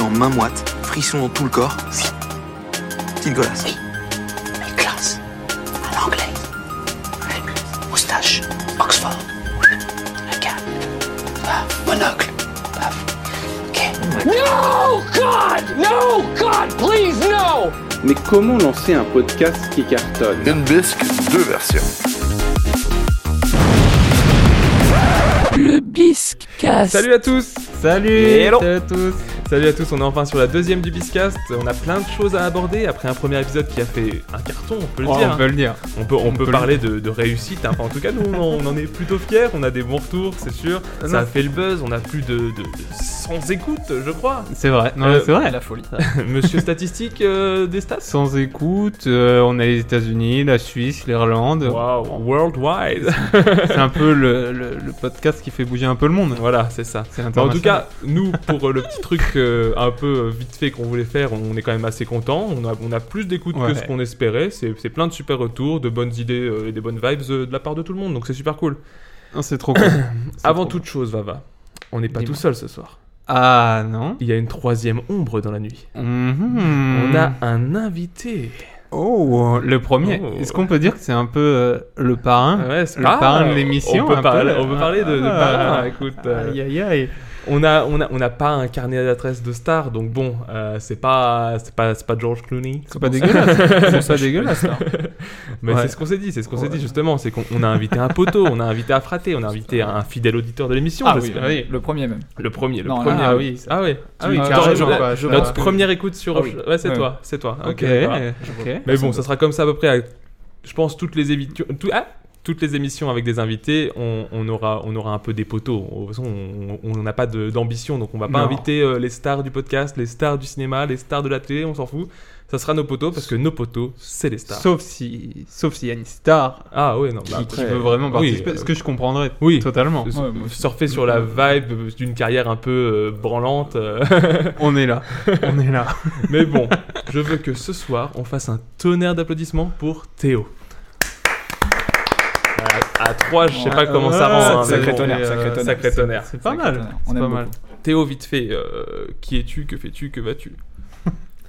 en main moite, frisson dans tout le corps. Oui. Petite golasse. Oui. Mais classe. À l'anglais. Moustache. Oxford. Un gars. Paf. Monocle. Paf. Ok. No, God! No, God, please, no! Mais comment lancer un podcast qui cartonne Une bisque, deux versions. Le bisque casse. Salut à tous Salut Hello. Salut à tous Salut à tous, on est enfin sur la deuxième du Biscast, on a plein de choses à aborder après un premier épisode qui a fait un carton, on peut le dire. on peut le dire. On peut, on on peut peut le parler de, de réussite, hein. Enfin, en tout cas nous on en, on en est plutôt fiers, on a des bons retours c'est sûr, Non. ça a fait le buzz, on a plus de, de, de 100 écoutes je crois. C'est vrai, non, Euh, c'est vrai. la folie. Monsieur Statistique euh, des stats Sans écoute, euh, on a les États-Unis, la Suisse, l'Irlande. Wow, worldwide C'est un peu le, le- le podcast qui fait bouger un peu le monde. Voilà, c'est ça. C'est Bon, Bah, en international. tout cas, nous, pour euh, le petit truc euh, un peu euh, vite fait qu'on voulait faire, on est quand même assez content. On a, on a plus d'écoute Ouais. que ce qu'on espérait. C'est c'est plein de super retours, de bonnes idées euh, et des bonnes vibes euh, de la part de tout le monde. Donc c'est super cool. Non, c'est trop cool. C'est Avant trop toute chose, Vava, on n'est pas Dis-moi. tout seul ce soir. cool. Ah non. Il y a une troisième ombre dans la nuit. Mhm. On a un invité. Oh, le premier. Oh. Est-ce qu'on peut dire que c'est un peu euh, le parrain Ouais, c'est- Le parrain de l'émission, On peut un parler, peu. on peut parler de, de Ah. parrain, écoute. euh, Aïe aïe aïe. On a, on a, on a pas un carnet d'adresses de star, donc bon, euh, c'est pas, c'est pas, c'est pas George Clooney. C'est pas dégueulasse. C'est pas dégueulasse. Mais Ouais. c'est ce qu'on s'est dit, c'est ce qu'on s'est dit justement, c'est qu'on on a invité un poteau, on a invité à frater, on a invité un fidèle auditeur de l'émission, Ah oui, j'espère. oui, le premier même. Le premier, le Non, premier. ah oui, ah oui, ah oui. Ah, Georges, je la- vois, je notre vois. première écoute sur Ah oui. ouais, c'est Ouais. toi, c'est toi. Ok. voilà. Ok. Mais bon, ça sera comme ça à peu près. à- je pense toutes les émissions, toutes les émissions avec des invités, on, on aura, on aura un peu des poteaux. De toute façon, on- on n'a pas de- d'ambition, donc on va pas Non. inviter euh, les stars du podcast, les stars du cinéma, les stars de la télé, on s'en fout. Ça sera nos poteaux parce que nos poteaux, c'est les stars. Sauf si, sauf s'il y a une star Ah oui, non. qui, bah, qui veut vraiment Oui, participer, euh, ce que je comprendrais oui. totalement. S- Ouais, moi, surfer sur la vibe d'une carrière un peu euh, branlante. euh. On est là, on est là. Mais bon, je veux que ce soir, on fasse un tonnerre d'applaudissements pour Théo. Voilà, Euh, À 3, je sais pas comment ça Ouais, rend. hein, c'est- mais sacré bon. tonnerre, euh, sacré tonnerre. sacré tonnerre. C'est pas Sacré mal. tonnerre. c'est On aime pas mal. beaucoup. Théo, vite fait, euh, qui es-tu Que fais-tu Que vas-tu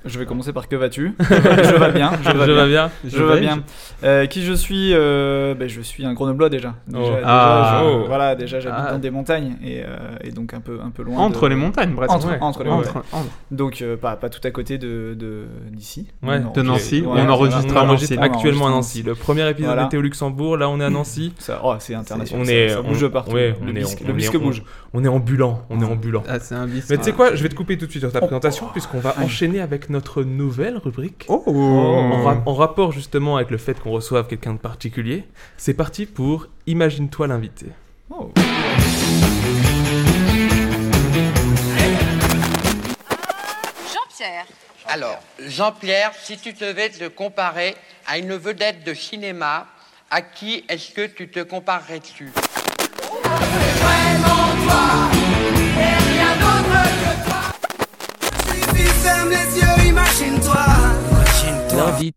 Je vais commencer par que vas-tu Je vais bien, je vais bien. bien. Je vais bien. Euh, qui je suis Euh, ben, Je suis un grenoblois déjà. Déjà, Oh. déjà, Ah. je- voilà, déjà j'habite Ah. dans des montagnes et, euh, et donc un peu, un peu loin. Entre de- les montagnes, bref. Entre, Ouais. entre les Entre- montagnes. entre. Donc euh, pas, pas tout à côté de de- d'ici. Ouais, Non, de ok. Nancy, Ouais, on enregistre On à enregistre Nancy. actuellement à enregistre. Nancy. Le premier épisode Voilà. était au Luxembourg. Là, on est à Nancy. Ça- oh, c'est international. On ça- est- ça, on- bouge partout. ouais, on le est- bisque, on le est- bisque on- bouge. On est ambulant. On est ambulant. Ah, c'est un bis. Mais tu sais quoi, je vais te couper tout de suite sur ta Oh. présentation puisqu'on va Ah. enchaîner avec notre nouvelle rubrique. Oh, En, ra- en rapport justement avec le fait qu'on reçoive quelqu'un de particulier, c'est parti pour Imagine-toi l'invité. Oh. Jean-Pierre. Alors, Jean-Pierre, si tu devais te comparer à une vedette de cinéma, à qui est-ce que tu te comparerais-tu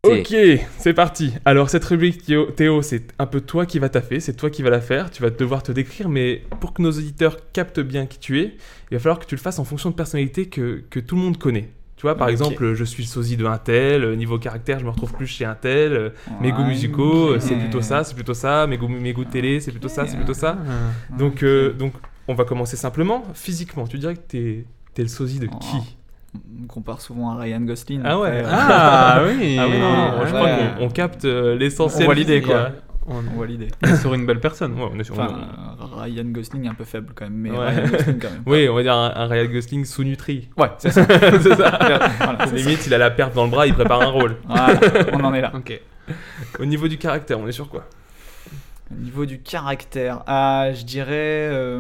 Ok, c'est parti. Alors cette rubrique, Théo, Théo, c'est un peu toi qui va taffer, c'est toi qui va la faire, tu vas devoir te décrire, mais pour que nos auditeurs captent bien qui tu es, il va falloir que tu le fasses en fonction de personnalité que, que tout le monde connaît. Tu vois, par Ok. exemple, je suis le sosie de un tel, euh, niveau caractère, je me retrouve plus chez un tel, euh, mes goûts Ouais. musicaux, euh, c'est Ouais. plutôt ça, c'est plutôt ça, mes goûts, mes goûts de télé, c'est plutôt ça, c'est plutôt ça. Ah. Donc, euh, donc, on va commencer simplement. Physiquement, tu dirais que t'es es le sosie de qui Oh. On compare souvent à Ryan Gosling. Ah ouais. Après, euh, Ah oui. Ah oui, non, non, Ouais. je ouais. crois qu'on on capte euh, l'essentiel. On voit l'idée, physique, quoi. hein. On On voit l'idée. est sur une belle personne. Ouais, on est sur- Enfin, euh, Ryan Gosling est un peu faible quand même, mais Ouais. Ryan Gosling quand même. Oui, on va dire un, un Ryan Gosling sous-nutri. Ouais, c'est ça. C'est ça. Voilà, c'est ça. Limite, il a la perte dans le bras, il prépare un rôle. Voilà, on en est là. Ok. Au niveau du caractère, on est sur quoi Au niveau du caractère, ah, je dirais. euh,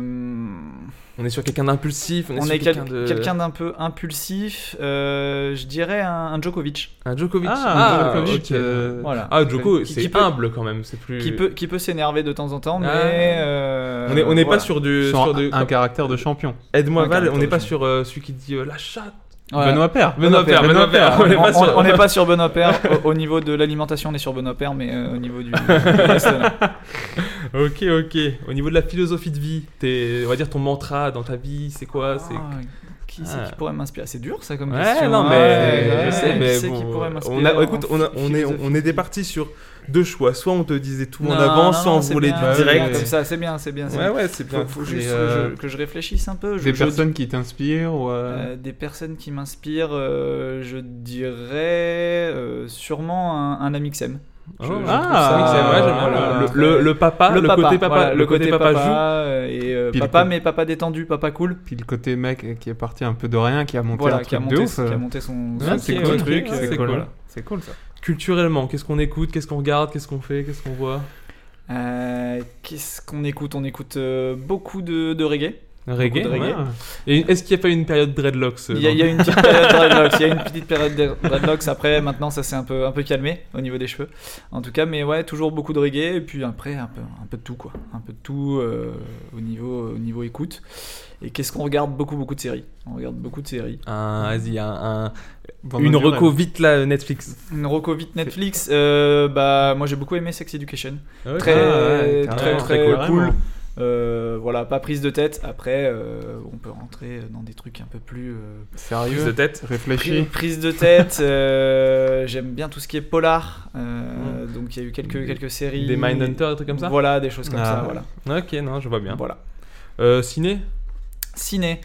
On est sur quelqu'un d'impulsif, on est on sur est quel- quelqu'un quelqu'un de... d'un peu impulsif. euh, je dirais un, un Djokovic. Un Djokovic. Ah, Ah, Djokovic, ok. euh, Voilà. Ah, Djoko, Qui- c'est qui peut- humble quand même, c'est plus... Qui peut, qui peut s'énerver de temps en temps, mais. Ah. euh, On n'est on est voilà. pas sur du... sur sur un, du- un caractère de champion. Aide-moi un Val, on caractère n'est pas de- sur euh, celui qui dit euh, la chatte. Voilà. Benoît Père. Benoît Père, Benoît Père. On On n'est pas sur... on n'est pas sur Benoît Père. Au- Au niveau de l'alimentation, on est sur Benoît Père, mais euh, au niveau du. du reste, non. Ok, ok. Au niveau de la philosophie de vie, t'es- on va dire ton mantra dans ta vie, c'est quoi C'est Ah, qui c'est Ah. qui pourrait m'inspirer C'est dur ça comme Ouais, question. hein. non, mais euh, Ouais, je ouais, sais, qui mais c'est qui bon, pourrait on a, m'inspirer écoute, en on, a- on est, on était philosophie parti sur deux choix. Soit on te disait tout en Non, avant, non, soit non, on c'est voulait bien, du c'est bien, direct. Comme ça, c'est bien, c'est bien. c'est Ouais, bien. ouais, c'est bien. Faut, faut Mais, juste euh, que, je, que je réfléchisse un peu. Je- Des je- personnes qui t'inspirent ou. euh, euh, des personnes qui m'inspirent, euh, je dirais euh, sûrement un, un ami que j'aime. oh, je- je ah, trouve ça- ouais, j'aime bien. voilà. Le- le, le papa, Ah, le, côté papa, voilà, le, côté, papa, joue. euh, et euh, Puis le papa, co- mais papa détendu, papa cool. Puis le côté mec euh, qui est parti un peu de rien, qui a monté un Voilà, truc qui a, de monté, ouf. qui euh. a monté son, Ouais, son c'est petit cool, truc. ouais, euh, C'est cool. cool. C'est cool ça. Culturellement, qu'est-ce qu'on écoute, qu'est-ce qu'on regarde, qu'est-ce qu'on fait, qu'est-ce qu'on voit euh, Qu'est-ce qu'on écoute On écoute euh, beaucoup de, de reggae. Reggae, de reggae. ouais. Et est-ce qu'il n'y a pas eu une période dreadlocks euh, Il y, a, il y a une petite période dreadlocks. Il y a une petite période de- dreadlocks. Après, maintenant, ça s'est un peu, un peu calmé au niveau des cheveux. En tout cas, mais ouais, toujours beaucoup de reggae. Et puis après, un peu, un peu de tout, quoi. Un peu de tout euh, au, niveau, au niveau écoute. Et qu'est-ce qu'on regarde Beaucoup, beaucoup de séries. On regarde beaucoup de séries. un, vas-y, un- un- Vendredi une rêve. reco vite là, Netflix. Une reco vite Netflix. euh, bah, moi, j'ai beaucoup aimé Sex Education. Ah, Très, ouais, très, carrément, très très cool. cool. Euh, voilà, pas prise de tête. Après, euh, on peut rentrer dans des trucs un peu plus. euh, Prise de Sérieux tête. Réfléchi Pri- Prise de tête, euh, j'aime bien tout ce qui est polar. euh, Donc il y a eu quelques, quelques séries. Des Mindhunter, des trucs comme ça Voilà, des choses comme Ah. ça. Voilà. Ok, non, je vois bien. voilà. Euh, ciné Ciné.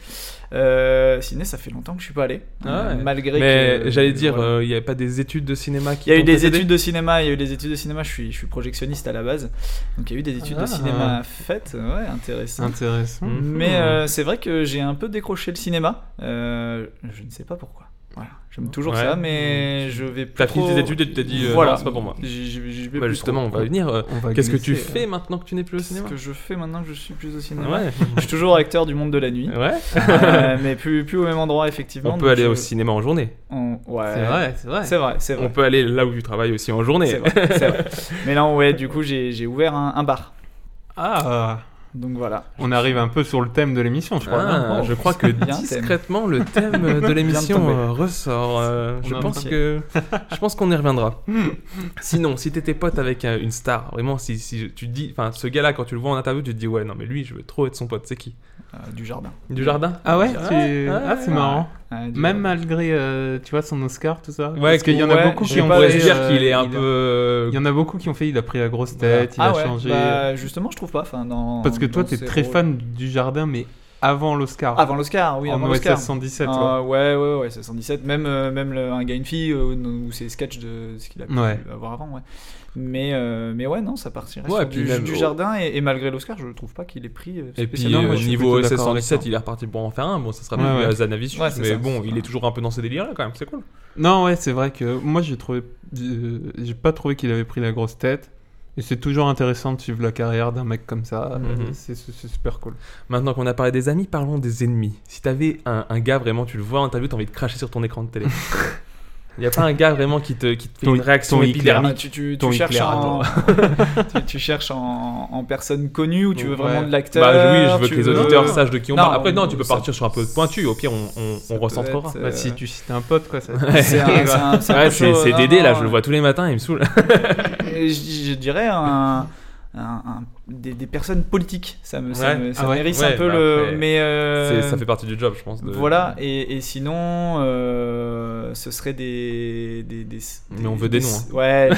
Euh, ciné, ça fait longtemps que je suis pas allé. Ah euh, ouais. Malgré Mais que- j'allais dire, voilà. euh, il n'y avait pas des études de cinéma qui. Il y a eu t'ont des précédé études de cinéma, il y a eu des études de cinéma, je suis, je suis projectionniste à la base, donc il y a eu des études Ah. de cinéma faites, ouais, intéressant. Intéressant. Mais Hmm. euh, c'est vrai que j'ai un peu décroché le cinéma, euh, je ne sais pas pourquoi. Voilà, j'aime toujours Ouais. Hmm. ça, mais je vais plus T'as fini trop- tes études et tu t'es dit, euh, voilà, non, c'est pas pour moi. J'y- j'y- j'y vais Bah, plus justement, on trop. va venir. euh, On va Qu'est-ce que tu glisser, fais maintenant que tu n'es plus au Qu'est-ce cinéma que je fais maintenant que je suis plus au cinéma Ouais, Je suis toujours acteur du monde de la nuit, ouais. euh, mais plus, plus au même endroit effectivement. On donc peut aller je- au cinéma en journée. on- Ouais. C'est vrai, c'est vrai. C'est vrai, c'est On vrai. peut aller là où tu travailles aussi en C'est journée. vrai, c'est vrai. Mais là, ouais, du coup, j'ai j'ai ouvert un, un bar. Ah, Donc voilà. on arrive un peu sur le thème de l'émission, je crois. Ah, Oh, je crois que bien, discrètement le thème de l'émission tomber. euh, ressort. euh, je On a pense marqué. que je pense qu'on y reviendra. Sinon, si t'étais pote avec euh, une star, vraiment, si, si tu te dis, enfin, ce gars-là quand tu le vois en interview, tu te dis ouais, non mais lui, je veux trop être son pote. C'est qui Euh, du jardin. Du jardin Ah ouais, Ouais, tu- Ah, ouais, c'est marrant. Ouais, du Même jardin. malgré, euh, tu vois, son Oscar, tout ça. Ouais, parce qu'il y en ouais, a beaucoup j'ai qui ont pas- On pourrait se fait, dire euh, qu'il est un il a- peu. Il y en a beaucoup qui ont fait, il a pris la grosse Voilà. tête, Ah il a ouais, changé. bah, justement, je trouve pas. Enfin, dans, Parce que toi, dans t'es ces très rôles. fan du jardin, mais avant l'Oscar. Avant l'Oscar, oui, en avant OSS l'Oscar. 117, ouais. Ah, ouais, ouais, ouais, c'est 117. Même, euh, même le- un gars, une fille, euh, ou ses sketchs de ce qu'il a pu Ouais. avoir avant, ouais. Mais, euh, mais ouais, non, ça partirait Ouais, sur puis du, même- du jardin. Et, et malgré l'Oscar, je trouve pas qu'il est pris. euh, Et puis spécialement. Non, euh, moi, je suis niveau plutôt ss d'accord avec 117, ça. il est reparti pour en faire un. Bon, ça sera Ouais, plus euh, ouais. à Zanavicius, Ouais, c'est mais ça. bon, il Ouais. est toujours un peu dans ces délires-là quand même. C'est cool. Non, ouais, c'est vrai que moi, j'ai trouvé, euh, j'ai pas trouvé qu'il avait pris la grosse tête. Et c'est toujours intéressant de suivre la carrière d'un mec comme ça. Mhm. euh, C'est c'est super cool. Maintenant qu'on a parlé des amis, parlons des ennemis. Si t'avais un, un gars vraiment, tu le vois en interview, t'as envie de cracher sur ton écran de télé. Il a pas un gars vraiment qui te, qui te fait Ton- une réaction ton Ah, épidermique. tu, tu- tu Ton cherches Hitler à en, tu, tu cherches en, en personne connue ou tu veux Ouais. vraiment de l'acteur Bah oui, je veux tu que les auditeurs veux- sachent de qui on Non, parle. Après, non, on- tu peux ça- partir sur un peu de pointu. Au pire, on, on, ça on peut recentrera. être, Bah, si euh, tu cites un pote, quoi, ça. C'est un- c'est un- c'est un Ouais, peu c'est chaud, c'est non, Dédé là, non, je le vois tous les matins, il me saoule. Et Euh, je, je dirais un, un- un- des, des personnes politiques. Ça me, ça Ouais. me- ça Ah ouais. m'hérisse Ouais, un peu bah après, le. Mais euh, C'est- ça fait partie du job, je pense. de- voilà. Et, et sinon, euh, ce serait des, des, des- Mais on veut des noms, hein. Ouais.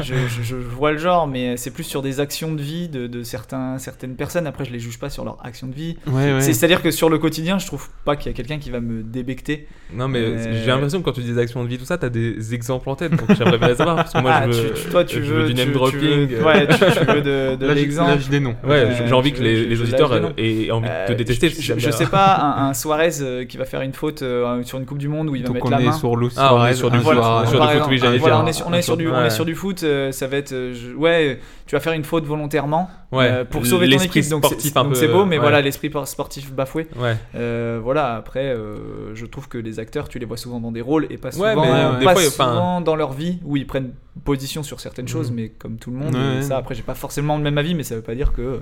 je, je- je vois le genre, mais c'est plus sur des actions de vie de, de certains, certaines personnes. Après, je les juge pas sur leurs actions de vie. Ouais, ouais. C'est- C'est-à-dire que sur le quotidien, je trouve pas qu'il y a quelqu'un qui va me débecter. Non, mais Euh, j'ai l'impression que quand tu dis des actions de vie, tout ça, t'as des exemples en tête. Donc j'aimerais bien les savoir. Parce que moi, Ah, je veux, tu- toi, tu je veux, du tu- name tu dropping. veux- ouais, tu, tu veux de, de Là, je- l'exemple. là, je dénonce. Ouais, Euh, j'ai j'ai envie je- que les, je- les je- auditeurs là, je- non. aient aient envie de te Euh, détester. je, si je- jamais- hein. je sais pas, un, un Suarez euh, qui va faire une faute euh, sur une Coupe du Monde où il va Donc mettre on la est main. sur l'eau Ah, on Suarez, est sur du un euh, foot, joueur, sur un du Par foot, joueur. oui, exemple, j'allais voilà, dire. on est sur, on est sur du, on Ouais. est sur du foot, euh, ça va être, euh, je- ouais, tu vas faire une faute volontairement Ouais, euh, pour sauver ton l'esprit équipe, donc c'est- sportif un donc peu, c'est beau, mais ouais. voilà l'esprit por- sportif bafoué. Ouais. Euh, voilà, après, euh, je trouve que les acteurs, tu les vois souvent dans des rôles et pas souvent, Ouais, mais euh, ouais, des pas fois, y a- Mhm. enfin- souvent dans leur vie où ils prennent position sur certaines choses, mais comme tout le monde, euh, Ouais, et ouais. ça après j'ai pas forcément le même avis, mais ça veut pas dire que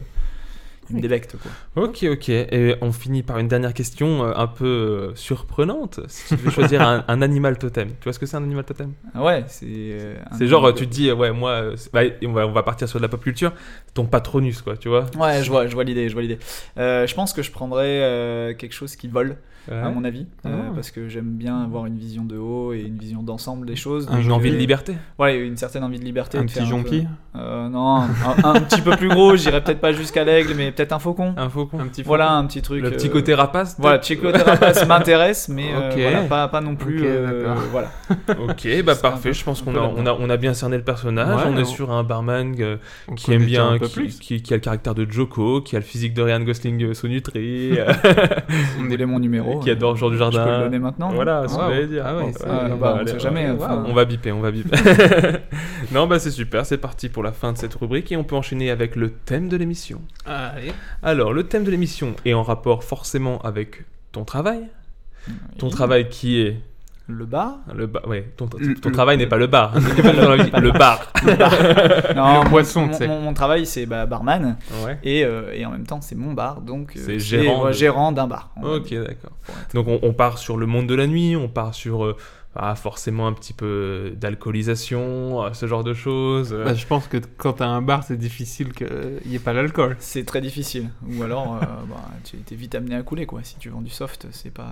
Il euh, me délecte, quoi. Ok, ok. Et on finit par une dernière question euh, un peu euh, surprenante. Si tu devais choisir un, un animal totem, tu vois ce que c'est un animal totem Ah Ouais, c'est. euh, un C'est genre, euh, truc- tu te dis, euh, ouais, moi, euh, c'est- bah, on, va, on va partir sur de la pop culture, ton patronus, quoi, tu vois. Ouais, je vois, je vois l'idée, je vois l'idée. Euh, je pense que je prendrais euh, quelque chose qui vole, à mon avis, euh, Ah. parce que j'aime bien avoir une vision de haut et une vision d'ensemble des choses. Une donc, envie de euh, liberté. Ouais, une certaine envie de liberté. Un de faire petit peu- jonqui Euh, Non, un, un petit peu plus gros, j'irais peut-être pas jusqu'à l'aigle, mais peut-être un faucon. Un faucon. Un petit Voilà, un petit truc. Le petit euh, côté rapace. Voilà, Chico Terrapas m'intéresse, mais euh, Ok. voilà, pas, pas non plus. Ok, euh, d'accord. voilà. ok, bah parfait. Je pense qu'on a, on a, on a bien cerné le personnage. Ouais, on est on- sur un barman euh, On qui aime connaît bien, un peu qui, plus. qui- qui a le caractère de Joko, qui a le physique de Ryan Gosling euh, sous nutri, euh, Vous voulez mon numéro qui euh, adore Jean du Je peux le Jardin. donner maintenant non Voilà, ce que Waouh. j'allais dire. Ah ouais, Bon, c'est- bah, Ah, on bah, va on aller- sait jamais, ouais, enfin. On va biper, on va biper. non, bah c'est super, c'est parti pour la fin de cette rubrique et on peut enchaîner avec le thème de l'émission. Allez. Alors, le thème de l'émission est en rapport forcément avec ton travail. Ton Oui. travail qui est Le bar le bar. Ouais, ton, ton Le- travail n'est pas le bar. n'est pas dans la vie, le bar. Non, Le mon- poisson, mon, tu sais. mon- mon travail, c'est bah, barman, Ouais. et, euh, et en même temps, c'est mon bar, donc. euh, C'est c'est, gérant ouais, de- gérant d'un bar. on va Ok, dire. d'accord. Donc, on, on part sur le monde de la nuit, on part sur. euh, ah, forcément un petit peu d'alcoolisation, euh, ce genre de choses. euh. Bah, je pense que t- quand t'as un bar, c'est difficile qu'il n'y ait pas l'alcool. C'est très difficile. Ou alors, euh, bah, tu t'es vite amené à couler, quoi. Si tu vends du soft, c'est pas.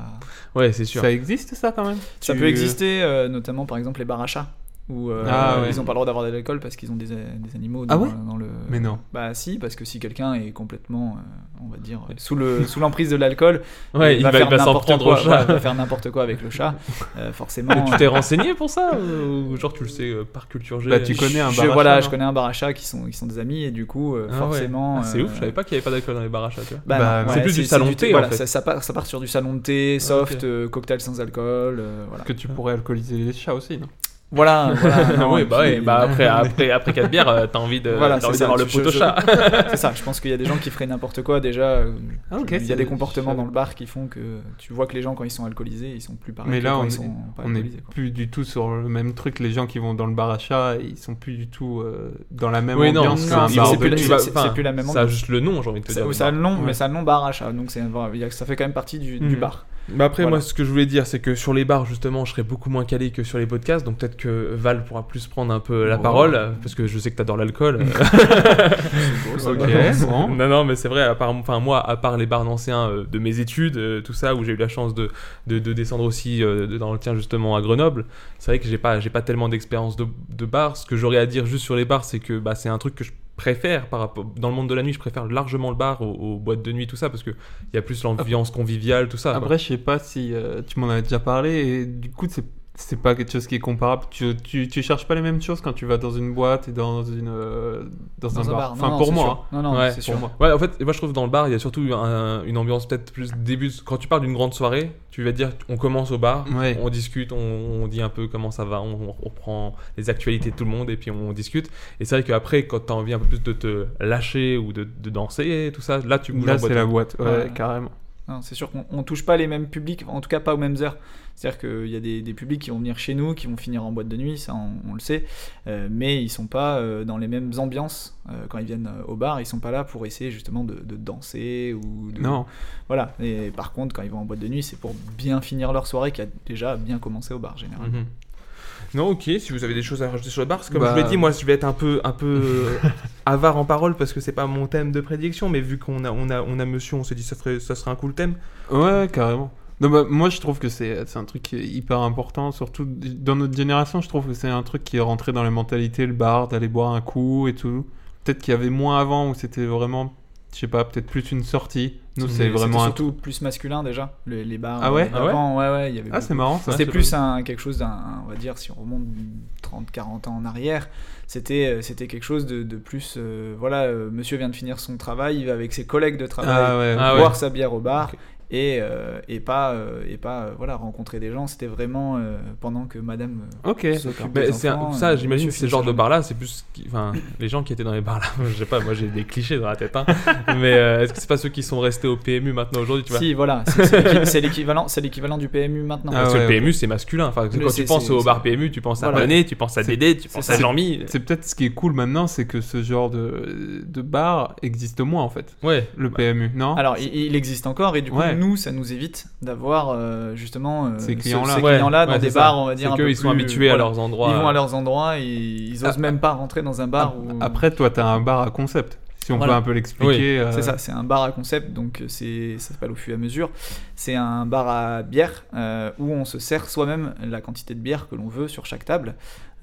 ouais, c'est sûr. Ça existe, ça, quand même Ça Tu- peut exister, euh, notamment par exemple les bars à chats, où euh, Ah ouais. ils n'ont pas le droit d'avoir de l'alcool parce qu'ils ont des, euh, des animaux dans, Ah ouais dans le. Mais non. Bah si, parce que si quelqu'un est complètement, euh, on va dire, euh, sous le sous l'emprise de l'alcool, Ouais, il va, il faire va s'en n'importe prendre quoi. au chat. ouais, il va faire n'importe quoi avec le chat, euh, forcément. Tu t'es euh, renseigné pour ça Ou genre tu le sais euh, par culture G Bah, tu connais un je- bar à voilà, chat, je non connais un bar à chat qui sont qui sont des amis et du coup euh, Ah ouais. forcément. Ah, c'est euh, ouf, je savais pas qu'il n'y avait pas d'alcool dans les bars à chat, tu vois. bah, Bah, non, c'est ouais, plus du salon thé, en voilà, fait. ça, ça part, ça part sur du salon de thé, soft, euh, cocktail sans alcool, euh, voilà. Que tu pourrais alcooliser les chats aussi, non Voilà, voilà, non, oui, et bah, puis- ouais, bah après, après, après 4 bières, euh, t'as envie de- Voilà, t'as envie c'est ça, d'avoir le je- poteau je- chat. C'est ça, je pense qu'il y a des gens qui feraient n'importe quoi déjà. euh, Ah, ok, il y c'est- a des comportements je- dans le bar qui font que tu vois que les gens quand ils sont alcoolisés, ils sont plus pareils Mais que là, quand on ils est- sont pas On n'est alcoolisés. quoi. plus du tout sur le même truc. Les gens qui vont dans le bar à chat, ils sont plus du tout euh, dans la même Oui, non, Bah, ambiance c'est qu'un c'est- bar c'est de plus la- nuit. c'est- c'est plus la même Ça a ambiance. juste le nom, j'ai envie de te Ça, dire. ça a le nom, Ouais. mais ça a le nom bar à chat, donc c'est il y a- ça fait quand même partie du, du Hmm. bar. Bah après, Voilà. moi, ce que je voulais dire, c'est que sur les bars, justement, je serais beaucoup moins calé que sur les podcasts. Donc peut-être que Val pourra plus prendre un peu la Oh. parole, euh, parce que je sais que t'adores l'alcool. euh, Ok, bon. Non, non, mais c'est vrai, à part, enfin, moi, à part les bars nancéens euh, de mes études, euh, tout ça, où j'ai eu la chance de, de, de descendre aussi euh, de- dans le tien, justement, à Grenoble, c'est vrai que j'ai pas, j'ai pas tellement d'expérience de, de bars. Ce que j'aurais à dire juste sur les bars, c'est que bah, c'est un truc que je préfère par rapport dans le monde de la nuit je préfère largement le bar aux, aux boîtes de nuit tout ça parce que il y a plus l'ambiance conviviale tout ça quoi. Après, je sais pas si euh, tu m'en avais déjà parlé, et du coup, c'est c'est pas quelque chose qui est comparable. Tu, tu, tu cherches pas les mêmes choses quand tu vas dans une boîte et dans une euh, dans, Dans un, bar. non, Enfin, non, pour c'est moi. sûr. Non, non, hein. Ouais, c'est pour sûr. moi. Ouais, en fait, moi je trouve dans le bar, il y a surtout un- une ambiance peut-être plus début. Quand tu parles d'une grande soirée, tu vas te dire on commence au bar, Ouais. on discute, on, on dit un peu comment ça va, on, on reprend les actualités de tout le monde et puis on discute. Et c'est vrai qu'après, quand t'as envie un peu plus de te lâcher ou de, de danser, tout ça, là tu hein. bouges en Là, boîte. c'est la boîte, ouais, Ouais. carrément. Non, c'est sûr qu'on on touche pas les mêmes publics, en tout cas pas aux mêmes heures. C'est-à-dire qu'il y a des, des publics qui vont venir chez nous, qui vont finir en boîte de nuit, ça on, on le sait, euh, mais ils sont pas euh, dans les mêmes ambiances euh, quand ils viennent euh, au bar. Ils sont pas là pour essayer justement de, de danser ou de, Non, Voilà, et par contre, quand ils vont en boîte de nuit, c'est pour bien finir leur soirée qui a déjà bien commencé au bar, généralement. Mhm. Non, ok, si vous avez des choses à rajouter sur le bar, parce que comme Bah, je l'ai dit, moi je vais être un peu, un peu euh, avare en parole parce que c'est pas mon thème de prédilection, mais vu qu'on a, on a, on a monsieur, on s'est dit ça, ferait, ça serait un cool thème. ouais, carrément. Non, bah, moi, je trouve que c'est c'est un truc qui est hyper important, surtout dans notre génération. Je trouve que c'est un truc qui est rentré dans les mentalités, le bar, d'aller boire un coup et tout. Peut-être qu'il y avait moins avant où c'était vraiment, je sais pas, peut-être plus une sortie. Nous, Mais c'est vraiment c'était un. surtout plus masculin déjà, les, les bars. Ah ouais euh, avant, ouais, ouais, il y avait Ah, c'est beaucoup- marrant ça. C'était plus un, quelque chose d'un, on va dire, si on remonte 30-40 ans en arrière, c'était, euh, c'était quelque chose de, de plus. euh, voilà, euh, monsieur vient de finir son travail, il va avec ses collègues de travail Ah ouais, Ah ouais. boire sa bière au bar. et, euh, et pas, euh, et pas euh, voilà, rencontrer des gens. C'était vraiment euh, pendant que madame. euh, Ok. s'occupe Mais des c'est un- enfants, ça, euh, j'imagine que monsieur ces genres de Charles. bars-là, c'est plus, qui- enfin, les gens qui étaient dans les bars-là. Je sais pas, moi j'ai des clichés dans la tête. hein. Mais euh, est-ce que c'est pas ceux qui sont restés au PMU maintenant aujourd'hui, tu vois Si, voilà, c'est- c'est l'équi- c'est l'équivalent, c'est l'équivalent du PMU maintenant. Ah Parce que ouais, le PMU c'est masculin. Enfin, Mais quand tu c'est- penses c'est- au c'est- bar PMU, tu penses à Voilà. René, tu penses à C'est- Dédé, tu penses à c'est- Jean-Mi. C'est peut-être ce qui est cool maintenant, c'est que ce genre de, de bar existe moins en fait. Ouais. Le PMU, Hein. non Bah, Alors, il, il existe encore, et du coup, Ouais. nous, ça nous évite d'avoir euh, justement euh, Ces ce- clients-là. ces Ouais, clients-là dans ouais, des c'est ça. bars, on va dire. C'est un peu qu'eux ils sont plus- habitués à voilà. leurs euh. endroits. Ils vont à leurs endroits et ils osent Ah, même pas rentrer dans un Ah, bar. où- Après, toi, t'as un bar à concept. Si on Voilà. peut un peu l'expliquer. euh, C'est ça, c'est un bar à concept, donc euh, c'est, ça s'appelle au fût à mesure. C'est un bar à bière euh, où on se sert soi-même la quantité de bière que l'on veut sur chaque table.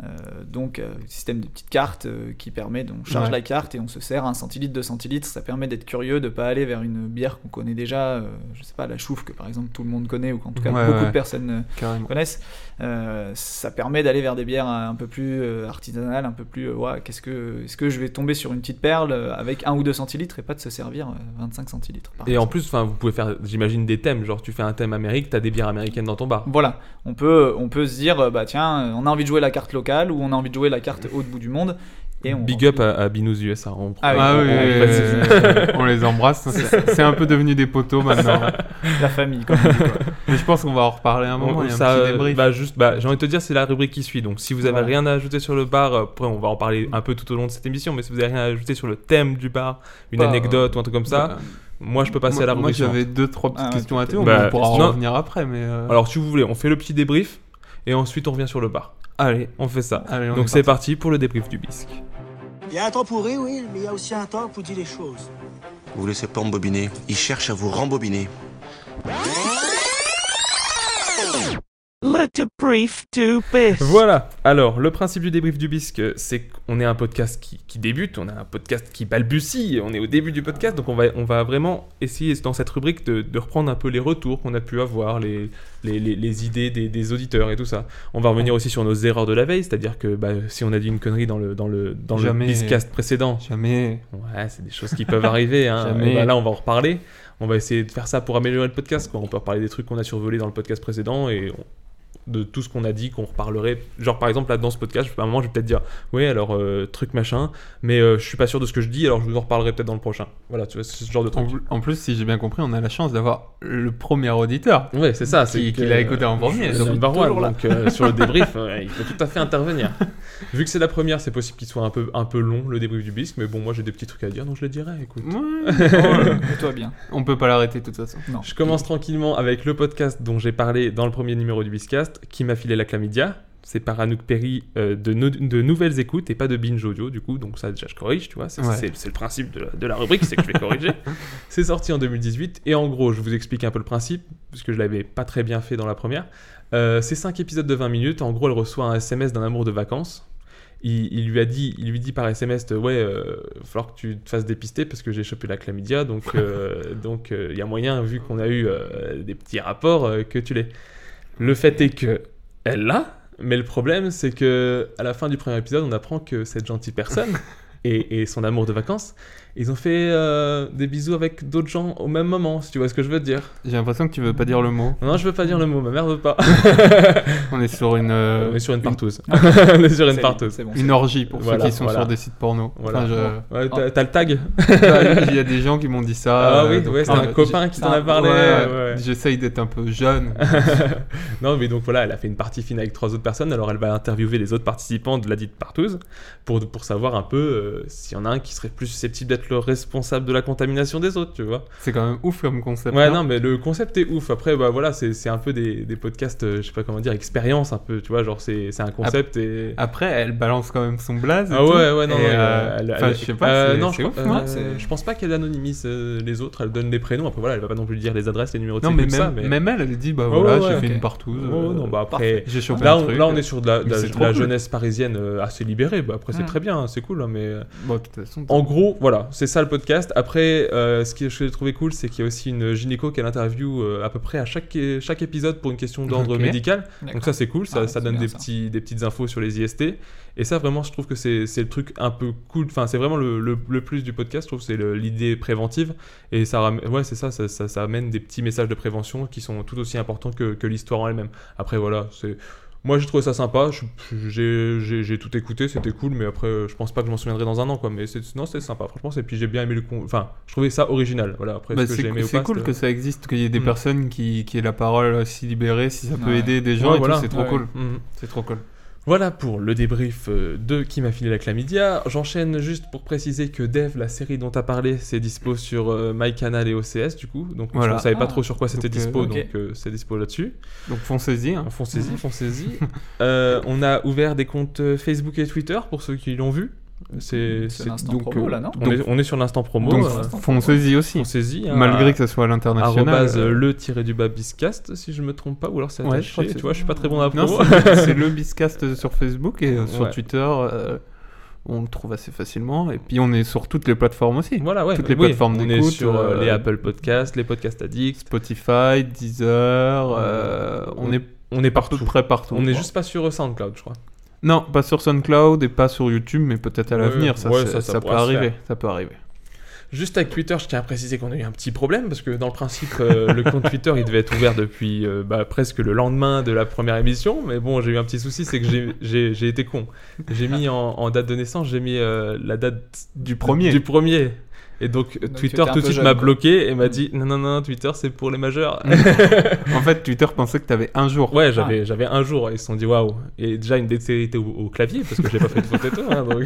Euh, donc, euh, système de petites cartes euh, qui permet, de- on charge Ouais. la carte et on se sert un centilitre, deux centilitres. Ça permet d'être curieux, de pas aller vers une bière qu'on connaît déjà, euh, je sais pas, la chouffe que par exemple tout le monde connaît ou qu'en tout cas Ouais, beaucoup ouais. de personnes euh, Carrément. connaissent. Euh, ça permet d'aller vers des bières euh, un peu plus euh, artisanales, un peu plus. euh, ouah, qu'est-ce que, est-ce que je vais tomber sur une petite perle euh, avec un ou deux centilitres et pas de se servir euh, 25 centilitres par Et en exemple. plus, enfin, vous pouvez faire, j'imagine, des thèmes. Genre, tu fais un thème Amérique, t'as des bières américaines dans ton bar. Voilà, on peut, on peut se dire, euh, bah tiens, euh, on a envie de jouer la carte locale ou on a envie de jouer la carte haut de bout du monde. Et on Big up à, à Binous USA. on- Ah oui, Ah on- oui, on- oui, vas-y, oui, on les embrasse. C'est c'est un peu devenu des poteaux maintenant. la famille. Comme on dit, quoi. Mais je pense qu'on va en reparler un moment. on- il y a un ça, petit euh, débrief. bah, juste, bah, j'ai envie de te dire, c'est la rubrique qui suit. Donc, si vous avez Voilà. rien à ajouter sur le bar, euh, après, on va en parler un peu tout au long de cette émission. Mais si vous avez rien à ajouter sur le thème du bar, une Bah, anecdote ou un truc comme ça, Bah, moi, je peux passer moi, à la Moi, rubrique. suivante. j'avais deux, trois petites Ah, ouais, questions à te peut-être. on Bah, pourra en non. revenir après. Mais euh, Alors, si vous voulez, on fait le petit débrief et ensuite on revient sur le bar. allez, On fait ça. allez, on Donc, est c'est parti pour le débrief du bisque. Il y a un temps pourri, oui, mais il y a aussi un temps pour dire les choses. Vous laissez pas embobiner. Il cherche à vous rembobiner. Voilà. Alors, le principe du débrief du bisque, euh, c'est qu'on est un podcast qui, qui débute, on a un podcast qui balbutie, on est au début du podcast, donc on va, on va vraiment essayer dans cette rubrique de, de reprendre un peu les retours qu'on a pu avoir, les, les, les- les idées des, des auditeurs et tout ça. On va revenir aussi sur nos erreurs de la veille, c'est-à-dire que bah, si on a dit une connerie dans le, dans le, dans le Jamais. biscast précédent, Jamais. ouais, c'est des choses qui peuvent arriver. hein. Jamais. Et bah là, on va en reparler. On va essayer de faire ça pour améliorer le podcast. Quoi. On peut reparler des trucs qu'on a survolés dans le podcast précédent et on- de tout ce qu'on a dit qu'on reparlerait. Genre, par exemple, là, dans ce podcast, à un moment, je vais peut-être dire Oui, alors, euh, truc machin, mais euh, je suis pas sûr de ce que je dis, alors je vous en reparlerai peut-être dans le prochain. Voilà, tu vois, c'est ce genre de En, truc. en plus, si j'ai bien compris, on a la chance d'avoir le premier auditeur Ouais, Ah, c'est ça. qui, qui l'a écouté en premier. Ils ont Donc, une barouade, toujours là. donc euh, sur le débrief, euh, il peut tout à fait intervenir. Vu que c'est la première, c'est possible qu'il soit un peu, un peu long le débrief du bisque, mais bon, moi j'ai des petits trucs à dire, donc je les dirai. Écoute. Ouais. Toi bien. on peut pas l'arrêter de toute façon. Je commence tranquillement avec le podcast dont j'ai parlé dans le premier numéro du Biscast, qui m'a filé la chlamydia. C'est par Anouk Perry euh, de, nou- de nouvelles écoutes et pas de binge audio, du coup, donc ça déjà je corrige, tu vois, c'est Ouais. c'est- c'est le principe de la, de la rubrique, c'est que je vais corriger. C'est sorti en 2018, et en gros, je vous explique un peu le principe, parce que je l'avais pas très bien fait dans la première. Euh, c'est 5 épisodes de 20 minutes, en gros, elle reçoit un SMS d'un amour de vacances. Il, il lui a dit, il lui dit par SMS, euh, ouais, euh, va falloir que tu te fasses dépister parce que j'ai chopé la chlamydia, donc euh, donc euh, il y a moyen vu qu'on a eu euh, des petits rapports euh, que tu l'aies. Le fait est que elle l'a, mais le problème c'est que à la fin du premier épisode, on apprend que cette gentille personne et, et son amour de vacances, ils ont fait euh, des bisous avec d'autres gens au même moment, si tu vois ce que je veux dire. J'ai l'impression que tu veux pas dire le mot. Non, je veux pas dire le mot, ma mère veut pas. On est sur une, euh, On est sur une partouze. On est sur une C'est bon, partouze. c'est bon. une orgie pour Voilà, ceux qui sont voilà. sur des sites porno. Voilà. Enfin, je- Ouais, t'as t'as le tag Bah, Il y a des gens qui m'ont dit ça. Ah euh, oui, donc, ouais, c'est euh, un j- copain qui c'est t'en un- a parlé. ouais, ouais. J'essaye d'être un peu jeune. non, mais donc voilà, elle a fait une partie fine avec trois autres personnes. Alors elle va interviewer les autres participants de la dite partouze pour, pour savoir un peu euh, s'il y en a un qui serait plus susceptible d'être le responsable de la contamination des autres, tu vois. C'est quand même ouf comme concept. Ouais, hein. non, mais le concept est ouf. Après, bah voilà, c'est c'est un peu des, des podcasts, euh, je sais pas comment dire, expérience un peu, tu vois. Genre, c'est c'est un concept et. Après, elle balance quand même son blaze. et Ah tout. ouais, ouais, non, Ah, Et, non, euh, elle- elle- enfin, elle- je sais pas. euh, c'est- non, c'est je, ouf, euh, non je pense pas qu'elle anonymise euh, les autres, elle donne les prénoms. Après, voilà, elle va pas non plus dire les adresses, les numéros de Non, mais sécu, même, tout ça, mais. même euh, elle, elle dit bah Ouais, voilà, ouais, j'ai ouais, fait ok. une partouze. Oh, non, bah après. J'ai chopé Là un on, truc. là, on est sur de la, de Mais la- c'est de trop la cool. jeunesse parisienne euh, assez libérée. Bah, après, c'est Mm. très bien, hein, c'est cool. hein, mais euh, Bon, de toute façon, en gros, voilà, c'est ça le podcast. Après, euh, ce que je trouvais cool, c'est qu'il y a aussi une gynéco qui a l'interview euh, à peu près à chaque, chaque épisode pour une question d'ordre Ok. médical. Donc ça, c'est cool. Ça, Ah, ça c'est donne bien, des, ça. petits, des petites infos sur les IST. Et ça, vraiment, je trouve que c'est c'est le truc un peu cool. Enfin, c'est vraiment le, le- le plus du podcast. Je trouve que c'est le- l'idée préventive. Et ça, ram- ouais, c'est ça ça, ça- ça amène des petits messages de prévention qui sont tout aussi importants que, que l'histoire en elle-même. Après, voilà, c'est. Moi, j'ai trouvé ça sympa. Je- j'ai- J'ai j'ai tout écouté, c'était cool, mais après, euh, je pense pas que je m'en souviendrai dans un an, quoi. Mais c'est- non, c'était sympa, franchement. Et puis, j'ai bien aimé le. con- Enfin, je trouvais ça original. Voilà, après, Bah, ce que c'est j'ai aimé ou c'est pas, cool c'était- que ça existe, qu'il y ait des Mm. personnes qui, qui aient la parole à s'y libérer, si ça peut Ouais. aider des Ouais, gens, et tout, voilà. c'est trop Ouais. cool. Mhm. C'est trop cool. Voilà pour le débrief euh, de Qui m'a filé la chlamydia. J'enchaîne juste pour préciser que Dev, la série dont t'as parlé, c'est dispo sur euh, MyCanal et OCS du coup. Donc Voilà. on savait pas Ah. trop sur quoi c'était Donc, euh, dispo, ok. donc euh, c'est dispo là-dessus. Donc foncez-y. hein. Foncez-y, foncez-y. Euh, on a ouvert des comptes euh, Facebook et Twitter pour ceux qui l'ont vu. C'est C'est c'est- euh, l'instant promo, là, non on, est, on est sur l'instant promo. Donc euh, foncez-y aussi. foncez-y. hein, Malgré que ça soit à l'international. arrobase, euh, le tiré du bas biscast si je me trompe pas ou alors c'est Ouais, je attaché. crois que c'est- tu vois je suis pas très bon à la Non, promo c'est c'est le Biscast sur Facebook et euh, sur Ouais. Twitter, euh, on le trouve assez facilement. Et puis on est sur toutes les plateformes aussi. Voilà, ouais. Toutes les oui, plateformes on est d'écoute, sur euh, euh, les Apple Podcasts, les Podcasts Addicts. Spotify, Deezer, euh, on est On est à peu partout. près partout. On n'est quoi. juste pas sur SoundCloud, je crois. Non, pas sur SoundCloud et pas sur YouTube, mais peut-être à Ouais, l'avenir, ça, ouais, c'est- ça, ça ça, peut pourra se arriver. Ça peut arriver. Juste avec Twitter, je tiens à préciser qu'on a eu un petit problème parce que dans le principe, euh, le compte Twitter, il devait être ouvert depuis euh, bah, presque le lendemain de la première émission. Mais bon, j'ai eu un petit souci, c'est que j'ai- j'ai j'ai été con. J'ai mis en, en date de naissance, j'ai mis euh, la date Du premier. Du premier. Et donc, Donc, Twitter t'étais un tout de peu suite jeune, m'a quoi. bloqué et m'a Mm. dit non non non Twitter c'est pour les majeurs. en fait, Twitter pensait que t'avais un jour. Ouais, j'avais j'avais un jour, ils se sont dit waouh. Et déjà une dextérité au, au clavier, parce que j'ai pas fait de faute et tout. hein, donc.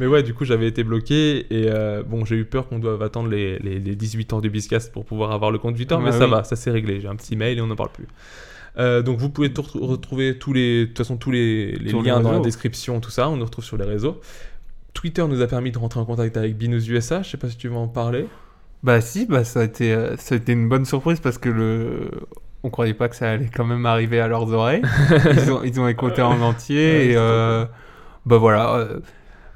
Mais ouais, du coup, j'avais été bloqué. Et euh, bon, j'ai eu peur qu'on doive attendre les, les, les 18 ans du Biscast pour pouvoir avoir le compte Twitter. Bah mais ça oui. va, ça s'est réglé. J'ai un petit mail et on n'en parle plus. Euh, donc vous pouvez tout retrou- retrouver tous les, de toute façon tous les, les Sur les liens dans la réseaux. description, tout ça, on nous retrouve sur les réseaux. Twitter nous a permis de rentrer en contact avec Binous USA, je sais pas si tu veux en parler. Bah si, bah ça a été, euh, ça a été une bonne surprise parce que le, on croyait pas que ça allait quand même arriver à leurs oreilles. ils, ont, ils ont écouté en entier Ouais, c'est et euh, bah voilà, euh,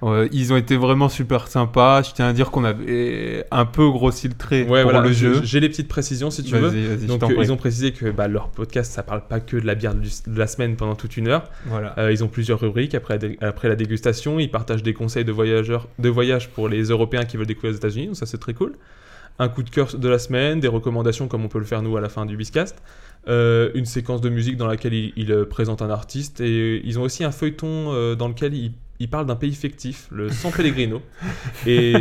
euh, ils ont été vraiment super sympas. Je tiens à dire qu'on avait un peu grossi le trait pour le je- jeu. j'ai les petites précisions si tu veux. Vas-y, vas-y, je Donc t'en euh, prie. ils ont précisé que bah, leur podcast ça parle pas que de la bière du- de la semaine pendant toute une heure. Voilà. Euh, ils ont plusieurs rubriques après la, dé- après la dégustation. Ils partagent des conseils de voyageurs de voyage pour les Européens qui veulent découvrir les États-Unis. Donc ça c'est très cool. Un coup de cœur de la semaine, des recommandations comme on peut le faire nous à la fin du Biscast. Euh, une séquence de musique dans laquelle ils il, euh, présentent un artiste et euh, ils ont aussi un feuilleton euh, dans lequel ils ils parlent d'un pays fictif, le San Pellegrino. Et,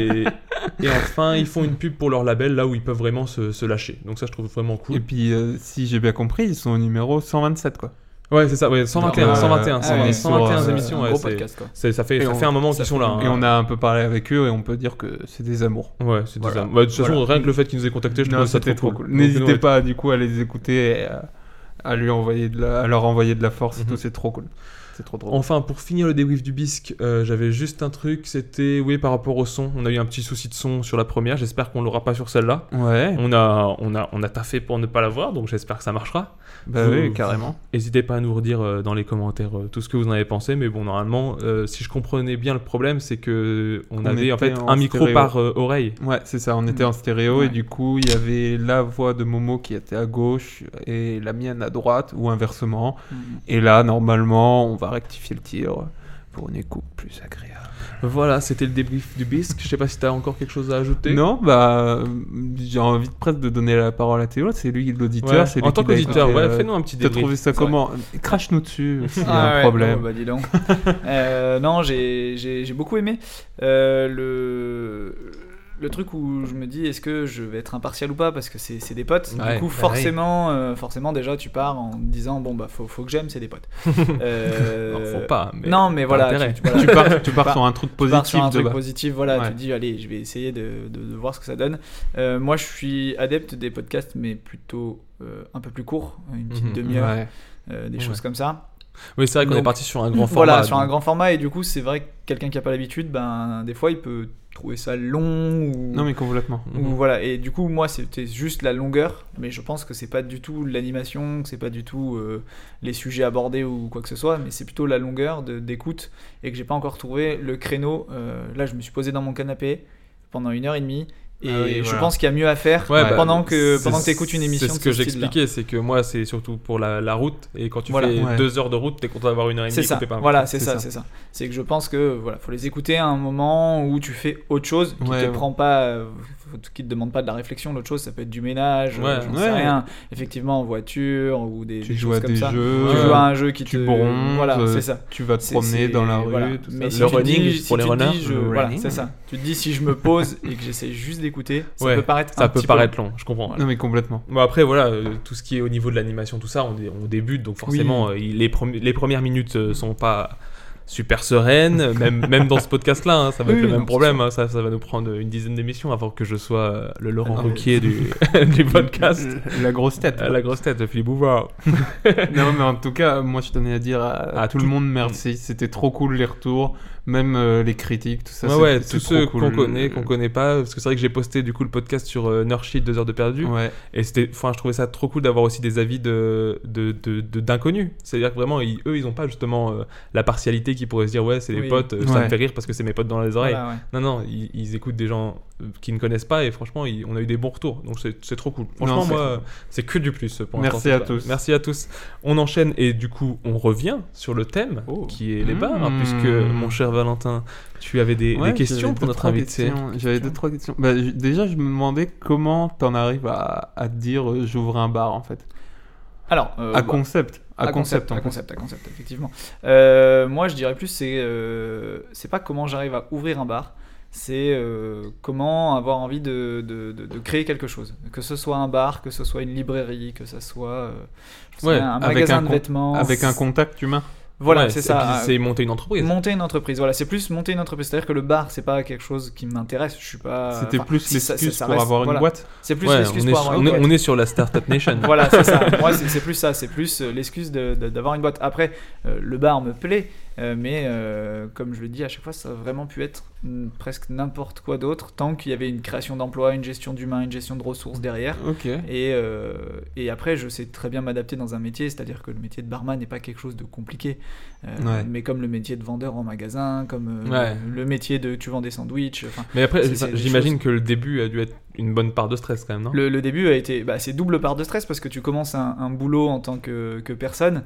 et enfin, ils font une pub pour leur label là où ils peuvent vraiment se, se lâcher. Donc ça, je trouve vraiment cool. Et puis euh, si j'ai bien compris, ils sont au numéro 127 quoi. Ouais, c'est ça, ouais, 121, Non, mais, 121, euh, c'est- on est 121 sur, euh, émissions, Un ouais, gros c'est- podcast, quoi. c'est- ça fait, Et ça on- fait un moment qu'ils sont là. Et hein. on a un peu parlé avec eux et on peut dire que c'est des amours. Ouais, c'est Voilà. des âmes. Ouais, de toute façon, Voilà. rien que le fait qu'ils nous aient contactés, je Non, trouve ça c'était trop trop cool. cool. Donc, euh, N'hésitez ouais. pas du coup à les écouter et à, à lui envoyer de la- à leur envoyer de la force et Mhm. tout, c'est trop cool. C'est trop drôle. Enfin, pour finir le débrief du bisque, euh, j'avais juste un truc, c'était, oui, par rapport au son, on a eu un petit souci de son sur la première, j'espère qu'on l'aura pas sur celle-là. Ouais, On a, on, a, on a taffé pour ne pas l'avoir, donc j'espère que ça marchera. bah Vous- oui, carrément. N'hésitez pas à nous redire euh, dans les commentaires euh, tout ce que vous en avez pensé, mais bon, normalement, euh, si je comprenais bien le problème, c'est que on, On avait en était fait en un micro stéréo. par euh, oreille. Ouais, c'est ça, on était Mhm. en stéréo et du coup, il y avait la voix de Momo qui était à gauche et la mienne à droite ou inversement. Mhm. Et là, normalement, on va rectifier le tir pour une écoute plus agréable. Voilà, c'était le débrief du bisque. Je sais pas si t'as encore quelque chose à ajouter. Non, bah, euh, j'ai envie de presque de donner la parole à Théo, c'est lui Ouais. l'auditeur, c'est lui En tant qui l'a qu'auditeur, écouté, ouais, euh, fais-nous un petit T'as débrief. trouvé ça C'est vrai. comment Crache-nous dessus s'il y a Ah un ouais, problème. oh, bah dis donc. Euh, non, j'ai j'ai- j'ai beaucoup aimé Euh, le le truc où je me dis est-ce que je vais être impartial ou pas parce que c'est c'est des potes. Ouais, du bah coup, forcément, euh, forcément déjà tu pars en te disant bon bah faut, faut que j'aime, c'est des potes. Euh, Non, faut pas, mais non, mais t'as voilà, intérêt. tu- tu- voilà, tu pars, tu pars pars- sur un truc bah, tu pars sur positif un de truc bas. positif, voilà, Ouais. tu te dis allez, je vais essayer de, de- de voir ce que ça donne. Euh, moi, je suis adepte des podcasts, mais plutôt euh, un peu plus courts, une petite Mhm. demi-heure, Ouais. euh, des Ouais. choses comme ça. Oui, c'est vrai qu'on Donc, est parti sur un grand format. Voilà, sur un donc. grand format, et du coup, c'est vrai que quelqu'un qui a pas l'habitude, ben, des fois, il peut trouver ça long ou. Non, mais complètement. ou Mhm. voilà, et du coup, moi, c'était juste la longueur, mais je pense que c'est pas du tout l'animation, que c'est pas du tout euh, les sujets abordés ou quoi que ce soit, mais c'est plutôt la longueur de- d'écoute, et que j'ai pas encore trouvé le créneau. Euh, là, je me suis posé dans mon canapé pendant une heure et demie, et Ah oui, je voilà. pense qu'il y a mieux à faire Ouais, bah, pendant que c'est- pendant que t'écoutes une émission. C'est ce de que ce style-là. j'expliquais, c'est que moi, c'est surtout pour la, la route. Et quand tu Voilà. fais Ouais. deux heures de route, t'es content d'avoir une heure et demie. C'est ça. coupée par un Voilà, c'est C'est ça, ça. c'est ça. C'est que je pense que voilà, faut les écouter à un moment où tu fais autre chose qui Ouais, te ouais. prend pas, euh, faut- qui te demande pas de la réflexion. L'autre chose, ça peut être du ménage, Ouais, euh, j'en sais ouais. rien. Effectivement, en voiture ou des, Tu des joues choses à comme des ça. jeux, tu joues à un jeu qui tu te, bronzes, voilà, euh, c'est ça. tu vas te C'est- promener c'est- dans la voilà. rue, tout ça. Mais si Le tu running dis- si pour les tu dis, runners. je- Le voilà, running. c'est ça. Tu te dis si je me pose et que j'essaie juste d'écouter, ça Ouais, peut paraître Ça un peut petit peu paraître long, je comprends. Non, mais complètement. Bon après voilà, euh, tout ce qui est au niveau de l'animation, tout ça, on, dé- on débute, donc forcément euh, il- les, premi- les premières minutes euh, sont pas super sereines, euh, même, même dans ce podcast-là, hein, ça va être Oui, le oui, même non, problème, hein, ça, ça va nous prendre une dizaine d'émissions avant que je sois euh, le Laurent Ah, mais- Mm. Ruquier du, du podcast. La grosse tête. Euh, La grosse tête, Philippe Bouvard. non, mais en tout cas, moi je tenais à dire à, à À tout, le tout- monde merci. C'était trop cool les retours, même euh, les critiques, tout ça. Ouais, c'est- ouais, c'est tous trop ceux cool. qu'on connaît, qu'on connaît pas, parce que c'est vrai que j'ai posté du coup le podcast sur euh, Nurshit, 2 heures de perdu, Ouais, Et c'était, enfin, je trouvais ça trop cool d'avoir aussi des avis de, de, de- de- d'inconnus. C'est-à-dire que vraiment, ils- eux, ils n'ont pas justement euh, la partialité qui pourrait se dire, ouais, c'est les Oui. potes, euh, ça Ouais. me fait rire parce que c'est mes potes dans les oreilles. Voilà, ouais. Non, non, ils, ils écoutent des gens euh, qui ne connaissent pas et franchement, ils- on a eu des bons retours. Donc c'est, c'est trop cool. Franchement, Non, c'est moi, euh, c'est que du plus pour l'instant, Merci à c'est tous. Merci à tous. On enchaîne et du coup, on revient sur le thème Oh. qui est les Mmh. bars, hein, puisque mon cher Valentin, tu avais des, des Ouais, questions j'avais pour deux, notre trois invité. questions. J'avais deux, trois questions. Bah, j- déjà, je me demandais comment t'en arrives à, à te dire euh, j'ouvre un bar en fait. Alors, euh, à bah, concept. À, concept, hein. à en concept, à concept, effectivement. Euh, moi, je dirais plus, c'est euh, c'est pas comment j'arrive à ouvrir un bar, c'est euh, comment avoir envie de, de- de- de créer quelque chose. Que ce soit un bar, que ce soit une librairie, que ce soit euh, je sais Ouais, pas, un avec magasin un de con- vêtements. Avec un contact humain. Voilà, Ouais, c'est et ça. euh, puis c'est Ah, monter une entreprise. Monter une entreprise, voilà, c'est plus monter une entreprise. C'est-à-dire que le bar, c'est pas quelque chose qui m'intéresse. Je suis pas. C'était Euh, enfin, plus si ça- l'excuse ça- ça pour reste- avoir voilà. une boîte. C'est plus Ouais, l'excuse on, est pour sur, avoir on une est- boîte. on est sur la Startup Nation. Voilà, c'est ça. Moi, c'est c'est plus ça. C'est plus euh, l'excuse de- de- d'avoir une boîte. Après, euh, le bar me plaît, euh, mais euh, comme je le dis à chaque fois, ça a vraiment pu être mm, presque n'importe quoi d'autre, tant qu'il y avait une création d'emploi, une gestion d'humains, une gestion de ressources derrière. Ok. Et, euh, et après, je sais très bien m'adapter dans un métier, c'est-à-dire que le métier de barman n'est pas quelque chose de compliqué, euh, Ouais. mais comme le métier de vendeur en magasin, comme euh, Ouais. le métier de tu vends des sandwichs, enfin, Mais après, C'est- c'est des j'imagine choses. que le début a dû être une bonne part de stress quand même, non Le, le début a été, bah, c'est double part de stress parce que tu commences un, un boulot en tant que, que personne,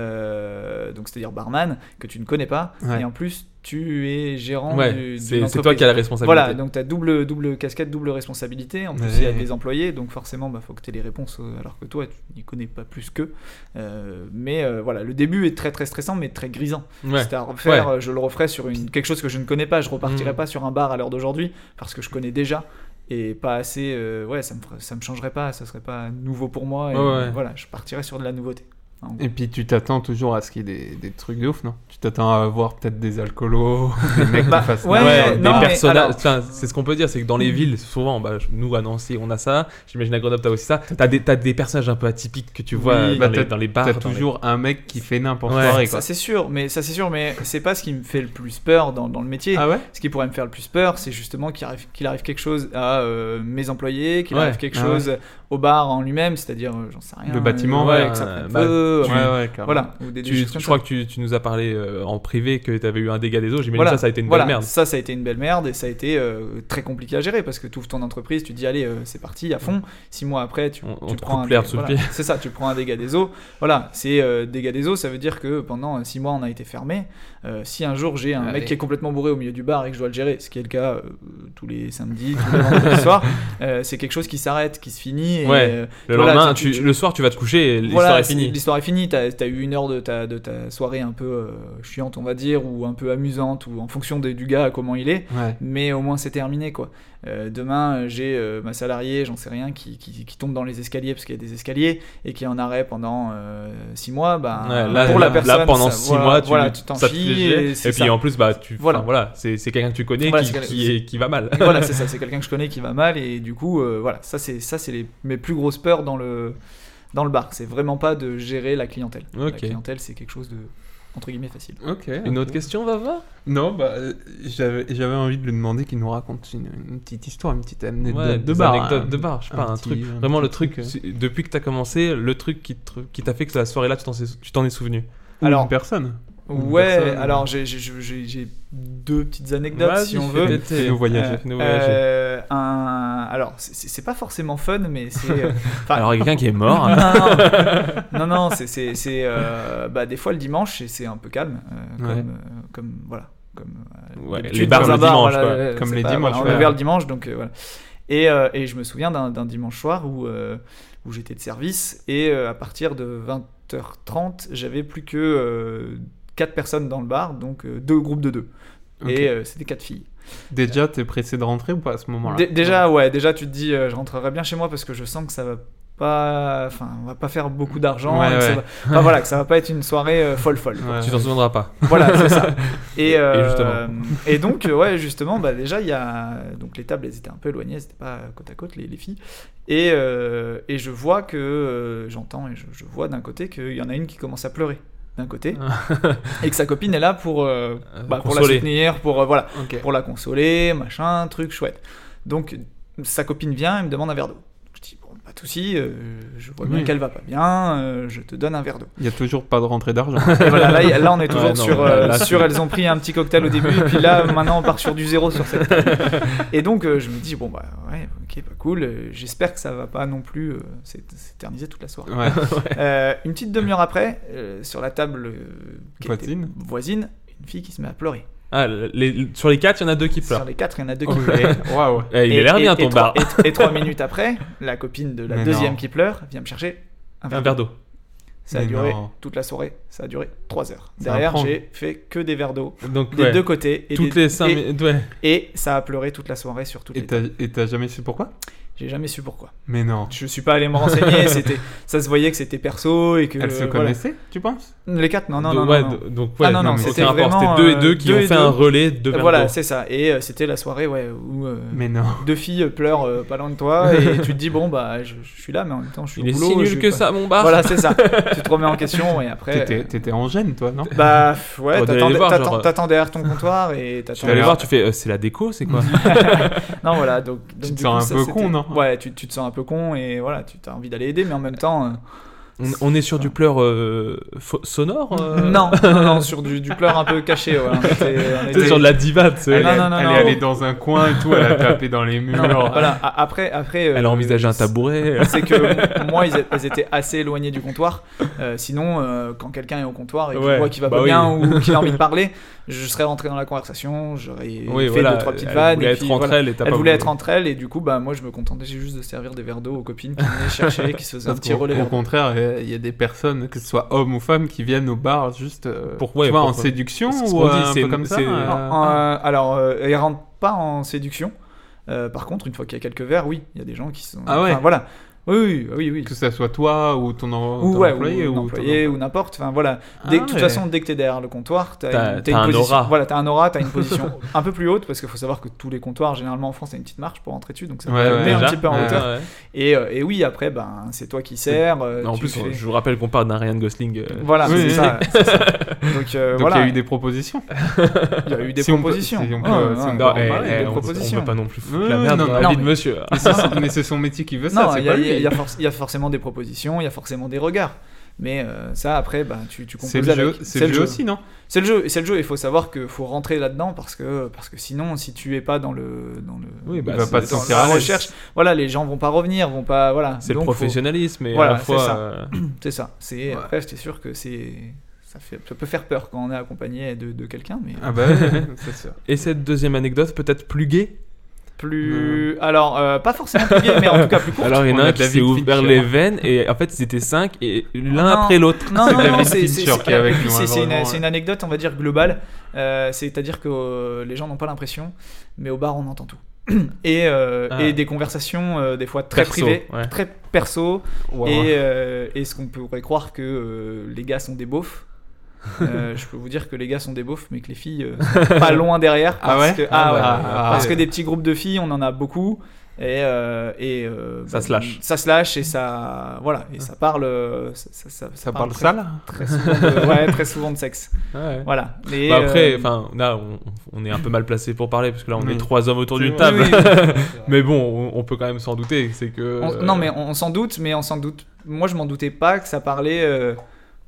euh, donc c'est-à-dire barman, que tu ne connais pas, Ouais. et en plus tu es gérant Ouais, du, c'est c'est toi qui as la responsabilité. Voilà, donc tu as double, double casquette, double responsabilité. En plus, Ouais. il y a des employés, donc forcément, bah, faut que tu aies les réponses euh, alors que toi, tu n'y connais pas plus qu'eux. Euh, mais euh, voilà, le début est très très stressant, mais très grisant. Ouais. C'est à refaire, Ouais. euh, je le referai sur une, quelque chose que je ne connais pas. Je repartirai Mm. pas sur un bar à l'heure d'aujourd'hui parce que je connais déjà et pas assez. euh, ouais, ça me, ferait- ça me changerait pas, ça serait pas nouveau pour moi. Et, Ouais, ouais. Voilà, je partirai sur de la nouveauté. En gros. Et puis tu t'attends toujours à ce qu'il y ait des, des trucs de ouf, non Tu t'attends à voir peut-être des alcoolos, des mecs Bah, qui fassent ouais, n'importe mais- quoi. des non, mais personnages- alors- Mm. enfin, c'est ce qu'on peut dire, c'est que dans les villes, souvent, bah, nous à Nancy, on a ça. J'imagine à Grenoble, t'as aussi ça. T'as des, t'as des personnages un peu atypiques que tu vois Oui, dans, bah, les, dans les bars. T'as dans les- toujours un mec qui fait n'importe Ouais. soirée, Ça quoi. c'est sûr, mais ça c'est sûr, mais c'est pas ce qui me fait le plus peur dans, dans le métier. Ah ouais Ce qui pourrait me faire le plus peur, c'est justement qu'il arrive, qu'il arrive quelque chose à euh, mes employés, qu'il Ouais, arrive quelque ah chose au bar en lui-même, c'est-à-dire, euh, j'en sais rien. Le euh, bâtiment, ouais, ouais, que ça prenne bah, feu, Ouais, euh, ouais, carrément. voilà. Ou des, des Tu- choses comme je ça. crois que tu, tu nous as parlé euh, en privé que t'avais eu un dégât des eaux. J'imagine Voilà, ça, ça a été une voilà, belle merde. Ça, ça a été une belle merde et ça a été euh, très compliqué à gérer parce que tu ouvres ton entreprise, tu dis allez, euh, c'est parti à fond. Six mois après, tu, On- tu on te prends coupe un l'herbe dé- sous le voilà, C'est ça, tu prends un dégât des eaux. Voilà, c'est euh, dégât des eaux, ça veut dire que pendant euh, six mois, on a été fermé. Euh, si un jour j'ai un mec qui est complètement bourré au milieu du bar et que je dois le gérer, ce qui est le cas euh, tous les samedis, tous les vendredis soirs, euh, c'est quelque chose qui s'arrête, qui se finit. et, Ouais. euh, Le voilà, lendemain, tu- tu- tu- le soir, tu vas te coucher et l'histoire voilà, est c'est- finie. L'histoire est finie. T'as as eu une heure de ta, de ta soirée un peu euh, chiante, on va dire, ou un peu amusante, ou en fonction des- du gars, comment il est Ouais. mais au moins c'est terminé quoi. Euh, demain euh, j'ai euh, ma salariée, j'en sais rien, qui, qui, qui tombe dans les escaliers parce qu'il y a des escaliers et qui est en arrêt pendant 6 mois, bah, Ouais, là, pour la là, personne, là, pendant ça- 6 voilà, mois, tu, voilà, tu t'en ça te fait chies chier. et Et, c'est puis ça. en plus, bah, tu, Voilà. voilà. voilà, c'est c'est quelqu'un que tu connais Voilà, qui, c'est- qui est- qui va mal. voilà, c'est ça, c'est quelqu'un que je connais qui va mal et du coup, euh, voilà, ça c'est ça c'est les- mes plus grosses peurs dans le dans le bar. C'est vraiment pas de gérer la clientèle. La Ok. clientèle, c'est quelque chose de entre guillemets facile. Ok. Une autre question, Vava Non, bah, euh, j'avais j'avais envie de lui demander qu'il nous raconte une, une petite histoire, une petite anecdote Ouais, de des bar. anecdotes hein. de bar, je sais pas, un un, petit- truc. un vraiment le petit truc, truc, euh. c'est- depuis que t'as commencé, le truc qui te- qui t'a fait que la soirée-là, tu t'en sais- tu t'en es souvenu. Ou Alors- une personne. Ou une Ouais, personne. alors j'ai- j'ai- j'ai j'ai deux petites anecdotes Vas-y, si on fais- veut. fais-nous Euh, voyager. fais-nous voyager. Euh, un... Alors, c'est- c'est c'est pas forcément fun, mais c'est. euh, enfin, Alors, il y a quelqu'un qui est mort. hein. non, non, non, non, c'est, c'est, c'est, euh, bah, des fois le dimanche, c'est- c'est un peu calme, euh, Ouais. comme, euh, comme voilà, comme euh, Ouais, d'habitude, les bars dans le un bar, dimanche, voilà, quoi. euh, Comme c'est les pas- dimanches, voilà, on ouais. est ouvert le dimanche, donc euh, voilà. Et, euh, et je me souviens d'un, d'un dimanche soir où, euh, où j'étais de service et euh, à partir de 20h30, j'avais plus que euh, quatre personnes dans le bar, donc euh, deux groupes de deux, Ok. et euh, c'était quatre filles. Déjà, t'es pressé de rentrer ou pas à ce moment-là Dé- déjà, ouais, déjà tu te dis, euh, je rentrerai bien chez moi parce que je sens que ça va pas, enfin, on va pas faire beaucoup d'argent, Ouais, et que ça ouais. va- enfin, voilà, que ça va pas être une soirée euh, folle folle. quoi. Ouais. Tu t'en souviendras pas. Voilà, c'est ça. Et, euh, justement. et donc, euh, ouais, justement, bah, déjà, il y a. Donc, les tables, elles étaient un peu éloignées, elles n'étaient pas côte à côte, les, les filles. Et, euh, et je vois que. euh, J'entends et je, je vois d'un côté qu'il y en a une qui commence à pleurer, d'un côté. et que sa copine est là pour, euh, Euh, bah, pour la consoler. soutenir, pour, euh, voilà, Ok. pour la consoler, machin, truc chouette. Donc, sa copine vient et me demande un verre d'eau. Je dis, bon, pas de souci, euh, je vois bien Oui. qu'elle va pas bien, euh, je te donne un verre d'eau. Il y a toujours pas de rentrée d'argent. Et voilà, là, y- là, on est toujours Ouais, non, sur, là, euh, là, sur elles ont pris un petit cocktail au début, et puis là maintenant on part sur du zéro sur cette table. Et donc euh, je me dis, bon bah ouais, ok, pas cool, euh, j'espère que ça va pas non plus euh, s'é- s'éterniser toute la soirée. ouais. Euh, une petite demi-heure après, euh, sur la table euh, qui était Voisine. voisine, une fille qui se met à pleurer. Ah, les- sur les quatre, il y en a deux qui Sur pleurent. les quatre, il y en a deux qui pleurent. Ok. Waouh. Eh, il Et- est l'air et- bien et ton trois- bar. Et, et trois minutes après, la copine de la Mais deuxième non. qui pleure vient me chercher un Un verre d'eau. verre d'eau. Ça a Mais duré non. toute la soirée, ça a duré trois heures. Ça Derrière, apprend. j'ai fait que des verres d'eau. Donc, Des ouais. deux côtés. Et toutes des- les cinq et- minutes. Ouais. Et ça a pleuré toute la soirée sur toutes Et les t'as- tables. et t'as jamais su pourquoi J'ai jamais su pourquoi. Mais non. Je suis pas allé me renseigner, c'était ça se voyait que c'était perso et que Elles se euh, voilà. connaissaient, tu penses Les quatre non non donc, non. ouais, non, non. do- donc, ouais, Ah, non, non, mais c'était aucun rapport. vraiment, C'était deux et deux euh, qui deux ont et fait deux. un relais de verre Voilà, d'eau. c'est ça. Et euh, c'était la soirée ouais où euh, Mais non. deux filles pleurent euh, pas loin de toi et tu te dis bon bah je, je suis là mais en même temps je suis Il au est boulot. si je nul vais que pas- ça, mon bar. Voilà, c'est ça. tu te remets en question et après T'étais euh, t'étais en gêne, toi, non bah pff, ouais, On devait t'attends aller Oh, voir, t'attends- genre, t'attends derrière ton comptoir Tu et t'attends vas aller voir, tu fais euh, c'est la déco, c'est quoi Non, voilà, donc. donc, te sens du coup, un ça, peu c'était- con, non Ouais, tu, tu te sens un peu con et voilà, tu as envie d'aller aider, mais en même temps. euh, on, on est sur du pleur euh, fo- sonore euh, Non, non, non, sur du, du pleur un peu caché, ouais. On était- on C'est était- sur de la diva, tu sais. Ah, Elle, non, est- non, non, elle non. est allée dans un coin et tout, elle a tapé dans les murs. Non, voilà, a- après. après Elle euh, a envisagé un tabouret. C'est que moi, ils, é- elles étaient assez éloignées du comptoir. Euh, sinon, euh, quand quelqu'un est au comptoir et qu'il Ouais, voit qu'il va bah pas oui. bien ou qu'il a envie de parler, je serais rentré dans la conversation, j'aurais fait deux, trois petites elle vannes. voulait et être puis, entre voilà. elles et t'as Elle pas voulait voulu. être entre elles et du coup bah moi je me contentais j'ai juste de servir des verres d'eau aux copines qui venaient chercher qui se faisaient un Sauf petit qu'au- relais hein. au verre contraire, euh, il y a des personnes, que ce soit hommes ou femmes, qui viennent au bar juste euh, Pour- ouais, tu vois, pour- en séduction c'est ce ou qu'on euh, dit, un c'est- peu comme ça. c'est- euh, En- en, euh, alors, euh, elle rentre pas en séduction. Euh, par contre, une fois qu'il y a quelques verres, oui, il y a des gens qui sont. Ah ouais. Enfin, Voilà. Oui, oui, oui, oui. Que ça soit toi ou ton, en- Ou, ton ouais, employé ou, ou, un employé, euh, ou n'importe. Enfin voilà. Ah Dès- De toute ouais. façon, dès que t'es derrière le comptoir, t'as T'as- une, t'as une un position. aura. Voilà, t'as un aura, t'as une position un peu plus haute parce qu'il faut savoir que tous les comptoirs, généralement en France, t'as une petite marche pour rentrer dessus, donc ça Ouais, te ouais, met un déjà. petit peu en Ouais, hauteur. Ouais. Et, euh, et oui, après, ben c'est toi qui sers. euh, En tu plus, fais- je vous rappelle qu'on parle d'un Ryan Gosling. euh, Voilà, Oui, c'est oui. ça. c'est ça. Donc, euh, Donc il y voilà. a eu des propositions. Il y a eu des si on peut- propositions. si on peut- Ouais, si on ouais, peut ouais, en ouais, parler, il y a eh, eu bah, des on, on propositions. peut pas non plus foutre Oui, la oui, merde non, dans la non, vie de mais- monsieur. Mais c'est son- Mais c'est son métier qui veut ça, Non, c'est il y, pas a- il y a- lui. il y a forc- il y a forcément des propositions, il y a forcément des regards. Mais euh, ça, après, bah, tu, tu composes C'est le avec. jeu- c'est le jeu aussi, non C'est le jeu, et c'est le jeu. Il faut savoir qu'il faut rentrer là-dedans parce que, parce que sinon, si tu es pas dans le, dans le, Oui, bah, Il va c'est- pas te dans sentir la à l'aise. recherche, voilà, les gens vont pas revenir, vont pas, voilà. C'est le Donc, faut- professionnalisme, mais à Voilà, la c'est fois. ça. euh, C'est ça. C'est Ouais. après, c'est sûr que c'est, ça fait, ça peut faire peur quand on est accompagné de, de quelqu'un, mais Ah bah, ouais, c'est sûr. Et cette deuxième anecdote, peut-être plus gay plus, alors, euh, pas forcément plus gay, mais en tout cas plus court. Alors, il y en On a a un de qui la s'est vie de ouvert feature. les veines, et en fait, ils étaient cinq, et l'un Non. après l'autre. Non, non, David non, c'est c'est- Fincher c'est- qui est avec oui, nous, c'est- hein, c'est une, vraiment, c'est ouais. une anecdote, on va dire, globale. Euh, C'est-à-dire que euh, les gens n'ont pas l'impression, mais au bar, on entend tout. Et, euh, Ah. et des conversations, euh, des fois très Perso, privées, ouais. très perso. Ouais, Et, ouais. euh, et ce qu'on pourrait croire que euh, les gars sont des beaufs. Euh, je peux vous dire que les gars sont des beaufs, mais que les filles euh, sont pas loin derrière. Ah parce ouais que- ah Ah ouais. bah, ah Parce ouais. que des petits groupes de filles, on en a beaucoup. Et, euh, et euh, Ça se lâche. Ça se lâche et ça, voilà, et ça parle. euh, Ça, ça- ça- ça Ça parle très- sale hein. très souvent de- ouais, très souvent de sexe. Ouais. Voilà. Et, Bah après, euh, enfin, là, on, on est un peu mal placé pour parler parce que là, on Oui. est trois hommes autour d'une Oui, table. oui, oui, mais bon, on, on peut quand même s'en douter, c'est que. on- non, mais on, on s'en doute, mais on s'en doute. Moi, je m'en doutais pas que ça parlait euh,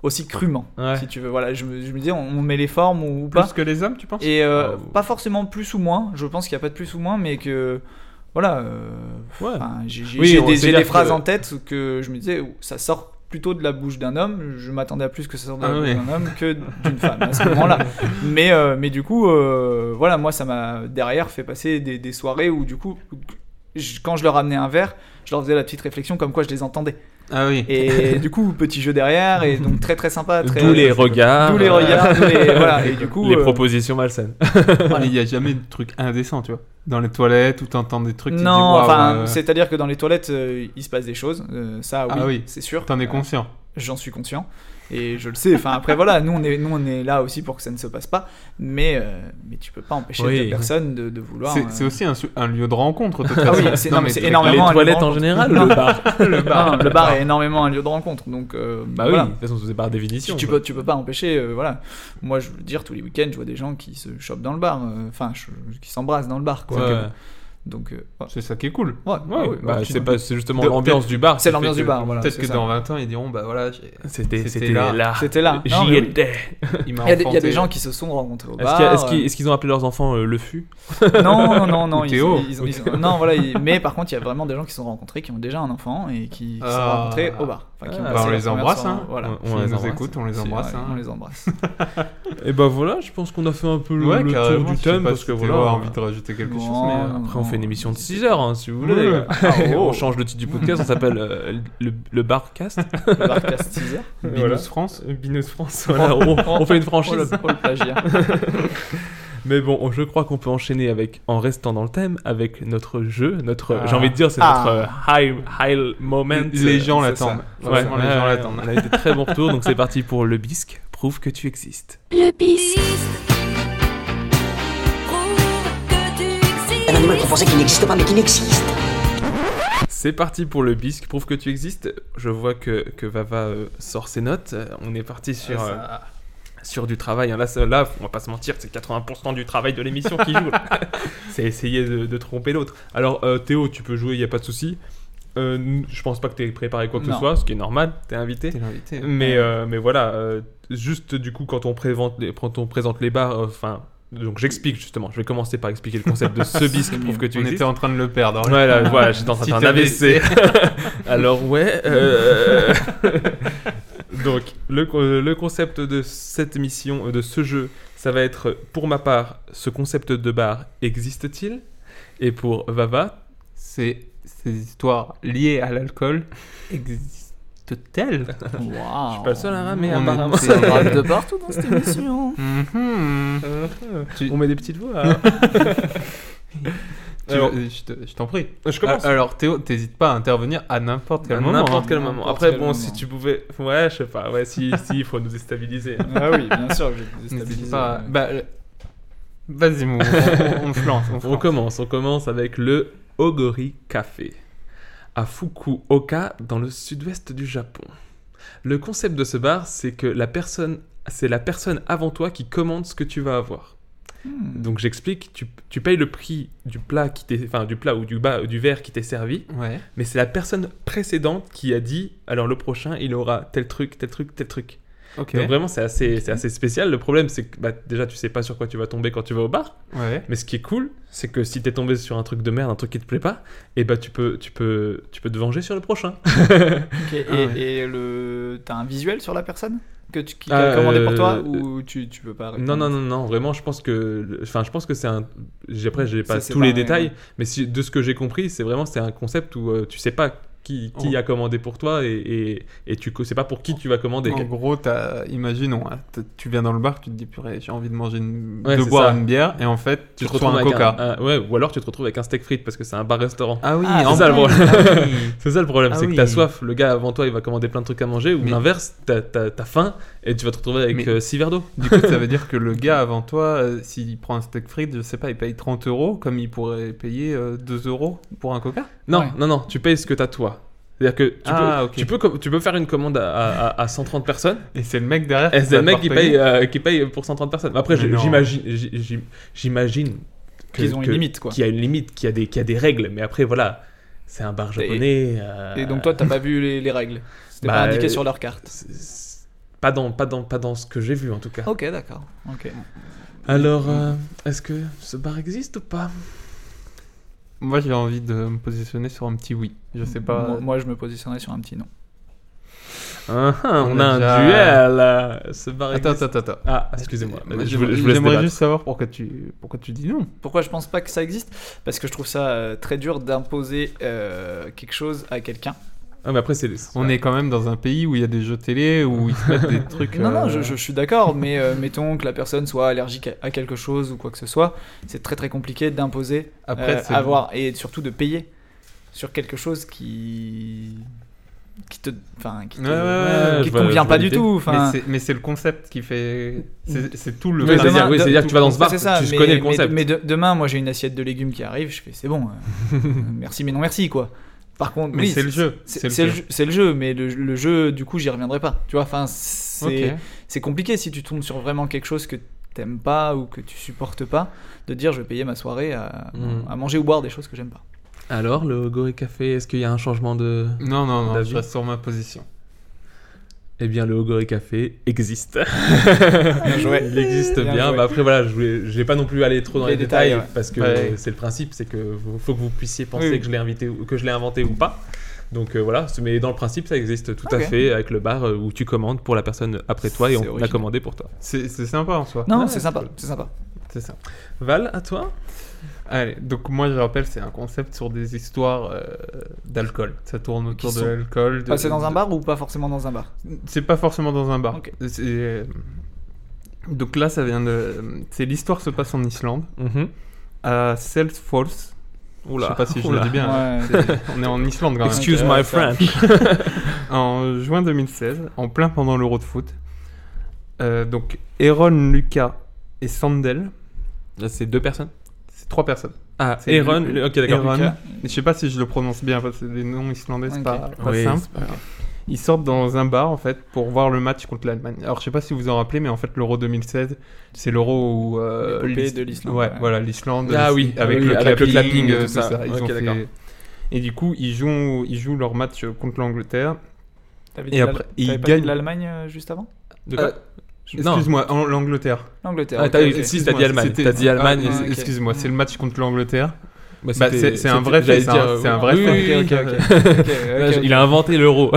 aussi crûment, Ouais. si tu veux. Voilà, je me, je me disais, on, on met les formes ou, ou pas. Plus que les hommes, tu penses Et euh, Ah, vous- pas forcément plus ou moins. Je pense qu'il n'y a pas de plus ou moins, mais que voilà. euh, Ouais. enfin, j'ai j'ai- Oui, j'ai on des, sait j'ai des dire phrases que- en tête que je me disais, ça sort plutôt de la bouche d'un homme. Je m'attendais à plus que ça sorte de la Ah bouche ouais. d'un homme que d'une femme à ce moment-là. Mais euh, mais du coup, euh, voilà, moi ça m'a derrière fait passer des, des soirées où du coup. je- Quand je leur amenais un verre, je leur faisais la petite réflexion comme quoi je les entendais. Ah oui. Et du coup, petit jeu derrière, et donc très très sympa. Très, euh, D'où les regards. euh, D'où euh, les regards, d'où les- voilà. Et du coup, les euh, propositions malsaines. Mais il n'y a jamais de truc indécent, tu vois. Dans les toilettes, où t'entends des trucs qui te Non, disent, Waouh, enfin, euh, c'est-à-dire que dans les toilettes, euh, il se passe des choses. euh, ça, oui, Ah oui. c'est sûr. T'en es Euh, conscient. J'en suis conscient. Et je le sais. Enfin, après, voilà, nous on, est, nous, on est là aussi pour que ça ne se passe pas. Mais, euh, mais tu peux pas empêcher Oui. deux personnes de, de vouloir. C'est euh, c'est aussi un, su- un lieu de rencontre, de toute Ah oui, façon. c'est- non, mais c'est très énormément les Vraiment, toilettes elle en rentre. général, Non. le bar. le non, euh, le bar est énormément un lieu de rencontre. Donc, euh, Bah oui, voilà. de toute façon, c'est bah. par Tu, définition. tu quoi. peux, tu peux pas empêcher, euh, voilà. Moi, je veux dire, tous les week-ends, je vois des gens qui se chopent dans le bar, euh, enfin, je- qui s'embrassent dans le bar, quoi. Ouais. Donc, euh, ouais. bien. C'est ça qui est cool. Ouais, Ouais, ouais, bah, ouais, c'est pas- c'est justement Peut-être- l'ambiance du bar. C'est qui l'ambiance fait du que- bar, voilà. Peut-être c'est que ça. dans 20 ans, ils diront Bah voilà, j'ai- C'était C'était c'était là. là. C'était là. Non, J'y mais- étais. il Il m'a y, a des- il y a enfanté. des gens qui se sont rencontrés au Est-ce bar. qu'il y a- est-ce euh, qu'ils est-ce qu'ils ont appelé leurs enfants euh, le fût Non, non, non, non. Ou ils- Théo. ils- ils- non, voilà. ils- mais par contre, il y a vraiment des gens qui se sont rencontrés, qui ont déjà un enfant et qui, qui se sont Ah. rencontrés au bar. Enfin, qui ont Ah, Bah, passé on leur les première embrasse, soirée, hein. Voilà. Ouais, S'ils on les nous embrasse. écoutent, on les C'est- embrasse. ouais, hein. On les embrasse. Et bah voilà, je pense qu'on a fait un peu le, Ouais, le carrément, tour je du sais thème pas parce si que Théo voilà. a envie de rajouter quelque Bon, chose, mais. euh, non, Après, on non. fait une émission de 6 heures, hein, si vous voulez. les Ouais. gars. Ah, oh. on change le titre du podcast, on s'appelle euh, le, le Barcast. Le bar casse teaser. Binous Voilà. France. Binous France, voilà, on, on fait une Oh le, franchise. oh, le plagiat. Mais bon, je crois qu'on peut enchaîner avec, en restant dans le thème, avec notre jeu, notre, Ah. j'ai envie de dire, c'est Ah. notre euh, high, high moment. Les gens c'est l'attendent. Ouais, Forcément, les ouais, gens ouais, l'attendent. On a eu des très bons retours, donc c'est parti pour le bisque. Prouve que tu existes. Le bis. Prouve que tu existes. Un animal qu'on pensait qu'il n'existe pas, mais qu'il existe. C'est parti pour le bisque. Prouve que tu existes. Je vois que, que Vava euh, sort ses notes. Euh, On est parti sur, euh, sur du travail. hein. Là, ça- là, on va pas se mentir, c'est 80% du travail de l'émission qui joue. là. c'est essayer de, de tromper l'autre. Alors, euh, Théo, tu peux jouer, il n'y a pas de souci. Euh, n- je pense pas que tu aies préparé quoi que Non. ce soit, ce qui est normal, t'es invité. T'es l'invité. Mais, euh, mais voilà, euh, juste du coup, quand on présente les, quand on présente les bars, euh, enfin, donc j'explique justement, je vais commencer par expliquer le concept de ce bisque prouve que tu On existes. était en train de le perdre. Ouais, Oh là, voilà, j'étais en train de Si faire un t'as AVC. Alors, ouais. euh, Donc, le, co- euh, le concept de cette mission, euh, de ce jeu, ça va être, pour ma part, ce concept de bar existe-t-il Et pour Vava, Ces ces histoires liées à l'alcool existent-elles Waouh. Je suis pas le seul hein. Ah, à ramer, On est- apparemment. c'est- On parle de partout dans cette émission. Mhm. Tu- on met des petites voix. hein. Tu- Alors- euh, je te- je t'en prie. Je commence. Ah, Alors Théo, t'hésites pas à intervenir à n'importe quel À moment. n'importe hein. quel moment. N'importe Après, quel bon, moment. si tu pouvais. Ouais, je sais pas. Ouais, si, si, il faut nous déstabiliser. hein. Ah oui, bien sûr. Je vais hein. N'hésite déstabiliser. pas. à- Bah, le- vas-y, Mou, on, on, on se lance. On se On lance. commence, on commence avec le Ogori Café, à Fukuoka, dans le sud-ouest du Japon. Le concept de ce bar, c'est que la personne, c'est la personne avant toi qui commande ce que tu vas avoir. Hmm. Donc j'explique, tu, tu payes le prix du plat qui t'est, enfin du plat ou du bas, du verre qui t'est servi, Ouais. mais c'est la personne précédente qui a dit, alors le prochain, il aura tel truc, tel truc, tel truc. Ok. Donc vraiment, c'est assez, c'est assez spécial. Le problème, c'est que bah, déjà, tu sais pas sur quoi tu vas tomber quand tu vas au bar. Ouais. Mais ce qui est cool, c'est que si t'es tombé sur un truc de merde, un truc qui te plaît pas, et bah tu peux, tu peux, tu peux te venger sur le prochain. Ok, et, Ah ouais. et le, t'as un visuel sur la personne que tu qui Euh, a commandé pour toi ou tu, tu peux pas répondre non, non, non, non, vraiment, je pense que, enfin, je pense que c'est un. j'ai- Après, j'ai Ça, pas c'est tous les pareil, détails, ouais. mais si, de ce que j'ai compris, c'est vraiment c'est un concept où euh, tu sais pas qui, Oh. qui a commandé pour toi et, et, et tu c'est pas pour qui tu vas commander. En gros, as, imaginons, hein, t'as- tu viens dans le bar, tu te dis purée, j'ai envie de manger une, Ouais, de c'est boire ça. une bière, et en fait, tu, reçois un avec coca. un- ouais, ou alors tu te retrouves avec un steak frites parce que c'est un bar-restaurant. Ah oui, c'est en ça, le plus. problème. Ah oui. c'est ça le problème, Ah c'est que oui. t'as soif, le gars avant toi il va commander plein de trucs à manger, ou l'inverse, t'as, t'as- t'as faim et tu vas te retrouver avec Mais- 6 verres d'eau. Du coup, ça veut dire que le gars avant toi, euh, s'il prend un steak frites, je sais pas, il paye 30 euros, comme il pourrait payer euh, 2 euros pour un coca Non, non, non, tu payes ce que t'as toi. C'est-à-dire que tu, Ah, peux, ok. tu, peux, com- tu peux faire une commande à, à- à 130 personnes. Et c'est le mec derrière Et qui c'est va le mec te qui faire paye, payer. euh, qui paye pour 130 personnes. Après, Mais je- non. j'imagine, j'ai- j'ai- j'imagine que- Qu'ils ont une que- limite, quoi. Qu'il y a une limite, qu'il y a des, qu'il y a des règles. Mais après, voilà, c'est un bar japonais. Et, euh, et donc toi, t'as pas vu les, les règles. C'était Bah, pas indiqué euh, sur leur carte. c'est- c'est- Pas dans, pas dans, pas dans ce que j'ai vu en tout Oh. cas. Ok, d'accord. Ok. Alors, euh, est-ce que ce bar existe ou pas Moi, j'ai envie de me positionner sur un petit oui. Je sais pas. Moi, moi, je me positionnerais sur un petit non. Ah, ah, On, On a, a un déjà- duel. euh, Ce bar Attends, existe. attends, attends. Ah, excusez-moi. Moi, Je, vous- je vous J'aimerais laisse j'aimerais débattre. juste savoir pourquoi tu, pourquoi tu dis non. Pourquoi je pense pas que ça existe Parce que je trouve ça euh, très dur d'imposer euh, quelque chose à quelqu'un. Ah, mais après, c'est. On est quand même dans un pays où il y a des jeux télé, où ils te mettent des trucs. Non, non, euh, je, je- je suis d'accord, mais euh, mettons que la personne soit allergique à- à quelque chose ou quoi que ce soit, c'est très très compliqué d'imposer, Après, euh, c'est- avoir et surtout de payer sur quelque chose qui qui te, enfin, qui te, Ouais, ouais, ouais, je qui te vois- je convient vois pas du l'idée. tout. Enfin, Mais c'est- Mais c'est le concept qui fait. c'est- C'est tout le. Oui, c'est-à-dire- demain- oui, c'est-à-dire de- que tu vas dans ce bar, c'est ça, tu mais- connais le mais- concept. Mais, de- demain, moi, j'ai une assiette de légumes qui arrive, je fais c'est bon, euh, merci mais non merci quoi. Par contre, Mais oui, c'est le jeu. C'est c'est le, jeu- c'est le jeu, mais le, le jeu, du coup, j'y reviendrai pas. Tu vois, enfin, c'est Ok. c'est compliqué si tu tombes sur vraiment quelque chose que t'aimes pas ou que tu supportes pas, de dire je vais payer ma soirée à, Mm. à manger ou boire des choses que j'aime pas. Alors, le Goré Café, est-ce qu'il y a un changement de. Non, non, non, David je reste sur ma position. Eh bien, le Ogoré Café existe. joué. Il existe bien. Bien joué. Bah, après, voilà, je voulais, je vais pas non plus aller trop dans les, Les détails, détails, ouais. parce que Ouais. euh, c'est le principe, c'est que vous- faut que vous puissiez penser Oui, oui. que je l'ai invité ou que je l'ai inventé ou pas. Donc euh, voilà, C'est- mais dans le principe, ça existe tout Ok. à fait avec le bar euh, où tu commandes pour la personne après toi et C'est on l'a original. commandé pour toi. C'est c'est sympa en soi. Non, Ouais, c'est sympa, c'est sympa. C'est ça. Val, à toi Allez, donc moi je rappelle, c'est un concept sur des histoires euh, d'alcool. Ça tourne autour Qui de sont l'alcool. de- Passer dans un de- bar ou pas forcément dans un bar C'est pas forcément dans un bar. Ok. C'est, euh, Donc là, ça vient de. C'est l'histoire se passe en Islande, à Selfors. Mhm. Je sais pas si je le oula. dis bien. Ouais. C'est- On est en Islande quand même. Excuse Ok, my ouais, French. en juin 2016, en plein pendant l'Euro de foot. Euh, donc, Aaron, Lucas et Sandel, Là, c'est deux personnes. c'est trois personnes. Ah, C'est Aaron. Lu- ok, d'accord. Aaron. Lucas. Je sais pas si je le prononce bien parce que les noms islandais, c'est Ok. pas, pas Oui, simple. c'est pas grave. Ils sortent dans un bar en fait pour voir le match contre l'Allemagne. Alors je sais pas si vous vous en rappelez, mais en fait l'Euro 2016, c'est l'Euro où euh, L'épopée l'Is- de l'Islande, Ouais, ouais. voilà l'Islande. Ah l'Is- oui, avec, oui, le, avec le clapping, clapping, euh, tout tout ça. ça. Ils Ok, ont fait- d'accord. Et du coup ils jouent, ils jouent leur match euh, contre l'Angleterre. T'avais Et dit l'Al- après, ils t'avais pas dit gagnent. l'Allemagne euh, juste avant De quoi Euh, Excuse-moi, en- l'Angleterre. L'Angleterre. Ah, ok, t'as eu- ok. si, t'as dit Excuse-moi, Allemagne. c'était- T'as dit ah, Allemagne. non, Ah, ok. Excuse-moi, c'est le match contre l'Angleterre. Bah, Bah, c'était- c'est c'est un c'était- vrai fait, j'allais c'est un, dire, c'est un oui, vrai oui, fait. oui, Ok, ok, ok. Ah, Là, Ok, ok. Il a inventé l'euro.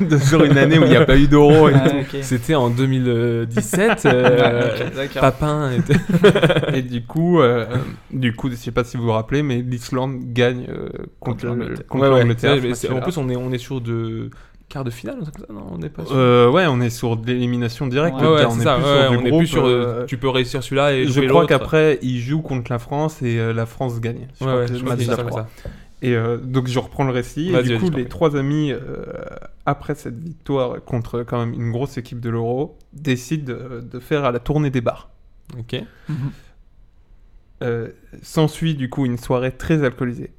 De- sur une année où il n'y a pas eu d'euro et Ah, tout. ok. C'était en 2017. euh, Ouais, ok, d'accord. Papin était. Et du coup, euh, du coup, je sais pas si vous vous rappelez, mais l'Islande gagne euh, contre Contre l'Angleterre. contre l'Angleterre. Ouais, ce mais c'est- match-là. en plus, on est, on est sur de quart de finale, un truc comme ça, non On n'est pas sur. Euh, ouais, on est sur de l'élimination directe. ouais, ouais, on c'est est ça. plus ouais, sur du on est groupe, plus sur. euh, euh, tu peux réussir celui-là et je jouer crois l'autre. qu'après, ils jouent contre la France et euh, la France gagne. Je Ouais, crois ouais, que je le crois que match c'est ça, d'après. comme ça. Et euh, donc je reprends le récit. Et Vas-y, du vas-y, je coup, t'en les prie. trois amis, euh, après cette victoire contre quand même une grosse équipe de l'Euro, décident euh, de faire à la tournée des bars. Ok. Euh, S'ensuit du coup une soirée très alcoolisée.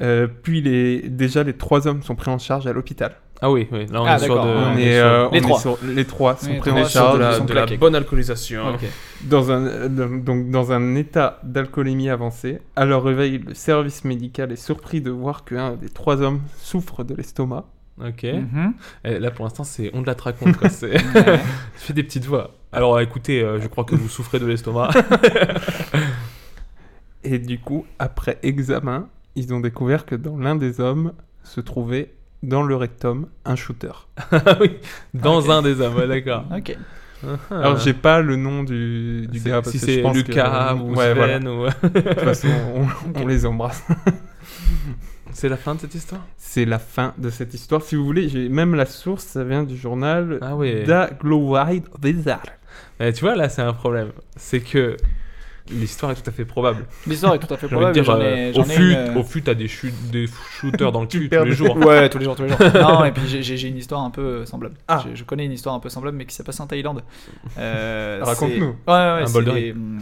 Euh, puis les, déjà les trois hommes sont pris en charge à l'hôpital. Ah oui, oui, là on Ah, est sur de. d'accord. on est est, sur- euh, on Les est trois. sur- les trois sont Les pris trois en sont charge de la, sont de la claqués. bonne alcoolisation. Ok. dans un, euh, donc, dans un état d'alcoolémie avancée. À leur réveil, le service médical est surpris de voir qu'un des trois hommes souffre de l'estomac. Ok. Mhm. Et là pour l'instant, c'est on de la te raconte. Quoi. c'est- Ouais. Je fais des petites voix. Alors écoutez, euh, je crois que vous souffrez de l'estomac. Et du coup, après examen, ils ont découvert que dans l'un des hommes se trouvait dans le rectum un shooter. Ah oui, dans un des hommes, ouais, d'accord. Ok. Ah, Ah. Alors j'ai pas le nom du, du C'est- gars parce si que c'est je pense que- euh, Lucas ou euh, Ouais, voilà. Sven ou. De toute façon, on, on les embrasse. C'est la fin de cette histoire C'est la fin de cette histoire. Si vous voulez, j'ai même la source, ça vient du journal ah ouais. Da Glowide Wizard. Eh, tu vois, là, c'est un problème. C'est que l'histoire est tout à fait probable. L'histoire est tout à fait probable. Dire, j'en ai- euh, j'en au, ai fut, une, euh, au fut, t'as des, chutes- des shooters dans le cul tous perds les des- jours. Ouais, tous les jours, tous les jours. non, et puis j'ai- j'ai j'ai une histoire un peu euh, semblable. Ah. J'ai- Je connais une histoire un peu semblable, mais qui s'est passée en Thaïlande. Euh, Raconte-nous. c'est- Ouais, ouais, ouais, Un c'est bol de des- riz. mm,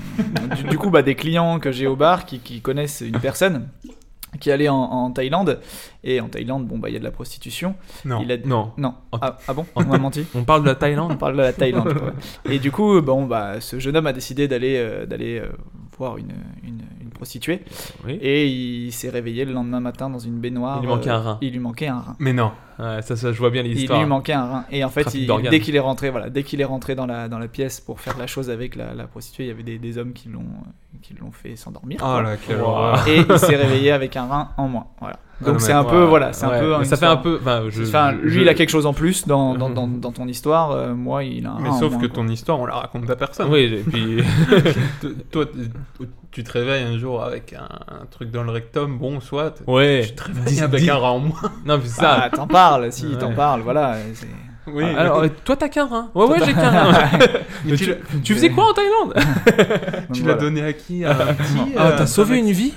du, du coup, bah, des clients que j'ai au bar qui, qui connaissent une personne qui allait en, en Thaïlande. Et en Thaïlande, bon, bah, il y a de la prostitution. Non. Il a- Non. Non. En- Ah, ah bon On m'a menti On parle de la Thaïlande on parle de la Thaïlande. ouais. Et du coup, bon, bah, ce jeune homme a décidé d'aller euh, d'aller euh, voir une, une, une prostituée. Oui. Et il s'est réveillé le lendemain matin dans une baignoire. Il lui manquait euh, un rein. Il lui manquait un rein. Mais non. Ouais, ça, ça, je vois bien Il l'histoire. lui manquait un rein. Et en fait, Trafic il- d'organes. dès qu'il est rentré, voilà, dès qu'il est rentré dans la, dans la pièce pour faire la chose avec la, la prostituée, il y avait des, des hommes qui l'ont euh, qui l'ont fait s'endormir. Oh Ah quoi. là, quelle Wow. horreur. Et il s'est réveillé avec un rein en moins. Voilà. Ah, Donc mais c'est un ouais, peu voilà, c'est ouais. un peu. Mais une ça fait un histoire- peu. Enfin, je, Enfin, je- lui, je- il a quelque chose en plus dans, dans, dans, dans ton histoire. euh, moi, il a un. Mais rein en sauf moins, que quoi. ton histoire, on la raconte à personne. Oui, et puis. T- Toi, t- tu te réveilles un jour avec un, un truc dans le rectum, bon, soit. ouais. Tu te réveilles avec un rat en moins. Non, mais c'est Ah, ça. t'en parles, si, Ouais. t'en parles, voilà. c'est- Oui, Alors, euh, toi, t'as qu'un rein. Oh, Ouais, ouais, j'ai qu'un rein. Mais tu, tu faisais quoi en Thaïlande Donc tu l'as voilà. donné à qui À un petit Ah, euh, t'as sauvé avec- une vie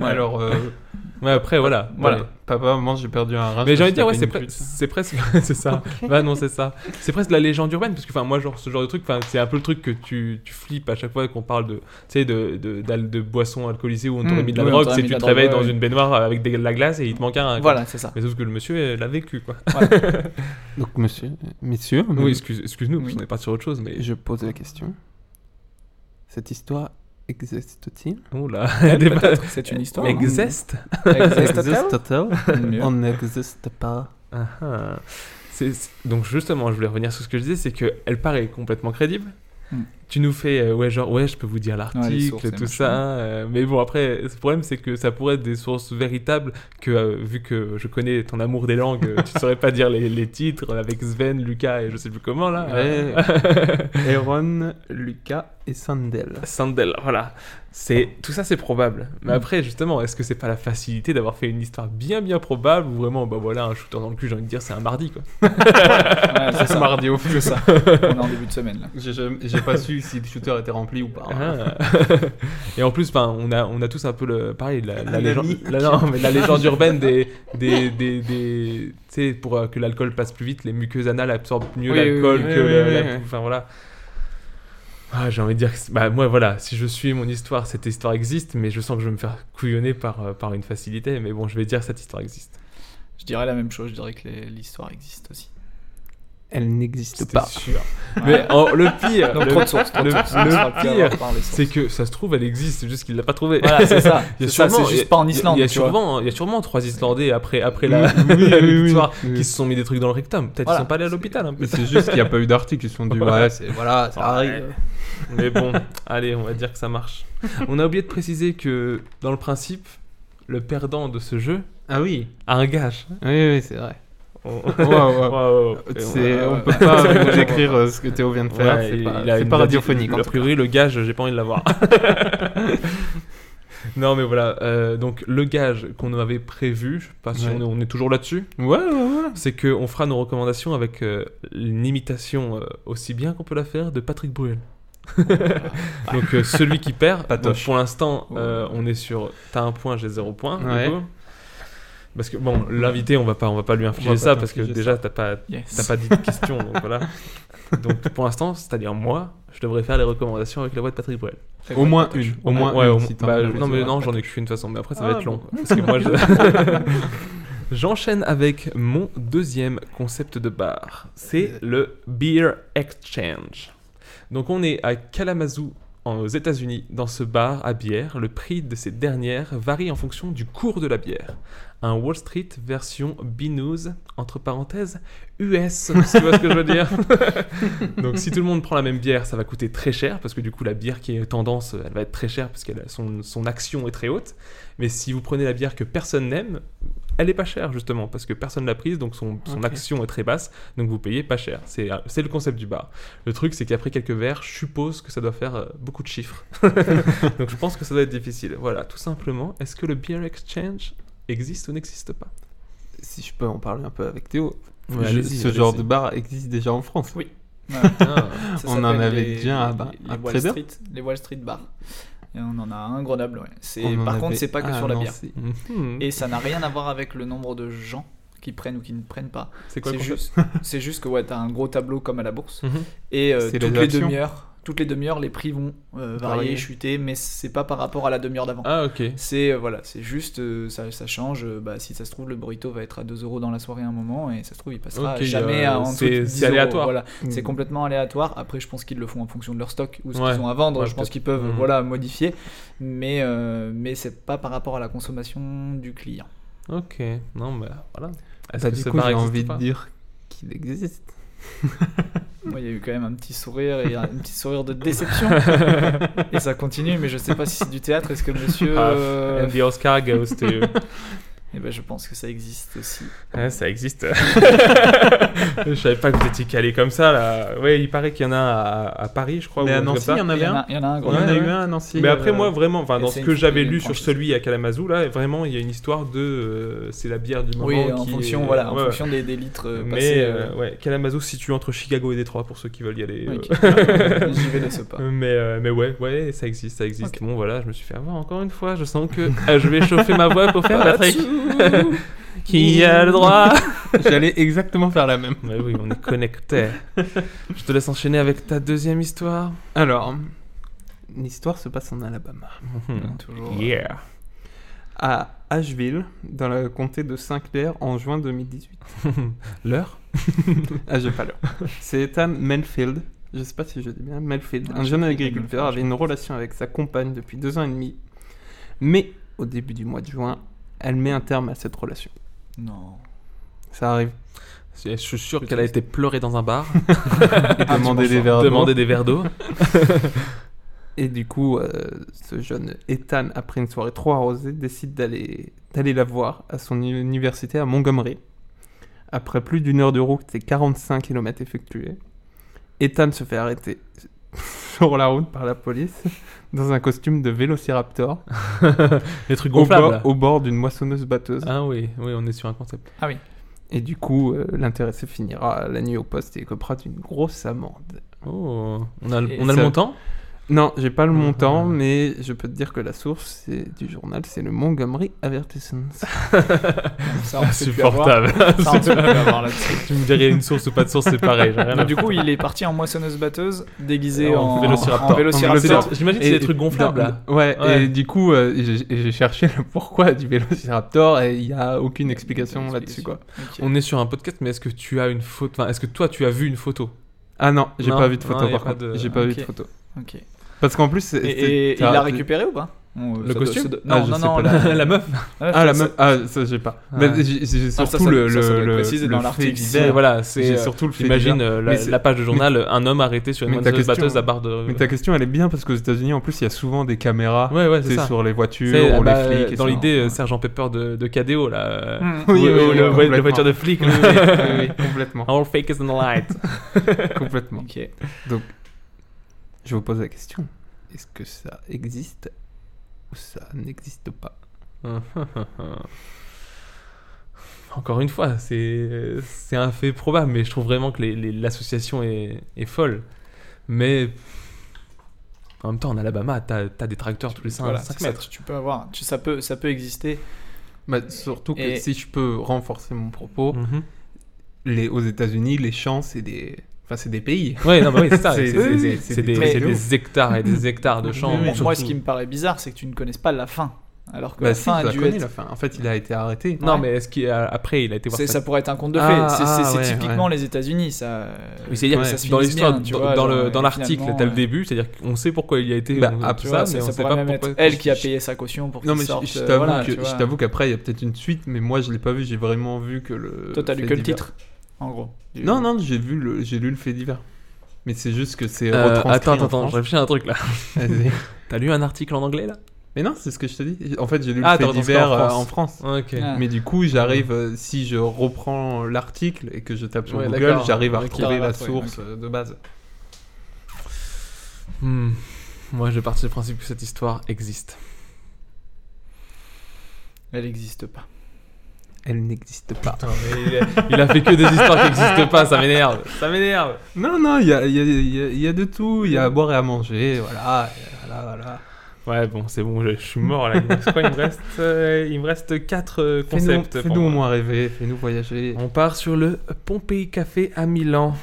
Alors, euh, Ouais, après, voilà. voilà. Ouais. Papa, maman, j'ai perdu un rein. Mais je j'ai me envie de dire, ouais, suis c'est tapé pre- une pute. c'est presque. c'est ça. Bah non, c'est ça. C'est presque la légende urbaine, parce que enfin, moi, genre, ce genre de truc, enfin, c'est un peu le truc que tu, tu flippes à chaque fois qu'on parle de, tu sais, de, de, d'al- de boissons alcoolisées où on t'aurait Mm, mis de la oui, on drogue, t'aurait c'est mis de tu la te drogue, réveilles ouais, dans ouais. une baignoire avec de la glace et il te manque un. quoi. Voilà, c'est ça. Mais sauf que le monsieur euh, l'a vécu, quoi. Donc, monsieur, messieurs, Oui, excuse, excuse-nous, parce Oui. qu'on est parti sur autre chose, mais. je pose la question. Cette histoire existe-t-il Oh là, elle est pas- C'est une histoire. hein. Existe Existe-t-elle On n'existe pas. Ah, ah. C'est- c'est- Donc justement, je voulais revenir sur ce que je disais, c'est qu'elle paraît complètement crédible. Mm. Tu nous fais, euh, ouais, genre, ouais, je peux vous dire Ouais, les l'article, sources et tout machin. ça. euh, mais bon, après, le problème, c'est que ça pourrait être des sources véritables, que euh, vu que je connais ton amour des langues, euh, tu ne saurais pas dire les, les titres avec Sven, Lucas et je sais plus comment, là. Euh, Ouais. Aaron, Lucas et Sandel. Sandel, voilà. C'est tout ça, c'est probable. Hmm. Mais après, justement, est-ce que c'est pas la facilité d'avoir fait une histoire bien, bien probable ou vraiment, bah voilà, un shooter dans le cul, j'ai envie de dire, c'est un mardi quoi. Ouais, c'est ça. Mardi au feu. C'est ça. On est en début de semaine là. J'ai jamais- j'ai pas su si le shooter était rempli ou pas. hein. Ah. Et en plus, ben, on a, on a tous un peu le pareil, la, la Un légende, ami. la- non, mais la légende urbaine des, des, des, des- tu sais, pour euh, que l'alcool passe plus vite, les muqueuses anales absorbent mieux Oui, oui, l'alcool oui, que, oui, la- oui, la- oui. enfin voilà. Ah, j'ai envie de dire, que c'est- bah moi voilà, si je suis mon histoire, cette histoire existe, mais je sens que je vais me faire couillonner par, euh, par une facilité. Mais bon, je vais dire cette histoire existe. Je dirais la même chose, je dirais que les- l'histoire existe aussi. Elle n'existe C'était sûr. Mais en- le pire, Donc le, trop de sources, trop de le- sources. le on sera plus à avoir pire, par les sources. c'est que ça se trouve, elle existe, c'est juste qu'il l'a pas trouvée. Voilà, c'est ça. Il y a C'est ça, sûrement- c'est il y a- juste pas en il y a- Islande. Il y a tu vois. sûrement, il y a sûrement trois Islandais après, après la, oui, la oui, victoire oui. qui se sont mis des trucs dans le rectum. Peut-être Voilà. qu'ils sont pas allés à l'hôpital. hein. Mais c'est juste qu'il n'y a pas eu d'article. Ils se sont dit, ouais, c'est- voilà, ça arrive. Mais bon, allez, on va dire que ça marche. On a oublié de préciser que dans le principe, le perdant de ce jeu Ah oui. a un gage. Oui, oui, c'est vrai. Oh. Waouh, waouh. Waouh. C'est- ouais, on ouais. peut pas vous décrire euh, ce que Théo vient de Ouais, faire. c'est il- pas, il a c'est une pas bonne- radiophonique. A en tout cas. priori, le gage, j'ai pas envie de l'avoir. non, mais voilà. euh, donc, le gage qu'on avait prévu, je sais pas si Ouais. on, est, on est toujours là-dessus. Ouais, ouais, ouais. c'est qu'on fera nos recommandations avec euh, une imitation euh, aussi bien qu'on peut la faire de Patrick Bruel. donc euh, celui qui perd, donc, Patoche. pour l'instant euh, on est sur t'as un point, j'ai zéro point. du Ouais. coup. Parce que bon, l'invité on va pas on va pas lui infliger pas ça parce que t'infliger déjà t'as pas Yes. t'as pas dit de question donc voilà. Donc pour l'instant, c'est-à-dire moi, je devrais faire les recommandations avec la voix de Patrick Bruel. Au moins une. Au moins Ouais, une, au- si t'en bah, as non, mais besoin. non, j'en ai qu'une de toute façon, mais après ça Ah, va être long. bon. Parce que moi, je- J'enchaîne avec mon deuxième concept de bar. C'est le Beer Exchange. Donc on est à Kalamazoo, en- aux États-Unis, dans ce bar à bière. Le prix de ces dernières varie en fonction du cours de la bière. Un Wall Street version B-News, entre parenthèses, US, si tu vois ce que je veux dire. Donc si tout le monde prend la même bière, ça va coûter très cher, parce que du coup la bière qui est tendance, elle va être très chère, parce que son, son action est très haute. Mais si vous prenez la bière que personne n'aime, elle est pas chère justement, parce que personne l'a prise, donc son, son action est très basse, donc vous payez pas cher. C'est c'est le concept du bar. Le truc, c'est qu'après quelques verres, je suppose que ça doit faire euh, beaucoup de chiffres. donc je pense que ça doit être difficile. Voilà, tout simplement, est-ce que le Beer Exchange existe ou n'existe pas. Si je peux en parler un peu avec Théo. Ouais, Je- allez-y, ce allez-y. genre de bar existe déjà en France. Oui. Ah. Ça on en s'appelle avait les- déjà un, bar- les, un Wall trader. Street, les Wall Street Bar. Et on en a un à Grenoble, ouais. C'est- On en Par avait Ah, contre, c'est pas que un sur à la bière. Nancy. Mhm. Et ça n'a rien à voir avec le nombre de gens qui prennent ou qui ne prennent pas. C'est quoi le concept juste, C'est juste que ouais, t'as un gros tableau comme à la bourse. Mhm. Et euh, C'est les toutes, les actions. demi-heures, toutes les demi-heures, les prix vont euh, varier, Varier. chuter, mais c'est pas par rapport à la demi-heure d'avant. Ah, ok. C'est euh, voilà, c'est juste euh, ça, ça change. euh, bah, si ça se trouve, le burrito va être à 2 euros dans la soirée à un moment et ça se trouve, il passera Ok, jamais euh, à en dessous de c'est- 10 c'est euros, aléatoire. Voilà, c'est Mm. complètement aléatoire. Après, je pense qu'ils le font en fonction de leur stock ou ce Ouais. qu'ils ont à vendre. Ouais, je pense peut-être. qu'ils peuvent Mhm. voilà modifier, mais euh, mais c'est pas par rapport à la consommation du client. Ok. Non, bah voilà. Est-ce Bah, que du ce coup, bar j'ai existe envie ou de pas dire qu'il existe. Mm. Moi, il y a eu quand même un petit sourire et un un petit sourire de déception. et ça continue, mais je sais pas si c'est du théâtre. Est-ce que le monsieur Ah, euh, And the Oscar goes to- eh ben, je pense que ça existe aussi. Ouais, ça existe. je savais pas que vous étiez calé comme ça là. Ouais, il paraît qu'il y en a un à, à Paris, je crois. Mais ou à un truc Nancy, comme il ça. y en avait Il y un. en a, il y en a un Il gros. y en a Ouais, eu ouais. un à Nancy. Mais après, euh, moi, vraiment, enfin, et dans c'est ce une que franchise, j'avais une lu sur franchise. celui à Kalamazoo, là, vraiment, il y a une histoire de. euh, c'est la bière du moment. Oui, en qui fonction, est- voilà, en ouais, ouais. fonction des, des litres euh, Mais passés. euh, ouais, Kalamazoo se situe entre Chicago et Détroit pour ceux qui veulent y aller. ouais, euh. qui- J'y vais de ce pas. Mais, euh, mais ouais, ouais, ça existe, ça existe. Bon, voilà, je me suis fait avoir encore une fois. Je sens que Ah, je vais chauffer ma voix pour faire Patrick. qui a le droit J'allais exactement faire la même. Mais oui, on est connecté. je te laisse enchaîner avec ta deuxième histoire. Alors, l'histoire se passe en Alabama. Toujours. Mm. Yeah. À Asheville, dans le comté de Sinclair, en juin 2018. L'heure Ah, j'ai pas l'heure. C'est Ethan Melfield. Je sais pas si Ah, je dis bien Melfield. Ouais, Un je jeune sais pas, agriculteur Melfield, avait une relation avec sa compagne depuis deux ans et demi. Mais au début du mois de juin, elle met un terme à cette relation. euh, Non. Ça arrive. Je suis sûr qu'elle a été pleurée dans un bar, Ah, Demander des verres. demander des verres d'eau. Et du coup, euh, ce jeune Ethan, après une soirée trop arrosée, décide d'aller d'aller la voir à son uni- université à Montgomery. Après plus d'une heure de route et 45 km effectués, Ethan se fait arrêter sur la route par la police dans un costume de vélociraptor Les trucs au gonflables. bord, au bord d'une moissonneuse-batteuse. Ah oui, oui, on est sur un concept. Ah oui. Et du coup, euh, l'intéressé finira la nuit au poste et écopera d'une grosse amende. Oh, on a, le- Et on a le ça- montant Non, j'ai pas le Mhm. montant, mais je peux te dire que la source c'est du journal, c'est le Montgomery Advertisements. Ça, on sait plus avoir. Supportable. Ça, on sait plus avoir là-dessus. tu me dirais une source ou pas de source, c'est pareil. j'ai rien à Donc, du coup, il est parti en moissonneuse-batteuse, déguisé En en, vélociraptor. en C'est vélociraptor. des- J'imagine que c'est des trucs gonflables. dans- là. Ouais, Ouais. et du coup, euh, j'ai- j'ai cherché le pourquoi du Vélociraptor et il n'y a aucune explication aucune là-dessus quoi. Ok. On est sur un podcast, mais est-ce que tu as une photo Enfin, est-ce que toi, tu as vu une photo Ah non, j'ai Non, pas vu de non, photo y a par pas contre. de- J'ai pas vu ok. de photo. Ok. Et, Parce qu'en plus, c'est- c'est- et il l'a t'as- récupéré ou pas Bon, euh, Le ça doit- costume ça doit- Ah, Non, je non, sais non. pas. La meuf Ah la ça- meuf, ah ça j'ai pas. Ah. Mais j'ai- j'ai ça, surtout ça- le ça, ça doit le être le- précisé dans le fait l'article, divers. Oui, voilà, Ah. J'ai c'est. euh, surtout le fait J'imagine divers. euh, la, Mais c'est- la page du journal, un homme arrêté sur une Mais ta moissonneuse question- batteuse à barre de. Mais ta question elle est bien parce qu'aux États-Unis en plus il y a souvent des caméras Ouais, ouais, tu c'est sais, ça. sur les C'est, voitures, ou bah, les flics. et dans ça. Mmh. l'idée, euh, Sergent Pepper de, de KDO, là. euh, Hmm. Oui, ou- ou oui, oui, le- ouais, la complètement. voiture de flic. Oui, oui, oui, oui, complètement, All fake is in the light. complètement. Ok. Je vous pose la question. Est-ce que ça existe ou ça n'existe pas Encore une fois, c'est c'est un fait probable, mais je trouve vraiment que les- les- l'association est, est folle. Mais en même temps, en Alabama, t'as as des tracteurs tous les 5, Voilà, c'est ça, mètres. tu- Tu peux avoir. tu- Ça peut, ça peut exister. Bah, Surtout que Et- si je peux renforcer mon propos, Mhm. les, aux États-Unis, les champs, c'est des... Enfin, c'est des pays. Ouais, non, mais oui, c'est ça. C'est- C'est oui, des, oui, c'est c'est des- des c'est trucs de des hectares et des hectares de champs. Moi, moi, ce surtout. qui me paraît bizarre, c'est que tu ne connaisses pas la fin. Alors que Bah, la si, fin je a la dû connais, être la fin. En fait, il a été arrêté. Non, mais est-ce qu'après, il a été voir C'est- sa- ça pourrait être un conte de Ah, fées. C'est- c'est ah, c'est ouais, typiquement ouais. les États-unis, ça. Oui, c'est-à-dire Ouais, que ça se dans finisse l'histoire, bien, tu dans- vois, dans genre, le- et dans l'article, finalement, t'as le euh, début, c'est-à-dire qu'on sait pourquoi il y a été, Bah, on- ah, tout Tu ça, vois, mais ça, on ça sait pourrait pas même euh, pourquoi. être elle qui a payé sa caution pour Non, qu'il mais je- sorte. je euh, t'avoue voilà, que- tu vois. je t'avoue qu'après, il y a peut-être une suite, mais moi, je l'ai pas vu. J'ai vraiment vu que le... Toi, t'as lu fait que le divers. titre, en gros. du- Non, non, j'ai vu le... j'ai lu le fait divers. Mais c'est juste que c'est Euh, retranscrit attends, en attends, attends, France. je réfléchis à un truc là. Vas-y. T'as lu un article en anglais là Mais non, c'est ce que je te dis. En fait, j'ai lu Ah, le t'as fait retranscrit divers en euh, France. en France. Ok. Ah. Mais du coup, j'arrive, euh, si je reprends l'article et que je tape sur Ouais, Google, d'accord. j'arrive à Ok. retrouver la Ah, ouais, source euh, de base. Hmm. Moi, je parti du principe que cette histoire existe. Elle n'existe pas. elle n'existe pas. Putain, mais il, il a fait que des histoires qui n'existent pas, ça m'énerve. Ça m'énerve. Non, non, il y a, y, a, y, a, y a, de tout. Il y a à boire et à manger. Voilà, voilà, voilà. Ouais, bon, c'est bon, je, je, suis mort là. Il me reste quoi Il me reste, euh, il me reste 4 euh, concepts. Fais-nous au moins rêver, fais-nous voyager. On part sur le Pompéi Café à Milan,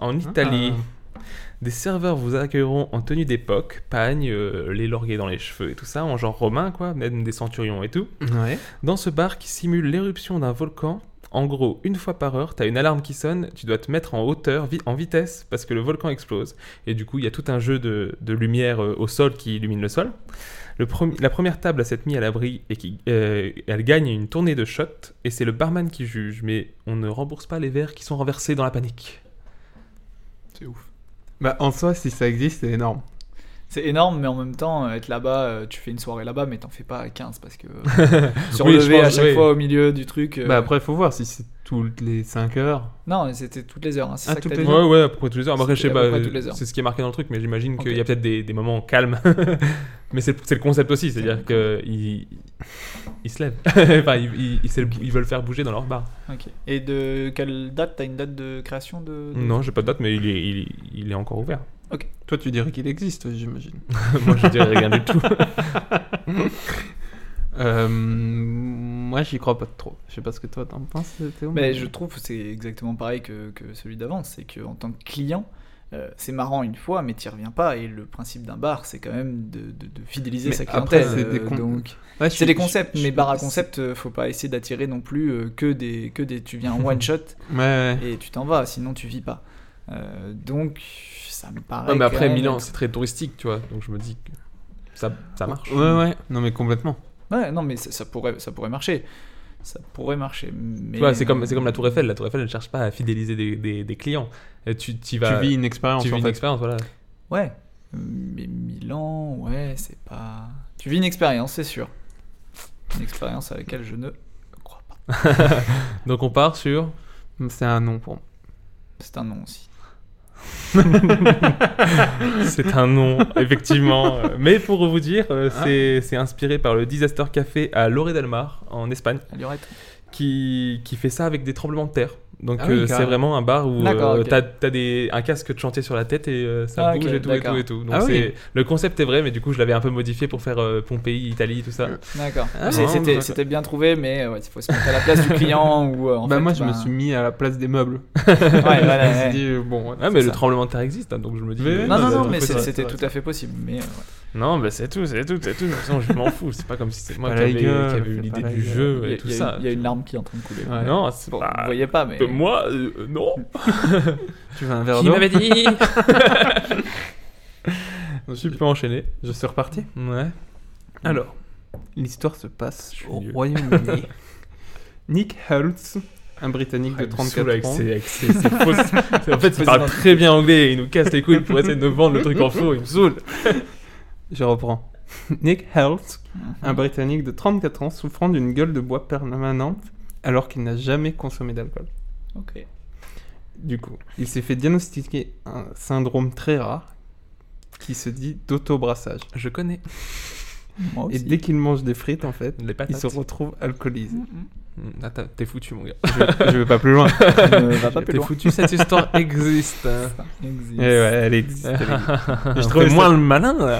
en Italie. Ah. Des serveurs vous accueilleront en tenue d'époque, pagne, euh, les lorguets dans les cheveux et tout ça, en genre romain, quoi, même des centurions et tout. Ouais. Dans ce bar qui simule l'éruption d'un volcan, en gros, une fois par heure, t'as une alarme qui sonne, tu dois te mettre en hauteur, vi en vitesse, parce que le volcan explose. Et du coup, il y a tout un jeu de, de lumière euh, au sol qui illumine le sol. Le la première table à s'être mise à l'abri et qui, euh, elle gagne une tournée de shots, et c'est le barman qui juge, mais on ne rembourse pas les verres qui sont renversés dans la panique. C'est ouf. Bah, en soi, si ça existe, c'est énorme. C'est énorme, mais en même temps, être là-bas, tu fais une soirée là-bas, mais t'en fais pas 15 parce que. surlever oui, à chaque oui. fois au milieu du truc. Bah après, faut voir si c'est toutes les 5 heures. Non, c'était toutes les heures. Hein. C'est ah, ça toutes que les... Dit. Ouais, ouais, après toutes les heures. Après, je sais pas, c'est ce qui est marqué dans le truc, mais j'imagine okay. qu'il y a peut-être des, des, moments calmes. mais c'est le concept aussi, c'est-à-dire okay. qu'ils ils se lèvent. enfin, ils, ils, okay. ils, veulent faire bouger dans leur bar. Et de quelle date T'as une date de création de. de... Non, j'ai pas de date, mais il est, il, il est encore ouvert. Ok. Toi, tu dirais qu'il existe, j'imagine. moi, je dirais rien du tout. euh, moi, j'y crois pas trop. Je sais pas ce que toi t'en penses, Théo. Mais je trouve que c'est exactement pareil que, que celui d'avant. C'est qu'en tant que client, euh, c'est marrant une fois, mais t'y reviens pas. Et le principe d'un bar, c'est quand même de, de, de fidéliser mais sa clientèle. Après, c'est des, con... donc... ouais, suis, des concepts, je, mais je, bar à concept, euh, faut pas essayer d'attirer non plus euh, que des, que des. Tu viens en one shot ouais, ouais. et tu t'en vas, sinon tu vis pas. Euh, donc, ça me paraît. Ouais, mais après, Milan, c'est très touristique, tu vois. Donc, je me dis que ça, ça marche. Ouais, ouais. Non, mais complètement. Ouais, non, mais ça, ça pourrait, ça pourrait marcher. Ça pourrait marcher. Mais... Ouais, c'est comme, comme la Tour Eiffel. La Tour Eiffel, elle cherche pas à fidéliser des, des, des clients. Tu, tu, vas, tu vis une expérience. Bah, Tu vis une expérience, voilà. Ouais. Mais Milan, ouais, c'est pas. Tu vis une expérience, c'est sûr. Une expérience à laquelle je ne crois pas. donc, on part sur. C'est un non pour moi. C'est un non aussi. c'est un nom, effectivement. Euh, Mais pour vous dire, euh, Ah. c'est inspiré par le Disaster Café à Loré del Mar, en Espagne, qui, qui fait ça avec des tremblements de terre. Donc ah oui, euh, c'est vraiment un bar où euh, okay. t'as, des, un casque de chantier sur la tête et euh, ça ah, bouge okay, et, tout, et, tout, et tout Donc ah, oui. le concept est vrai, mais du coup je l'avais un peu modifié pour faire euh, Pompéi, Italie, tout ça. D'accord. c'était, bien trouvé, mais il ouais, faut se mettre à la place du client ou. euh, En bah fait, ben, moi je bah... me suis mis à la place des meubles. ouais, voilà, ouais. Dit, euh, bon, ouais, Ah, mais ça. le tremblement de terre existe, hein, donc je me dis. Mais, non, non, non, mais c'était tout à fait possible, mais. euh, Non, bah c'est tout, c'est tout, c'est tout. De toute façon, je m'en fous. C'est pas comme si c'était moi qui avais, eu l'idée du jeu et tout ça. Il y a une larme qui est en train de couler. Non, Vous voyez pas, mais. Moi, euh, non. tu veux un verre d'eau Qui m'avait dit Je peux enchaîner. Je suis reparti. Ouais. Alors, l'histoire se passe au Royaume-Uni. Nick Holtz, un Britannique ah, de 34 avec ans. Ses, avec ses, ses fausses... En fait, il parle très bien anglais et il nous casse les couilles pour essayer de nous vendre le truc en faux. Il me saoule. Je reprends. Nick Holtz, un Britannique de 34 ans souffrant d'une gueule de bois permanente alors qu'il n'a jamais consommé d'alcool. Okay. Du coup, il s'est fait diagnostiquer un syndrome très rare qui se dit d'autobrassage. Je connais. Moi aussi. Ah, Et dès qu'il mange des frites, en fait, il se retrouve alcoolisé. Mm -hmm. ah, t'es foutu, mon gars. je, je, vais pas plus loin. t'es foutu, cette histoire existe. Hein. existe. Et Eh ouais, elle existe. Elle existe. je trouve moins ça... le malin. Là.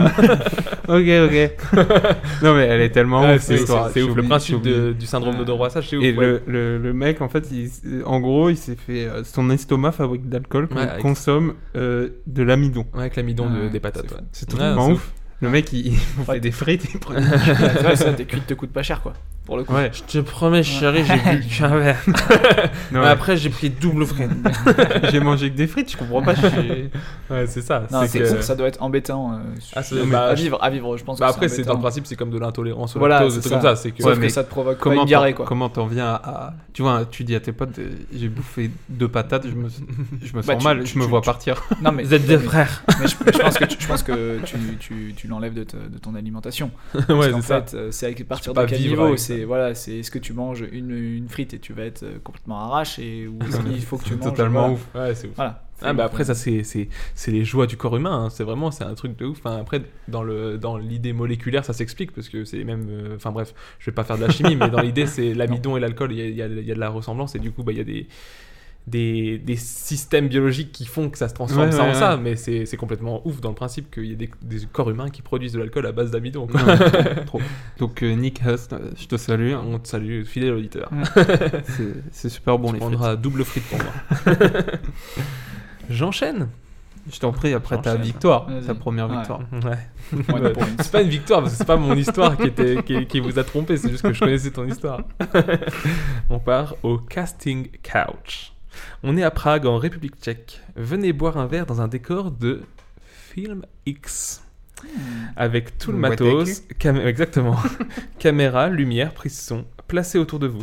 ok, ok. non, mais elle est tellement ah, C'est ouf, ouf. Le principe de, du syndrome d'autobrassage, c'est ouf. Et ouais. le, le, le, mec, en fait, il, en gros, il s'est fait. Euh, son estomac fabrique d'alcool quand ouais, il avec... consomme euh, de l'amidon. Ouais, avec l'amidon ah, de, des patates. C'est tout ouf. Le mec, il, il ouais. fait des frites, il prend une... ouais, ça, tes cuites te coûtent pas cher, quoi. Pour le coup. Ouais. Je te promets, chérie, j'ai bu qu'un verre. non, Mais après, j'ai pris double frites. j'ai mangé que des frites, je comprends pas. Je... Ouais, c'est ça. Non, que... cool, ça doit être embêtant. Euh, ah, ça doit... bah, à vivre, à vivre, je pense. Bah, après, c'est dans le principe, c'est comme de l'intolérance au voilà, lactose, c'est comme ça. C'est que... Sauf que ça te provoque comment une diarrhée, quoi. Comment t'en viens à, Tu vois, tu dis à tes potes, euh, j'ai bouffé deux patates, je me, je Bah, me sens mal, je me vois partir. Non, mais vous êtes des frères. Mais je pense que tu tu l'enlèves de, de, ton alimentation. Parce ouais, en fait, euh, c'est à partir de quel niveau C'est voilà, c'est est-ce que tu manges une, une, frite et tu vas être complètement arrache et euh, ou il faut que tu manges totalement voilà. ouf. Ouais, c'est ouf. Voilà. Ah bah après ça c'est c'est les joies du corps humain, hein. c'est vraiment c'est un truc de ouf. Enfin, après dans le dans l'idée moléculaire ça s'explique parce que c'est les mêmes. euh, Enfin bref, je vais pas faire de la chimie, mais dans l'idée c'est l'amidon et l'alcool, il y a, il y a- il y a de la ressemblance et du coup bah il y a des des, des systèmes biologiques qui font que ça se transforme Ouais, ça en ouais, ouais. ça, mais c'est c'est complètement ouf dans le principe qu'il y a des, des corps humains qui produisent de l'alcool à base d'amidon. quoi. Non, trop, trop. Donc euh, Nick Hust, euh, je te salue. On te salue, fidèle auditeur. C'est- C'est super bon tu les prendras frites. double frites pour moi. J'enchaîne. Je t'en prie après ta Enchaîne. victoire, Vas-y. ta première Ouais. victoire. Ouais. Ouais, Ouais. pour une. C'est pas une victoire parce que c'est pas mon histoire qui, était, qui, qui vous a trompé, c'est juste que je connaissais ton histoire. On part au casting couch. On est à Prague en République tchèque. Venez boire un verre dans un décor de film X. Avec tout le Boîte à matos, cam- exactement, caméra, lumière, prise son, placés autour de vous.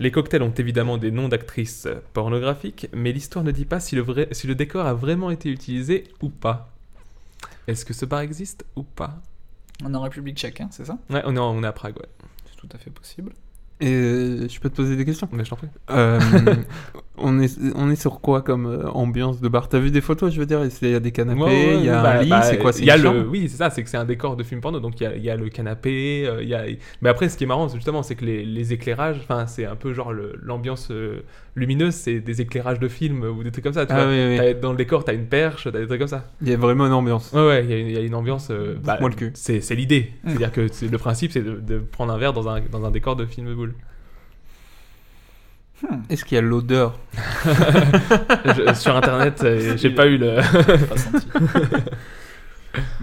Les cocktails ont évidemment des noms d'actrices pornographiques, mais l'histoire ne dit pas si le, vrai- si le décor a vraiment été utilisé ou pas. Est-ce que ce bar existe ou pas On est en République tchèque, hein, c'est ça Ouais, on est, on est à Prague, ouais. C'est tout à fait possible. Et euh, je peux te poser des questions Mais je t'en prie. Euh, on, est, on est sur quoi comme euh, ambiance de bar T'as vu des photos, je veux dire Il y a des canapés, il Ouais, ouais, y ouais, a un bah, lit, bah, c'est quoi C'est il y a une le, chambre Oui, c'est ça, c'est que c'est un décor de film porno, donc il y a, il y a le canapé, euh, il y a... Mais après, ce qui est marrant, c'est justement, c'est que les, les éclairages, enfin, c'est un peu genre le- l'ambiance euh, lumineuse, c'est des éclairages de films ou des trucs comme ça, tu Ah vois. oui, oui. T'as- Dans le décor, t'as une perche, t'as des trucs comme ça. Il y a vraiment une ambiance. Ouais, ouais, il y a une- il y, a une ambiance. euh, bah, Moi le Ah. cul. C'est c'est l'idée. C'est-à-dire que c'est- le principe, c'est de, de prendre un verre dans un, dans un décor de film de boule. Est-ce qu'il y a l'odeur Je- sur internet, euh, j'ai pas eu le.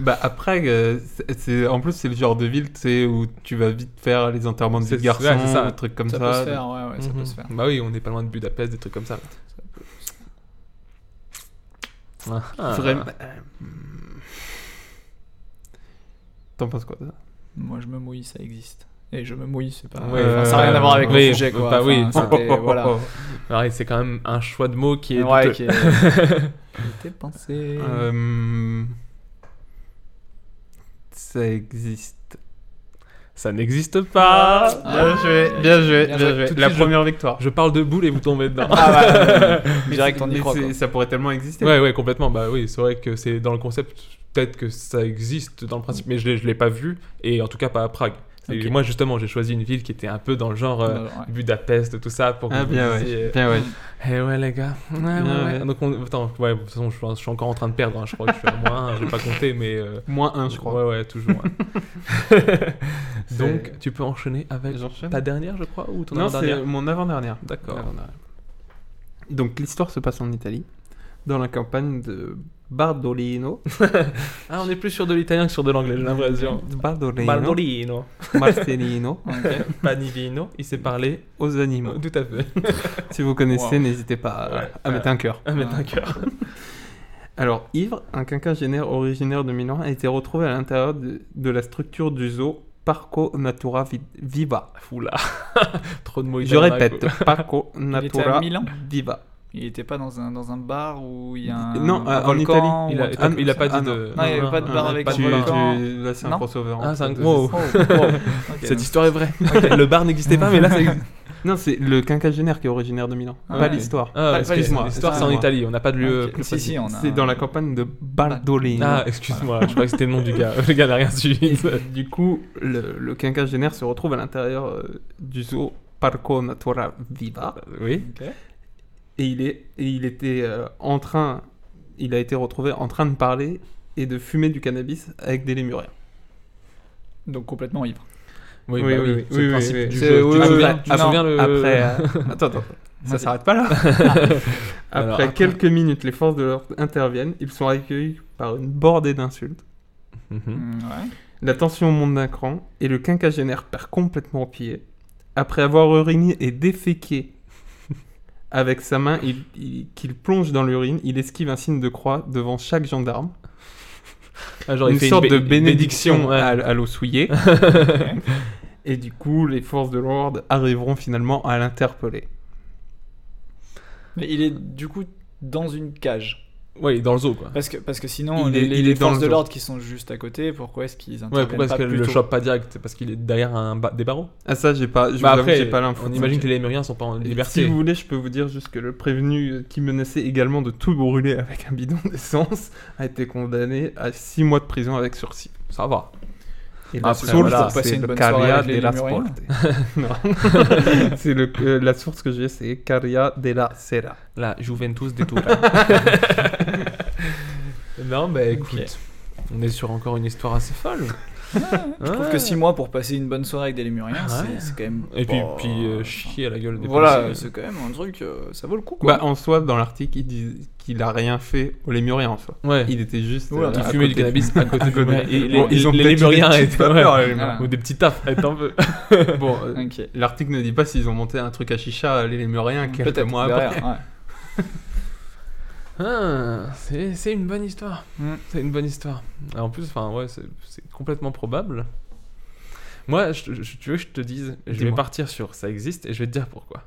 Bah après, euh, c'est- c'est- en plus c'est le genre de ville tu sais, où tu vas vite faire les enterrements de vie C'est- de garçon, ouais, c'est ça. un truc comme ça. Ça, peut se faire, ouais, ouais, ça peut Mhm. se faire. Bah oui, on est pas loin de Budapest, des trucs comme ça. Ah. Vraiment. hmm. T'en penses quoi de ça Moi, je me mouille, ça existe. Et je me mouille, c'est pas. Ouais, enfin, ça euh, n'a rien à voir avec oui, le sujet, quoi. bah oui. Enfin, c'était- voilà. Ouais, c'est quand même un choix de mots qui est. Ouais, douteux. qui est- T'es pensé. Euh, Ça existe. Ça n'existe pas. Ah. Bien joué, bien joué, bien joué. Tout de La suite, première victoire. Je parle de boule et vous tombez dedans. Ah ouais, direct, on y Mais croit. c'est- quoi. ça pourrait tellement exister. Ouais, ouais, complètement. Bah oui, c'est vrai que c'est dans le concept, peut-être que ça existe dans le principe, mais je l'ai- je l'ai pas vu, et en tout cas pas à Prague. C'est- Ok. Moi, justement, j'ai choisi une ville qui était un peu dans le genre euh, Dans le genre, ouais. Budapest, tout ça, pour que Ah vous bien disiez, ouais. euh, Bien ouais. Eh ouais, les gars. Ouais, ouais, Ah ouais. ouais. Donc, on... attends, ouais, de toute façon, je, je suis encore en train de perdre. hein. Je crois que je suis à moins, un, je vais pas compter, mais. euh, Moins un je crois. Ouais, ouais, toujours. hein. Donc, C'est- tu peux enchaîner avec J'enchaîne. ta dernière, je crois, ou ton Non, c'est avant-dernière mon avant-dernière. D'accord. Avant-dernière. Donc l'histoire se passe en Italie, dans la campagne de Bardolino. euh, Ah, on est plus sur de l'italien que sur de l'anglais, j'ai l'impression. Bardolino. Baldolino, Marcelino, Panivino, il s'est parlé. aux animaux. Tout à fait. Si vous connaissez, n'hésitez pas euh, à, Ouais. à mettre un cœur. À mettre un cœur. Alors, Ivre, un quinquagénaire originaire de Milan, a été retrouvé à l'intérieur de, de la structure du zoo Parco Natura Vi- Viva. Oula. Trop de mots Je italiens, répète, Parco Il était à Natura Milan Viva. Il était pas dans un, dans un bar où il y a un. Non, euh, un en Italie, volcan ou Il un a, truc Ah, il a comme pas ça. dit de. Non, il y avait pas de bar Ah, avec pas tu- de bar. volcan. tu- Là, c'est un Non. crossover. Ah, entre c'est un- deux wow. Oh, wow. Ok, Cette donc- histoire est vraie. Le bar n'existait pas, mais là, ça existe. Non, c'est le quinquagénaire qui est originaire de Milan. Ah pas ouais. l'histoire. Ah, Pas- excuse-moi. pas- L'histoire, c'est en excuse-moi. Italie. On n'a pas de lieu Ok. plus Si, facile. si, on a. C'est dans la campagne de Bardolino. Ah, excuse-moi, je crois que c'était le nom du gars. Le gars n'a rien suivi. du coup, le, le quinquagénaire se retrouve à l'intérieur euh, du zoo Parco Natura Viva. Euh, Oui. Et il, est, et il était euh, en train. Il a été retrouvé en train de parler et de fumer du cannabis avec des lémuriens. Donc complètement ivre. Oui, Oui, bah oui, oui, C'est le oui, principe oui, Ah, du oui. jeu. C'est- Tu te oui, souviens- oui, tu te oui. souviens le. Après. euh, Attends, attends. Ça Vas-y. s'arrête pas là. Alors, après après- quelques minutes, les forces de l'ordre interviennent. Ils sont accueillis par une bordée d'insultes. Mhm. Mm, ouais. La tension monte d'un cran et le quinquagénaire perd complètement pied. Après avoir uriné et déféqué avec sa main il- il- qu'il plonge dans l'urine, il esquive un signe de croix devant chaque gendarme. Ah, genre, il une fait sorte bé- de bénédiction, bénédiction, ouais. à, à l'eau souillée. et du coup, les forces de l'ordre arriveront finalement à l'interpeller. Mais il est du coup dans une cage. Ouais, il est dans le zoo, quoi. Parce que, parce que sinon, Il les, est- les il est dans forces le de zoo. l'ordre qui sont juste à côté, pourquoi est-ce qu'ils Ouais, interviennent pourquoi est-ce pas qu'elle plus le tôt chope pas direct C'est Parce qu'il est derrière un ba- des barreaux Ah ça, j'ai pas, je vous Bah avoue que après, j'ai pas l'info. on imagine Ok. que les Lémuriens sont pas en Et liberté. Si vous voulez, je peux vous dire juste que le prévenu euh, qui menaçait également de tout brûler avec un bidon d'essence a été condamné à 6 mois de prison avec sursis. Ça va. Et Après, la source, voilà, passer Ah, c'est une le bonne soirée Caria avec les de la Lémuriens. Porte. Non. c'est le, euh, la source que j'ai, c'est Caria de la Sera. La Juventus des Tours. non, bah écoute, on est sur encore une histoire assez folle. Je trouve que 6 mois pour passer une bonne soirée avec des Lémuriens, c'est- c'est quand même. Et puis, Oh. Bon. puis euh, chier à la gueule des Voilà, policiers. c'est quand même un truc, euh, ça vaut le coup quoi. Bah, en soi, dans l'article, il dit qu'il a rien fait aux Lémuriens en soi. Ouais. Il était juste. Ouais, euh, il à fumait du côté. cannabis à côté de Ouais. Et les- Bon, ils ont les peut-être eu des Lémuriens petites étaient- vapeurs, ouais. les Lémuriens. Ou des petits tafs, attends un peu. Ah. Bon, euh, Ok. l'article ne dit pas s'ils ont monté un truc à chicha les Lémuriens quelques Peut-être mois après. derrière, ouais. Ah, c'est c'est une bonne histoire. Mm. C'est une bonne histoire. Alors, Ah, en plus, enfin, ouais, c'est c'est complètement probable. Moi, je, je- tu veux que je te dise, je vais Dis-moi. partir sur ça existe et je vais te dire pourquoi.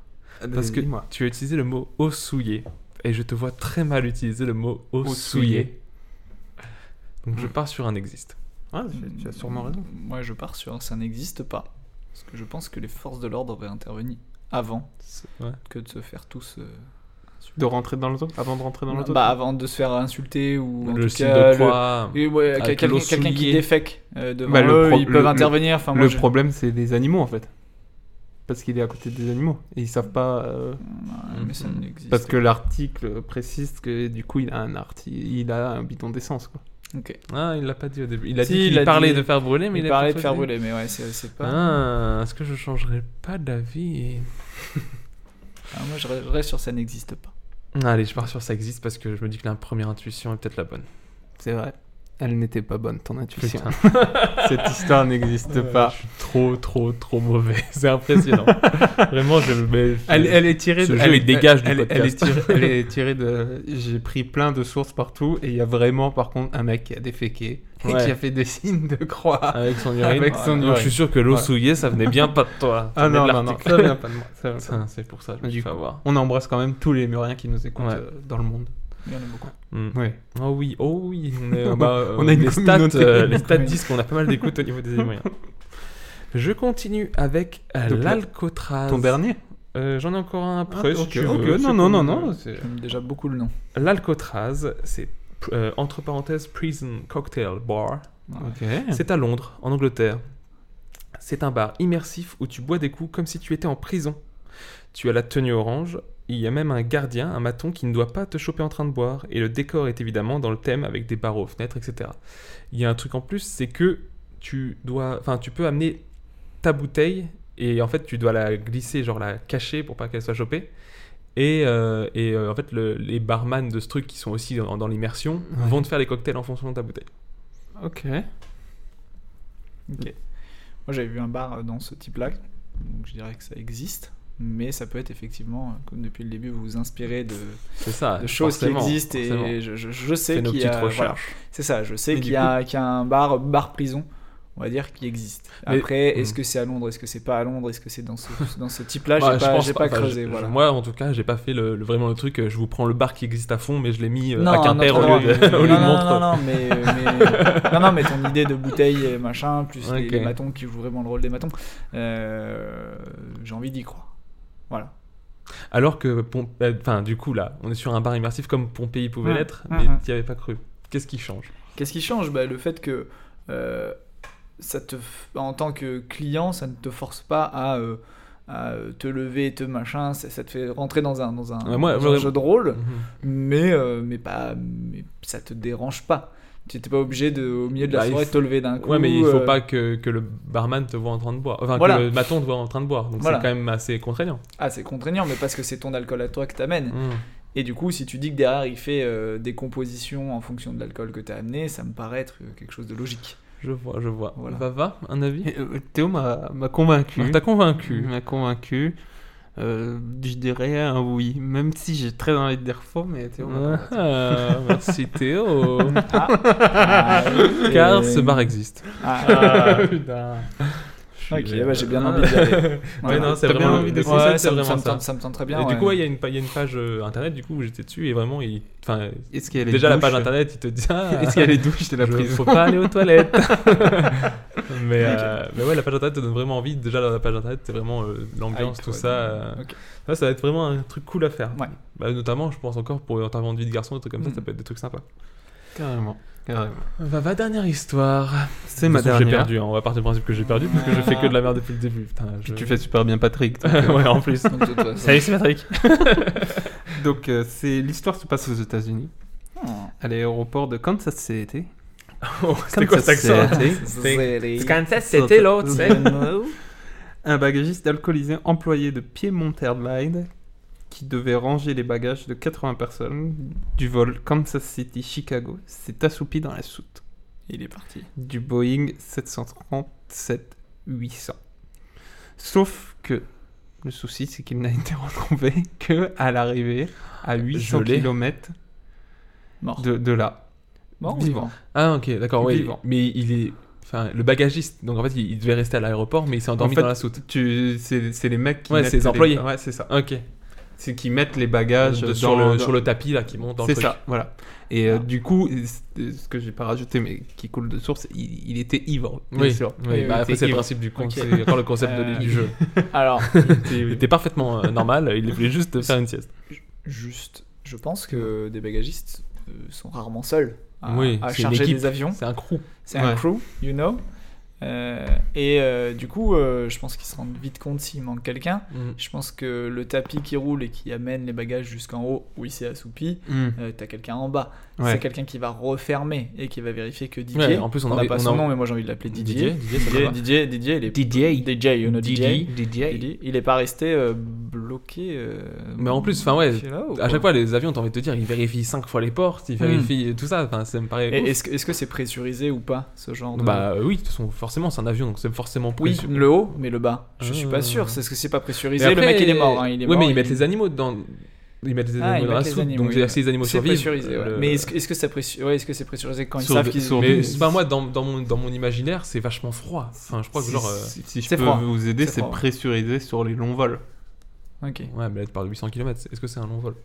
Parce que dis-moi. tu as utilisé le mot eau souillée et je te vois très mal utiliser le mot eau Eau souillée. souillée. Donc, Hmm. je pars sur un existe. Ah, tu- tu as sûrement raison. Moi, je pars sur un ça n'existe pas. Parce que je pense que les forces de l'ordre auraient intervenu avant C'est- ouais. que de se faire tous. euh, De rentrer dans le zoo Avant de rentrer dans le zoo bah, avant de se faire insulter ou. en Le tout signe cas, de croix. le- Et ouais, avec quelqu'un l'eau quelqu'un qui souillée. défèque euh, devant Bah, le eux, pro- ils peuvent le- intervenir. Enfin, moi, Le je- problème, c'est les animaux en fait. Parce qu'il est à côté des animaux. Et ils savent pas. euh, Ouais, Ah, mais ça n'existe parce que l'article précise que du coup, il a un, arti... il a un bidon d'essence. quoi. Ok. Ah, il l'a pas dit au début. Il a Si, dit il qu'il a parlait dit- de faire brûler, mais Il, il, a parlait pas de faire choisi. brûler, mais ouais, c'est c'est pas. Ah, est-ce que je changerais pas d'avis Ah, moi, je re- je reste sur ça n'existe pas. Allez, je pars sur ça existe parce que je me dis que la première intuition est peut-être la bonne. C'est vrai. Elle n'était pas bonne, ton intuition. Putain. Cette histoire n'existe pas. Trop, trop, trop mauvais. C'est impressionnant. Vraiment, je mais- Elle, elle est tirée Ce de. jeu, elle, il dégage du elle- elle podcast. est tirée, elle est tirée de. J'ai pris plein de sources partout et il y a vraiment, par contre, un mec qui a déféqué et Ouais. qui a fait des signes de croix. Avec son urine. Avec son Donc, urine. je suis sûr que l'eau Voilà. souillée, ça venait bien pas de toi. Ça Ah venait non, de non, non, l'article. ça vient pas de moi. ça vient pas de moi. Putain, Ah, C'est pour ça que je me Du suis coup. fait avoir. On embrasse quand même tous les Lémuriens qui nous écoutent Ouais. euh, dans le monde. Il y en a beaucoup. Mm. Ouais. Oh oui, oh oui. On, est, On bah, euh, a une les stats, communauté. euh, les stats disent qu'on a pas mal d'écoutes au niveau des Émoyens. Je continue avec euh, Donc, là, l'Alcotraz. Ton dernier Ah, Euh, J'en ai encore un après. si tu veux. Non, non, non, non. c'est- J'aime déjà beaucoup le nom. L'Alcotraz, c'est euh, entre parenthèses Prison Cocktail Bar. Ok. C'est à Londres, en Angleterre. C'est un bar immersif où tu bois des coups comme si tu étais en prison. Tu as la tenue orange, il y a même un gardien, un maton qui ne doit pas te choper en train de boire, et le décor est évidemment dans le thème avec des barreaux, fenêtres, etc. Il y a un truc en plus, c'est que tu dois, enfin tu peux amener ta bouteille et en fait tu dois la glisser, genre la cacher pour pas qu'elle soit chopée. Et, euh, et, euh, en fait le- les barman de ce truc qui sont aussi dans, dans l'immersion Ouais. vont te faire les cocktails en fonction de ta bouteille. Ok. Ok. Moi, j'avais vu un bar euh, dans ce type-là, donc je dirais que ça existe. Mais ça peut être effectivement, euh, comme depuis le début, vous vous inspirez de, C'est ça. de choses qui Ah, forcément, existent forcément. et je, je- je Fais sais nos qu'il y petites a. voilà. recherches. C'est ça, je sais Mais qu'il du y, a qu'il y a un bar, bar prison, on va dire, qui existe. Mais- Après, est-ce Hmm. que c'est à Londres, est-ce que c'est pas à Londres, est-ce que c'est dans ce, dans ce type-là Bah, Ah, J'ai je pas, pense j'ai pas. pas Enfin, creusé, je- je- voilà. Moi, en tout cas, j'ai pas fait le, le- vraiment le truc. euh, Je vous prends le bar qui existe à fond, mais je l'ai mis euh, Non, à Quimper au notre lieu de, endroit, au lieu de non, non, Montreux. non, non, mais, euh, mais- non, non, mais ton idée de bouteille et machin, plus les- Ok. les, matons qui jouent vraiment le rôle des matons, euh, j'ai envie d'y croire. Voilà. Alors que, Pom- euh, enfin, du coup, là, on est sur un bar immersif comme Pompéi pouvait Ouais. l'être, Ouais, mais ouais. t'y avais pas cru. Qu'est-ce qui change Qu'est-ce qui change Bah, Le fait que euh, ça te, f- en tant que client, ça ne te force pas à, euh, à, euh, te lever, te machin, ça, ça te fait rentrer dans un, dans un, Ouais, moi, dans un moi- jeu de rôle, Mhm. mais, euh, mais, pas, mais ça te dérange pas. Tu n'es pas obligé de, au milieu de la Bah, il soirée faut- de te lever d'un coup. Ouais, mais il faut euh, pas que, que le barman te voit en train de boire. Enfin, Voilà. que le maton te voit en train de boire. Donc Voilà. c'est quand même assez contraignant. Ah, c'est contraignant, mais parce que c'est ton alcool à toi que t'amènes. Mm. Et du coup, si tu dis que derrière il fait euh, des compositions en fonction de l'alcool que t'as amené, ça me paraît être euh, quelque chose de logique. Je vois, je vois. Voilà. Va, va, un avis Et, euh, Théo m'a m'a convaincu. Ah, T'as convaincu. Il m'a convaincu. Euh, je dirais un oui, même si j'ai très envie de dire faux, mais Théo m'a convaincu. Ah, merci Théo. Ah, Car et- ce bar existe. Ah, putain. Je suis- Ok, bah, j'ai bien envie d'y aller. Ouais, Voilà. non, c'est T'as bien vraiment envie le d'essayer concept, Ouais, c'est ça me- vraiment ça me tente- ça me tente très bien, Et du ouais. coup, ouais, il y a une pa- il y, a une page euh, internet, du coup, où j'étais dessus, et vraiment, il, enfin, Est-ce qu'il y a les déjà la page douches internet, il te dit, ah, Est-ce qu'il y a les douches de la je- prison Faut pas aller aux toilettes. mais, euh, mais ouais, la page internet te donne vraiment envie. Déjà, la page internet, c'est vraiment euh, l'ambiance, Hype, tout ouais. ça. euh, Ok. ouais, ça va être vraiment un truc cool à faire. Ouais. Bah, notamment, je pense encore pour intervenir de vie de garçon, des trucs comme ça, Mm. ça peut être des trucs sympas. Carrément. Carrément. Va, va, dernière histoire. C'est ma De toute façon, dernière. J'ai perdu, hein. on va partir du principe que j'ai perdu, parce que je fais que de la merde depuis le début. Putain, je- Tu fais super bien Patrick. donc, euh, ouais, en plus. Donc, de toute façon. Salut, c'est Patrick. Donc euh, c'est l'histoire se passe aux États-Unis, Hmm. à l'aéroport de Kansas City. Oh, C'était quoi cet accent City. Zélie. Kansas, c'était l'autre, Un bagagiste alcoolisé employé de Piedmont Airlines qui devait ranger les bagages de 80 personnes du vol Kansas City-Chicago s'est assoupi dans la soute Il est parti. du Boeing 737-800. Sauf que le souci, c'est qu'il n'a été retrouvé que à l'arrivée Euh, à 800 Gelé. km Mort. de, de là. Mort ou Vivant. Ah, ok, d'accord, oui. Vivant. Mais il est. Enfin, le bagagiste, donc en fait, il, il devait rester à l'aéroport, mais il s'est endormi En fait, dans la soute. Tu- C'est c'est les mecs qui Ouais, mettent c'est les employés. Ouais, c'est ça. Ok. C'est qui mettent les bagages De- dans sur, le, dans- sur le tapis, là, qui monte dans le C'est truc. Ah. ça, voilà. Et euh, du coup, c'est- ce que j'ai pas rajouté, mais qui coule de source, il, il était ivre, bien Oui, sûr. oui, Il bah, après, était c'est le ivre. principe du con, Ok. c'est encore le concept de- Euh, du jeu. Alors, Il était parfaitement euh, normal, il voulait juste faire une sieste. juste, je pense que des bagagistes euh, sont rarement seuls à, Oui, à c'est une charger équipe. des avions. C'est un crew. C'est un Ouais. crew, you know. Euh, et euh, du coup, euh, je pense qu'ils se rendent vite compte s'il manque quelqu'un. Je pense que le tapis qui roule et qui amène les bagages jusqu'en haut où il s'est assoupi, Hmm. Mm. euh, t'as quelqu'un en bas. Ouais. C'est quelqu'un qui va refermer et qui va vérifier que Didier. Ouais, en plus, on a- n'a pas on a- son nom, mais moi j'ai envie de l'appeler Didier. Didier, ça Didier, va. Didier, Didier, il est Didier. DJ, you know Didier. Didier. Didier. Il est pas resté euh, bloqué. euh, Mais en plus, enfin, ouais, chez là, ou À quoi chaque fois, les avions, t'as envie de te dire, ils vérifient 5 fois les portes, ils vérifient tout ça. Enfin, ça me paraît. Et ouf. Est-ce que est-ce que c'est pressurisé ou pas ce genre de. Bah oui, de toute façon, forcément, c'est un avion, donc c'est forcément oui, précieux. le haut, mais le bas. Je suis Euh. pas sûr. C'est ce que c'est pas Mais pressurisé. après, le mec il est mort. hein, il est oui, mort, mais ils il- mettent les animaux dans. Ils mettent les Ah, animaux ils dans la mettent les soupe, animaux, donc oui, c'est-à-dire si les animaux C'est survivent. pressurisé. ouais. le- Mais est-ce que, est-ce que c'est pressurisé ouais, Est-ce que c'est pressurisé quand ils Sauf- savent qu'ils sauf- Mais Mais- c'est pas moi, dans, dans mon, dans mon imaginaire, c'est vachement froid. Enfin, je crois que Si- genre. euh, si, si je c'est peux froid. vous aider, C'est c'est froid. pressurisé sur les longs vols. Ok. Ouais, mais là, tu parles de 800 km. Est-ce que c'est un long vol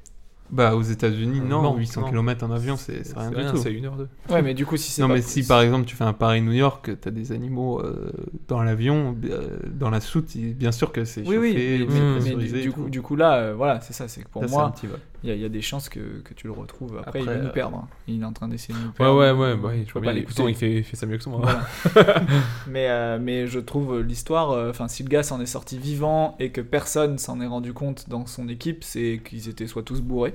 Bah, aux États-Unis, Euh, non, non, 800 non. km en avion, c'est c'est rien du tout. C'est une heure deux. Ouais, mais du coup, si c'est. Non, pas mais si plus- par exemple tu fais un Paris-New York, t'as des animaux euh, dans l'avion, euh, dans la soute, il- bien sûr que c'est Oui, chauffé, oui. mais- c'est mais- mais pressurisé du- et du tout. coup, du coup, là, euh, voilà, c'est ça. C'est que pour Ça, c'est un moi, petit vol. il y, a- il y a des chances que, que tu le retrouves. Après, il Après, va nous euh, perdre. hein. Il est en train d'essayer de nous Ouais, perdre. ouais, ouais, bah oui, je Faut vois bien. pas L'écoutant, il l'écouter. fait, il fait ça mieux que ça, moi. Voilà. mais, euh, mais je trouve l'histoire. euh, Enfin, si le gars s'en est sorti vivant et que personne s'en est rendu compte dans son équipe, c'est qu'ils étaient soit tous bourrés.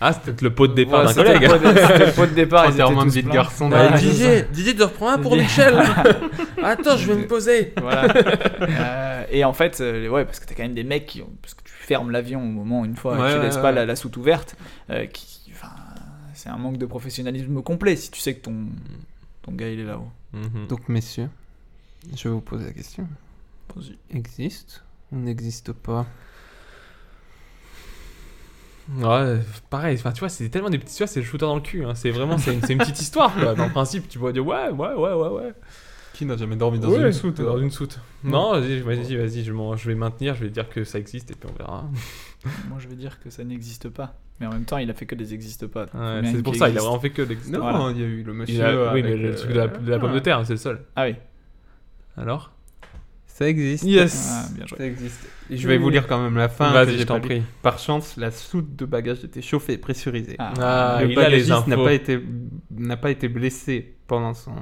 Ah, c'est peut-être le pot de départ Voilà, d'un c'était le collègue. hein. pot de- C'était le pot de départ. Ils Enterrement étaient de tous vie de pleins. garçon. Voilà, c'est ça. Didier, te reprends un pour Didier. Attends, je vais me poser. Voilà. Euh, et en fait, euh, ouais, parce que t'as quand même des mecs qui ont- parce que tu fermes l'avion au moment une fois, Ouais, tu ouais, laisses ouais. pas la, la soute ouverte, euh, qui, enfin, c'est un manque de professionnalisme complet si tu sais que ton ton gars il est là-haut. Mhm. Donc, messieurs, je vais vous poser la question. Vas-y. Existe ou n'existe pas Ouais, pareil, enfin, tu vois, c'est tellement des petites histoires, c'est le shooter dans le cul. hein. C'est vraiment, c'est une, c'est une petite histoire, quoi. Dans le principe, tu vois, dire ouais, ouais, ouais, ouais, ouais. Qui n'a jamais dormi Ouais, Dans une soute. Non, vas-y, vas-y, vas-y, je, m'en- je vais maintenir, je vais dire que ça existe et puis on verra. Moi je veux dire que ça n'existe pas, mais en même temps il a fait que des existe pas. donc faut Ouais, bien c'est qu'il pour ça, il a existe. vraiment fait que l'existence. Non, Voilà. il y a eu le Il monsieur. a- Oui, avec, mais le euh, truc de la, de la pomme de terre, c'est le seul. Ah oui. Alors Ça existe. Ah, bien joué. Ça existe. Et je vais vous lire quand même la fin. que Vas-y, j'ai je t'en pas lue. prie. Par chance, la soute de bagages était chauffée et pressurisée. Ah. Ah, le il a les bagagiste n'a infos. pas été n'a pas été blessé pendant son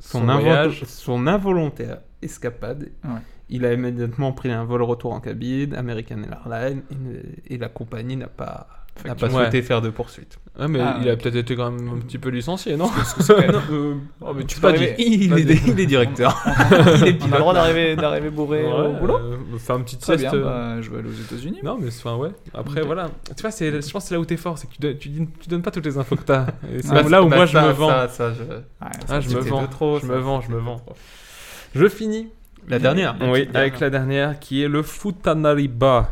son, Son invo- voyage. son involontaire escapade. Ouais. Il a immédiatement pris un vol retour en cabine, American Airlines, et, ne- et la compagnie n'a pas n'a pas Facture. souhaité faire de poursuite. Ouais, mais Ah, il a ok. peut-être été quand même un petit peu licencié, non euh, Oh, mais tu c'est pas peux arriver. Il, Vas-y. est, il est directeur. il est On a le pilote. droit d'arriver d'arriver bourré au Ouais, boulot. euh, Faire une petite Très sieste. bien. euh, bah, je vais aller aux États-Unis. Non, mais enfin, ouais. Après, Ok. voilà. Tu vois, c'est, je pense que c'est là où t'es fort, c'est que tu, donnes- tu, dis- tu donnes pas toutes les infos que t'as. Et c'est Bah, là où bah, moi je ça- me vends. ça- ça, je- Ouais, ah, je me c'était vends. de trop, je ça, me vends, je me vends. Je finis. La dernière. Oui, avec la dernière qui est le Futanariba.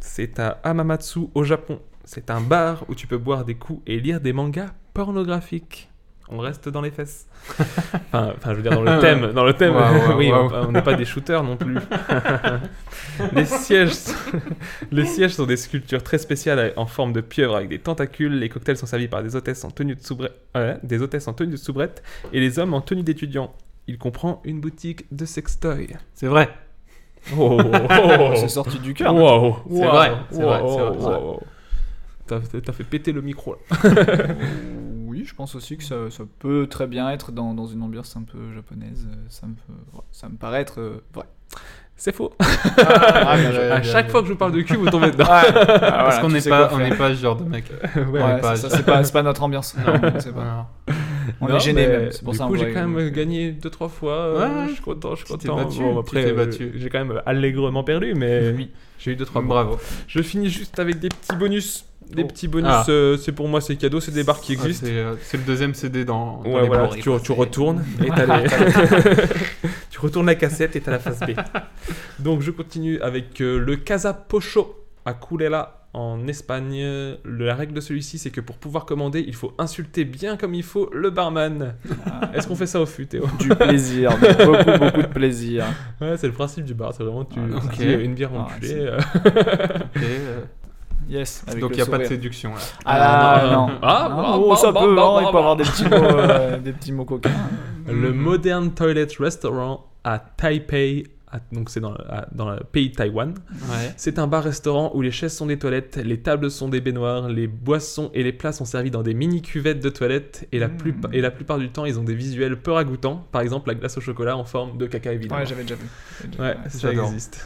C'est à Hamamatsu au Japon. C'est un bar où tu peux boire des coups et lire des mangas pornographiques. on reste dans les fesses. enfin, enfin, je veux dire dans le thème, dans le thème. Waouh, waouh, oui, waouh. on- on n'est pas des shooters non plus. les sièges, sont- les sièges sont des sculptures très spéciales en forme de pieuvre avec des tentacules. Les cocktails sont servis par des hôtesses en tenue de soubrette, euh, des hôtesses en tenue de soubrette et les hommes en tenue d'étudiants. Il comprend une boutique de sextoy. C'est vrai. Oh, C'est sorti du cœur. Wow, C'est wow, vrai, c'est wow, vrai, c'est vrai, wow, c'est vrai. wow. T'as t'as fait péter le micro là. Oui, je pense aussi que ça, ça peut très bien être dans, dans une ambiance un peu japonaise. euh, Ça me, peut- ouais, ça me paraît être euh, vrai. C'est faux. Ah, bien joué, à bien chaque joué. fois que je vous parle de cul, vous tombez dedans. Ouais. Parce voilà, qu'on tu n'est sais pas, quoi on faire. n'est pas ce genre de mec. Ouais, on n'est c'est pas- ça, c'est pas, c'est pas notre ambiance. Non, c'est pas. Voilà. On Non, est gêné mais même. C'est pour du ça coup, on j'ai voit- quand même gagné 2-3 fois. euh, Ouais, je suis content, je suis tu t'es content. battu, tu après, t'es euh, battu. j'ai quand même allègrement perdu, mais Oui. j'ai eu 2-3 points. Bravo. Je finis juste avec des petits bonus. Des Oh. petits bonus, Ah. euh, c'est pour moi, c'est cadeau, c'est des barres qui Ah, existent. c'est, euh, c'est le deuxième CD dans, dans Ouais, les voilà, bourrées. tu, tu retournes et t'as les- tu retournes la cassette et t'as la face B. Donc je continue avec euh, le Casa Pocho à Culela en Espagne. Le- La règle de celui-ci, c'est que pour pouvoir commander, il faut insulter bien comme il faut le barman. Ah. Est-ce qu'on fait ça au fut, Théo Du plaisir, beaucoup, beaucoup de plaisir. Ouais, c'est le principe du bar, c'est vraiment tu Ah, tu ok. dis, euh, une bière Ah, enculée. c'est- euh. Ok, euh, Yes. avec donc il n'y le a pas de sourire. séduction là. Ah, Ah, non. non. Ah, Non, bah, bon, bah, ça bah, peut, bah, hein, il bah, peut avoir des petits mots, euh, des petits mots coquins. Le Mm. Modern Toilet Restaurant à Taipei, à- donc c'est dans, le- à- dans le pays de Taïwan. Ouais. C'est un bar-restaurant où les chaises sont des toilettes, les tables sont des baignoires, les boissons et les plats sont servis dans des mini-cuvettes de toilettes et la, plupa- et la plupart du temps ils ont des visuels peu ragoûtants, par exemple la glace au chocolat en forme de caca évidemment. Ouais, Ah, j'avais déjà vu. J'avais déjà Ouais, vu, ça j'adore. existe.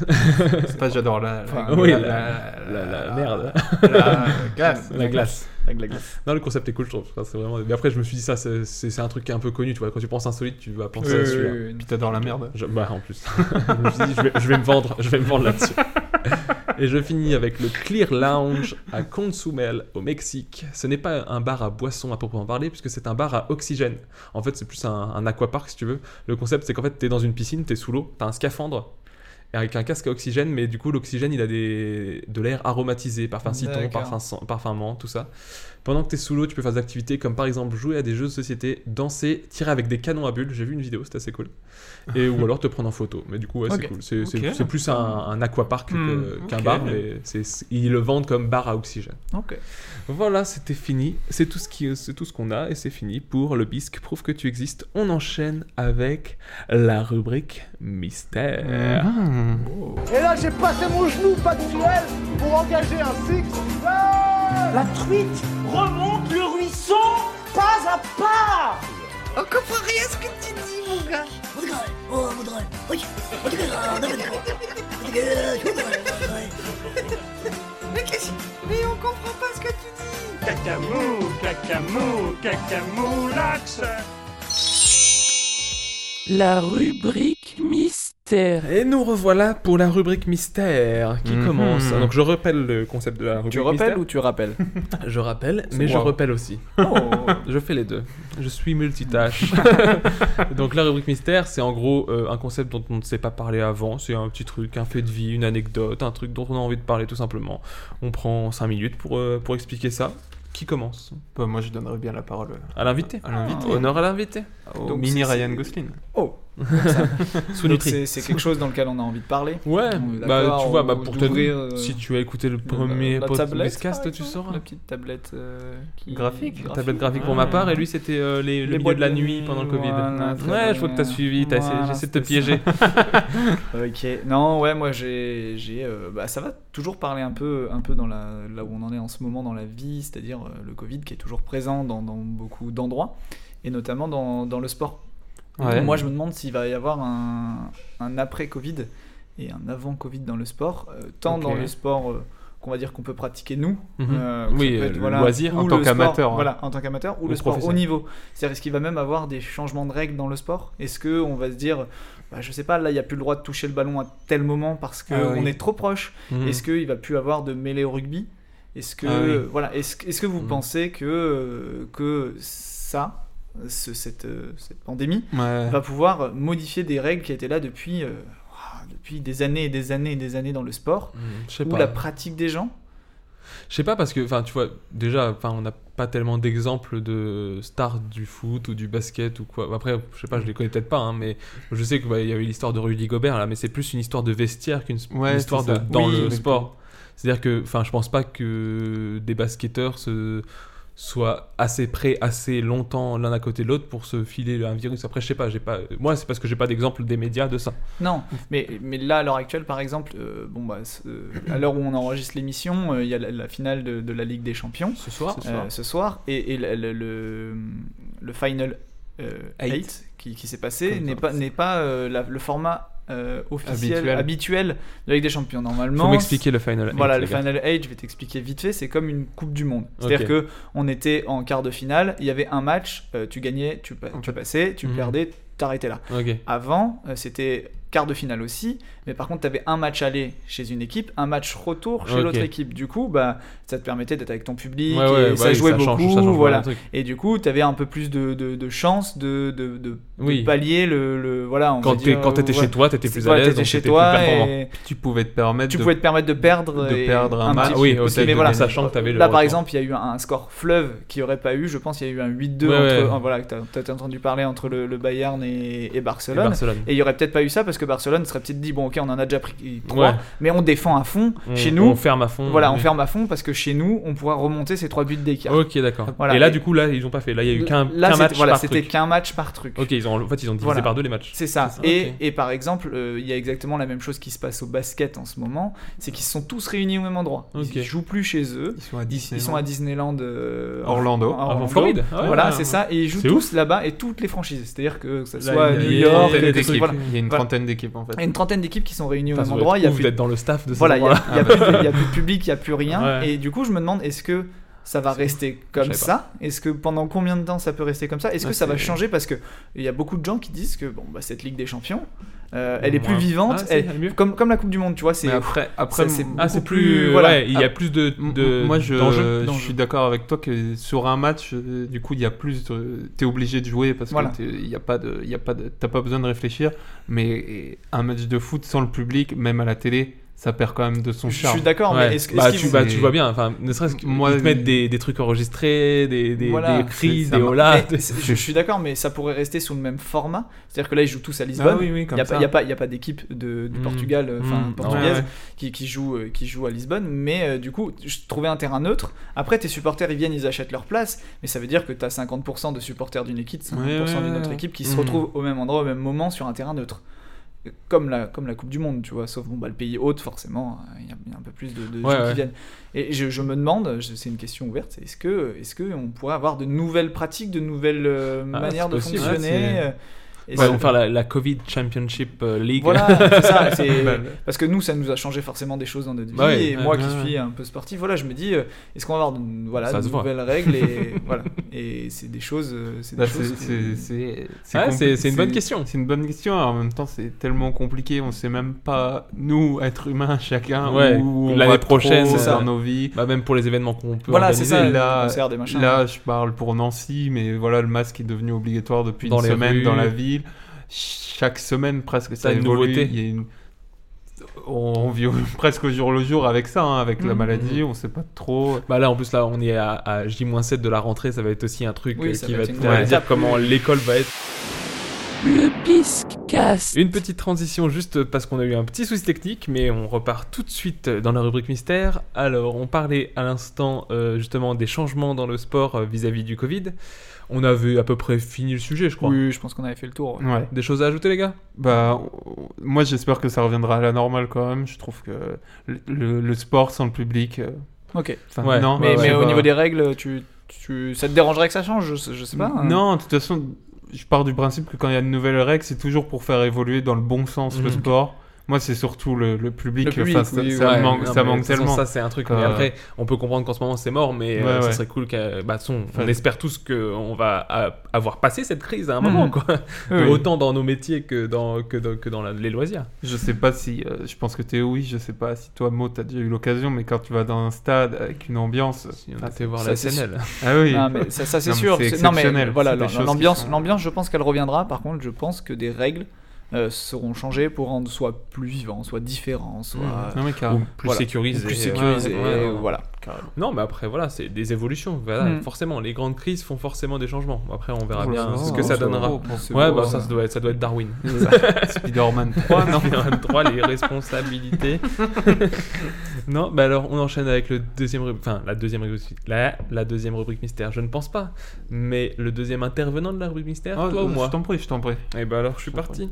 C'est pas j'adore la, la, Enfin, oui, la- la- la- la- la merde. la- la glace. la glace. Avec la glace. Non, le concept est cool, je trouve. Enfin, c'est vraiment... Mais après, je me suis dit ça, c'est- c'est c'est un truc qui est un peu connu, tu vois. Quand tu penses insolite, tu vas penser à celui-là. Puis t'adores la merde. Je- bah en plus, je me suis dit, je vais, je vais me vendre, je vais me vendre là-dessus. Et je finis avec le Clear Lounge à Consumel au Mexique. Ce n'est pas un bar à boissons à proprement parler, puisque c'est un bar à oxygène. En fait, c'est plus un, un aquapark si tu veux. Le concept, c'est qu'en fait, t'es dans une piscine, t'es sous l'eau, t'as un scaphandre et avec un casque à oxygène, mais du coup, l'oxygène, il a des... de l'air aromatisé, parfum citron, D'accord. parfum, sang- parfum menthe, tout ça. Pendant que t'es sous l'eau, tu peux faire des activités comme par exemple jouer à des jeux de société, danser, tirer avec des canons à bulles. J'ai vu une vidéo, c'était assez cool et ou alors te prendre en photo. Mais du coup, ouais, Ok. c'est cool. C'est c'est- Ok. c'est plus un, un aquapark que- Hmm, qu'un ok. bar, mais c'est- c'est- ils le vendent comme bar à oxygène. Ok. Voilà, c'était fini. C'est tout ce qui- c'est tout ce qu'on a et c'est fini pour le bisque. Prouve que tu existes. On enchaîne avec la rubrique mystère. Mhm. Et là, j'ai passé mon genou pactuel pour engager un six. La truite remonte le ruisseau pas à pas. On comprend rien à ce que tu dis, mon gars. Mais qu'est-ce Mais on comprend pas ce que tu dis. Cacamou, cacamou, cacamou, l'axe. La rubrique mystère. Et nous revoilà pour la rubrique mystère qui Mhm. commence. Donc je rappelle le concept de la rubrique Tu repelles mystère. ou tu rappelles Oh. Je rappelle, mais je moi. repelle aussi. Je fais les deux. Je suis multitâche. Donc la rubrique mystère, c'est en gros euh, un concept dont on ne s'est pas parlé avant. C'est un petit truc, un fait de vie, une anecdote, un truc dont on a envie de parler tout simplement. On prend 5 minutes pour, euh, pour expliquer ça. Qui commence Bah, moi je donnerais bien la parole À l'invité. à l'invité. Ah, Honneur à l'invité. Au Donc, mini c'est- c'est- Oh, Ryan Gosling. Donc, Sous-nutri. C'est c'est quelque chose dans lequel on a envie de parler. Ouais, On est bah d'accord, tu vois, bah, ou pour te d'ouvrir, euh, si tu as écouté le la- premier la podcast, tablette, par tu exemple, sauras. La Ah. petite tablette euh, qui- Graphique. Tablette graphique pour ma part, et lui c'était euh, les, le Les milieu boîtes de la de nuit nuit, pendant le Covid. voilà, très ouais, je vois que t'as bien. suivi, t'as essayé- Voilà, j'essaie de te c'était piéger. ça. Ok, non, ouais, moi j'ai. j'ai, euh, bah, ça va toujours parler un peu, un peu dans la, là où on en est en ce moment dans la vie, c'est-à-dire euh, le Covid qui est toujours présent dans, dans beaucoup d'endroits, et notamment dans, dans le sport. Ouais. Moi je me demande s'il va y avoir un, un après-Covid et un avant-Covid dans le sport, euh, tant Ok. dans le sport euh, qu'on va dire qu'on peut pratiquer nous, Mhm. euh, que ça Oui, peut le loisir en ou tant le sport- qu'amateur, hein. Voilà, Bah, en tant qu'amateur, ou Ou le sport haut professionnel. niveau. C'est-à-dire, est-ce qu'il va même avoir des changements de règles dans le sport Est-ce qu'on va se dire, bah, je sais pas, là, il n'y a plus le droit de toucher le ballon à tel moment parce qu'on Ah oui. est trop proche Mhm. Est-ce qu'il va plus avoir de mêlée au rugby Est-ce que, Ah oui. voilà, est-ce, que- est-ce que vous Mhm. pensez que, que ça, ce- cette, euh, cette pandémie, Ouais. va pouvoir modifier des règles qui étaient là depuis, euh, depuis des années et des années et des années dans le sport Hmm, Je sais ou pas. la pratique des gens Je sais pas parce que, enfin, tu vois, déjà, enfin, on n'a pas tellement d'exemples de stars du foot ou du basket ou quoi. Après, je sais pas, je les connais peut-être pas, hein, mais je sais qu'il bah, y a eu l'histoire de Rudy Gobert là, mais c'est plus une histoire de vestiaire qu'une Ouais, une histoire c'est de ça. dans Oui, le mais- sport. C'est-à-dire que, enfin, je pense pas que des basketteurs se soient assez près, assez longtemps l'un à côté de l'autre pour se filer un virus. Après, je sais pas, j'ai pas. Moi, c'est parce que j'ai pas d'exemple des médias de ça. Non, mais, mais là, à l'heure actuelle, par exemple, euh, bon, bah, c'est- euh, à l'heure où on enregistre l'émission, euh, il y a la, la finale de, de la Ligue des Champions. Ce soir. Euh, ce soir. Et, et le, le- le- le Final 8 qui, qui s'est passé Comme n'est ça. pas, n'est pas euh, la- le format euh, officiel, Habituel. habituel. de la Ligue des Champions. Normalement. Faut m'expliquer le Final Eight, Voilà, les le gars. Final 8, je vais t'expliquer vite fait, c'est comme une Coupe du Monde. C'est-à-dire Ok. que on était en quart de finale, il y avait un match, euh, tu gagnais, tu, pa- tu passais, tu Mhm. perdais, t'arrêtais là. Ok. Avant, euh, c'était quart de finale aussi, mais par contre, tu avais un match aller chez une équipe, un match retour chez Ok. l'autre équipe. Du coup, bah, ça te permettait d'être avec ton public, Ouais, ouais, et bah ça oui, jouait ça change- beaucoup, ça change vraiment voilà. le truc. Et du coup, tu avais un peu plus de, de, de chance de, de, de- de Oui. pallier le, le- voilà. On Quand va t'es- dire, euh, quand t'étais ouais. chez toi, t'étais C'est- plus à voilà, l'aise, t'étais donc chez t'étais plus toi performant. et- Tu pouvais te permettre tu de- pouvais te permettre de perdre de et- perdre un petit match. peu. Ah oui, au Parce que, stade mais de voilà, Lille, sachant que t'avais le là par retour. exemple il y a eu un score fleuve qui aurait pas eu je pense il y a eu un 8-2 Ouais, entre ouais. ah, voilà que t'as peut-être entendu parler entre le, le Bayern et, et Barcelone Et Barcelone. et il y aurait peut-être pas eu ça parce que Barcelone serait peut-être dit bon ok on en a déjà pris 3 Ouais. Mm. mais on défend à fond On- chez nous on ferme à fond, voilà on oui. ferme à fond parce que chez nous on pourra remonter ces 3 buts d'écart Ok, d'accord. Voilà. Et là, du coup, là, ils ont pas fait. Là, il y a eu qu'un Là, qu'un c'était- match voilà, par c'était truc. qu'un match par truc. Ok, ils ont, en fait, ils ont divisé Voilà. par deux les matchs. C'est ça. C'est Et, ok. et par exemple, euh, il y a exactement la même chose qui se passe au basket en ce moment, c'est qu'ils sont tous réunis au même endroit. Ok. Ils jouent plus chez eux. Ils sont à Disneyland. Ils sont à Disneyland euh, Orlando. en- Ah, en en Orlando. Floride. Ah ouais, voilà, ouais, c'est ouais. ça. Et ils jouent C'est tous là-bas et toutes les franchises. C'est-à-dire que ça Là, soit il y a- il New y a une York, trentaine des d'équipes. trucs, voilà. Il y a une Voilà. trentaine d'équipes, en fait. Il y a une trentaine d'équipes qui sont réunies au Ça même doit endroit. être Il y a ouf plus- d'être dans le staff de ces Voilà, il y a- endroits-là. il y a Ah plus de- ouais. il y a plus de public, il y a plus rien. Ouais. Et du coup, je me demande, est-ce que ça va rester comme Je sais ça Est-ce que pendant combien de temps ça peut rester comme ça Est-ce que Ouais, ça va c'est- changer Parce que il y a beaucoup de gens qui disent que bon, bah, cette Ligue des Champions, euh, elle Ouais. est plus vivante, Ah, si, elle- elle est mieux. comme, comme la Coupe du Monde, tu vois. C'est Mais après, après ça, c'est m- ah, beaucoup c'est plus- voilà. ouais, il y a Ah, plus de- M- de- m- moi je, d'enjeux. je suis d'accord avec toi que sur un match euh, du coup il y a plus de- t'es obligé de jouer parce Voilà. que t'es- il y a pas de il y a pas de- t'as pas besoin de réfléchir mais un match de foot sans le public même à la télé ça perd quand même de son Je suis charme d'accord, mais Ouais. est-ce que- Bah, est-ce tu, qu'ils bah, vont- tu vois bien, enfin, ne serait-ce qu'ils Moi, te mettent des, des trucs enregistrés, des, des, Voilà. des cris, C'est- des ça m'a- holas. Mais c'est- Je suis d'accord, mais ça pourrait rester sous le même format. C'est-à-dire que là, ils jouent tous à Ah Lisbonne. oui, oui, comme il ça. n'y a, pas- il y a pas d'équipe de- du Mm. Portugal, euh, enfin Mm. portugaise, Ouais, ouais. Qui, qui joue, euh, qui joue à Lisbonne. Mais euh, du coup, je trouvais un terrain neutre. Après, tes supporters, ils viennent, ils achètent leur place. Mais ça veut dire que tu as 50% de supporters d'une équipe, 50% Ouais, ouais, d'une autre ouais. équipe qui Mm. se retrouvent au même endroit, au même moment, sur un terrain neutre. Comme la, comme la Coupe du Monde, tu vois. Sauf bon, bah, le pays hôte, forcément, euh, il y, a- il y a un peu plus de, de Ouais, gens ouais. qui viennent. Et je, je me demande, je- c'est une question ouverte, c'est est-ce que est-ce que on pourrait avoir de nouvelles pratiques, de nouvelles euh, Ah, manières c'est de possible, ouais, fonctionner c'est- euh, et Ouais, ça- on va faire la, la Covid Championship euh, League. Voilà, c'est ça. c'est- Bah, Parce que nous, ça nous a changé forcément des choses dans notre vie. Bah ouais, et ouais, moi ouais, qui ouais. suis un peu sportif, voilà, je me dis, euh, est-ce qu'on va avoir de, voilà, Ça de se voit. nouvelles règles et voilà. Et c'est des choses. euh, C'est des Bah, choses c'est- qui- c'est- c'est- c'est Ouais, compli- c'est- c'est une bonne question. C'est une bonne question. Alors, en même temps, c'est tellement compliqué. On sait même pas, nous, êtres humains, chacun, Ouais, où on l'année va prochaine, trop c'est ça. dans nos vies. Bah, même pour les événements qu'on peut Voilà, organiser. c'est ça, les là, concerts, des machins. hein. là, je parle pour Nancy, mais voilà, le masque est devenu obligatoire depuis Dans une les semaine rues. dans la ville. Chaque semaine, presque, ça a une évolue. nouveauté. Il y a une- On on vit au- presque au jour le jour avec ça, hein, avec la Mhm. maladie, on sait pas trop. Bah là, en plus, là, on est à, à J-7 de la rentrée. Ça va être aussi un truc Oui, euh, ça qui va va être te une faire grande dire étape. comment l'école va être. Le Biscast. Une petite transition juste parce qu'on a eu un petit souci technique, mais on repart tout de suite dans la rubrique mystère. Alors, on parlait à l'instant euh, justement des changements dans le sport euh, vis-à-vis du Covid. On avait à peu près fini le sujet, je crois. Oui, je pense qu'on avait fait le tour. Ouais. Des choses à ajouter, les gars Bah, on- moi j'espère que ça reviendra à la normale quand même. Je trouve que le, le- le sport sans le public. euh, Ok. enfin, Ouais. non, mais je mais sais au pas. niveau des règles, tu, tu- ça te dérangerait que ça change je, je sais pas. hein. Non, de toute façon, je pars du principe que quand il y a de nouvelles règles, c'est toujours pour faire évoluer dans le bon sens le Mhm. sport. Moi, c'est surtout le, le public. Le public, enfin, ça, oui, ça ouais, manque, non, ça mais manque de toute façon, tellement. Ça, c'est un truc. Euh, Mais après, on peut comprendre qu'en ce moment, c'est mort, mais euh, Ouais, ça ouais. serait cool qu'à. Bah, de toute façon, on Enfin, espère tous qu'on va a- avoir passé cette crise à un moment, Mhm. quoi. Oui. Autant dans nos métiers que dans, que dans, que dans la- les loisirs. Je sais pas si, euh, je pense que Théo, oui, je sais pas si toi, Mo, t'as déjà eu l'occasion, mais quand tu vas dans un stade avec une ambiance. on enfin, était voir ça, la c'est- SNL. Ah oui. Non, mais ça, ça, c'est Non, mais sûr. C'est C'est- Non mais exceptionnel. voilà, C'est des choses qui l'ambiance, sont- l'ambiance, je pense qu'elle reviendra. Par contre, je pense que des règles euh, seront changés pour rendre soit plus vivants, soit différents, soit Mm. Mmh. Non, mais carrément. Ou plus sécurisés. Ou plus sécurisés, Ouais, ouais, ouais. voilà. Non, mais après, voilà, c'est des évolutions. Voilà, Mhm. Mm. Forcément, les grandes crises font forcément des changements. Après, on verra Oh, Ah, bien c'est ce beau, que ça c'est donnera. beau, c'est ouais, beau, bah ouais. ça, ça doit être, ça doit être Darwin. euh, Spider-Man 3, non Spider-Man 3, les responsabilités. non, bah alors, on enchaîne avec le deuxième, rub- enfin, la deuxième rubrique, la, la deuxième rubrique mystère. Je ne pense pas, mais le deuxième intervenant de la rubrique mystère, Ah, Oh, toi ou je moi t'en prie, je t'en prie. Et bah alors, je suis parti.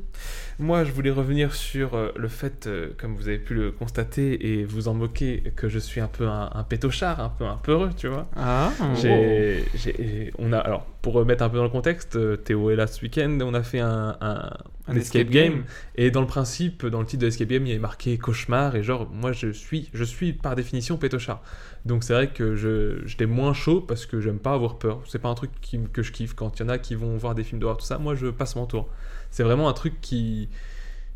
Moi, je voulais revenir sur euh, le fait, euh, comme vous avez pu le constater et vous en moquer, que je suis un peu un, un pétochard, un peu un peureux, tu vois. Ah, Oh. J'ai, j'ai- on a, alors, pour remettre un peu dans le contexte, euh, Théo est là ce week-end, on a fait un, un- un escape, escape game, game. Et dans le principe, dans le titre de l'escape game, il y avait marqué cauchemar. Et genre, moi, je suis, je suis par définition pétochard. Donc c'est vrai que je, j'étais moins chaud parce que j'aime pas avoir peur. C'est pas un truc qui me- que je kiffe. Quand il y en a qui vont voir des films d'horreur, tout ça, moi, je passe mon tour. C'est vraiment un truc qui,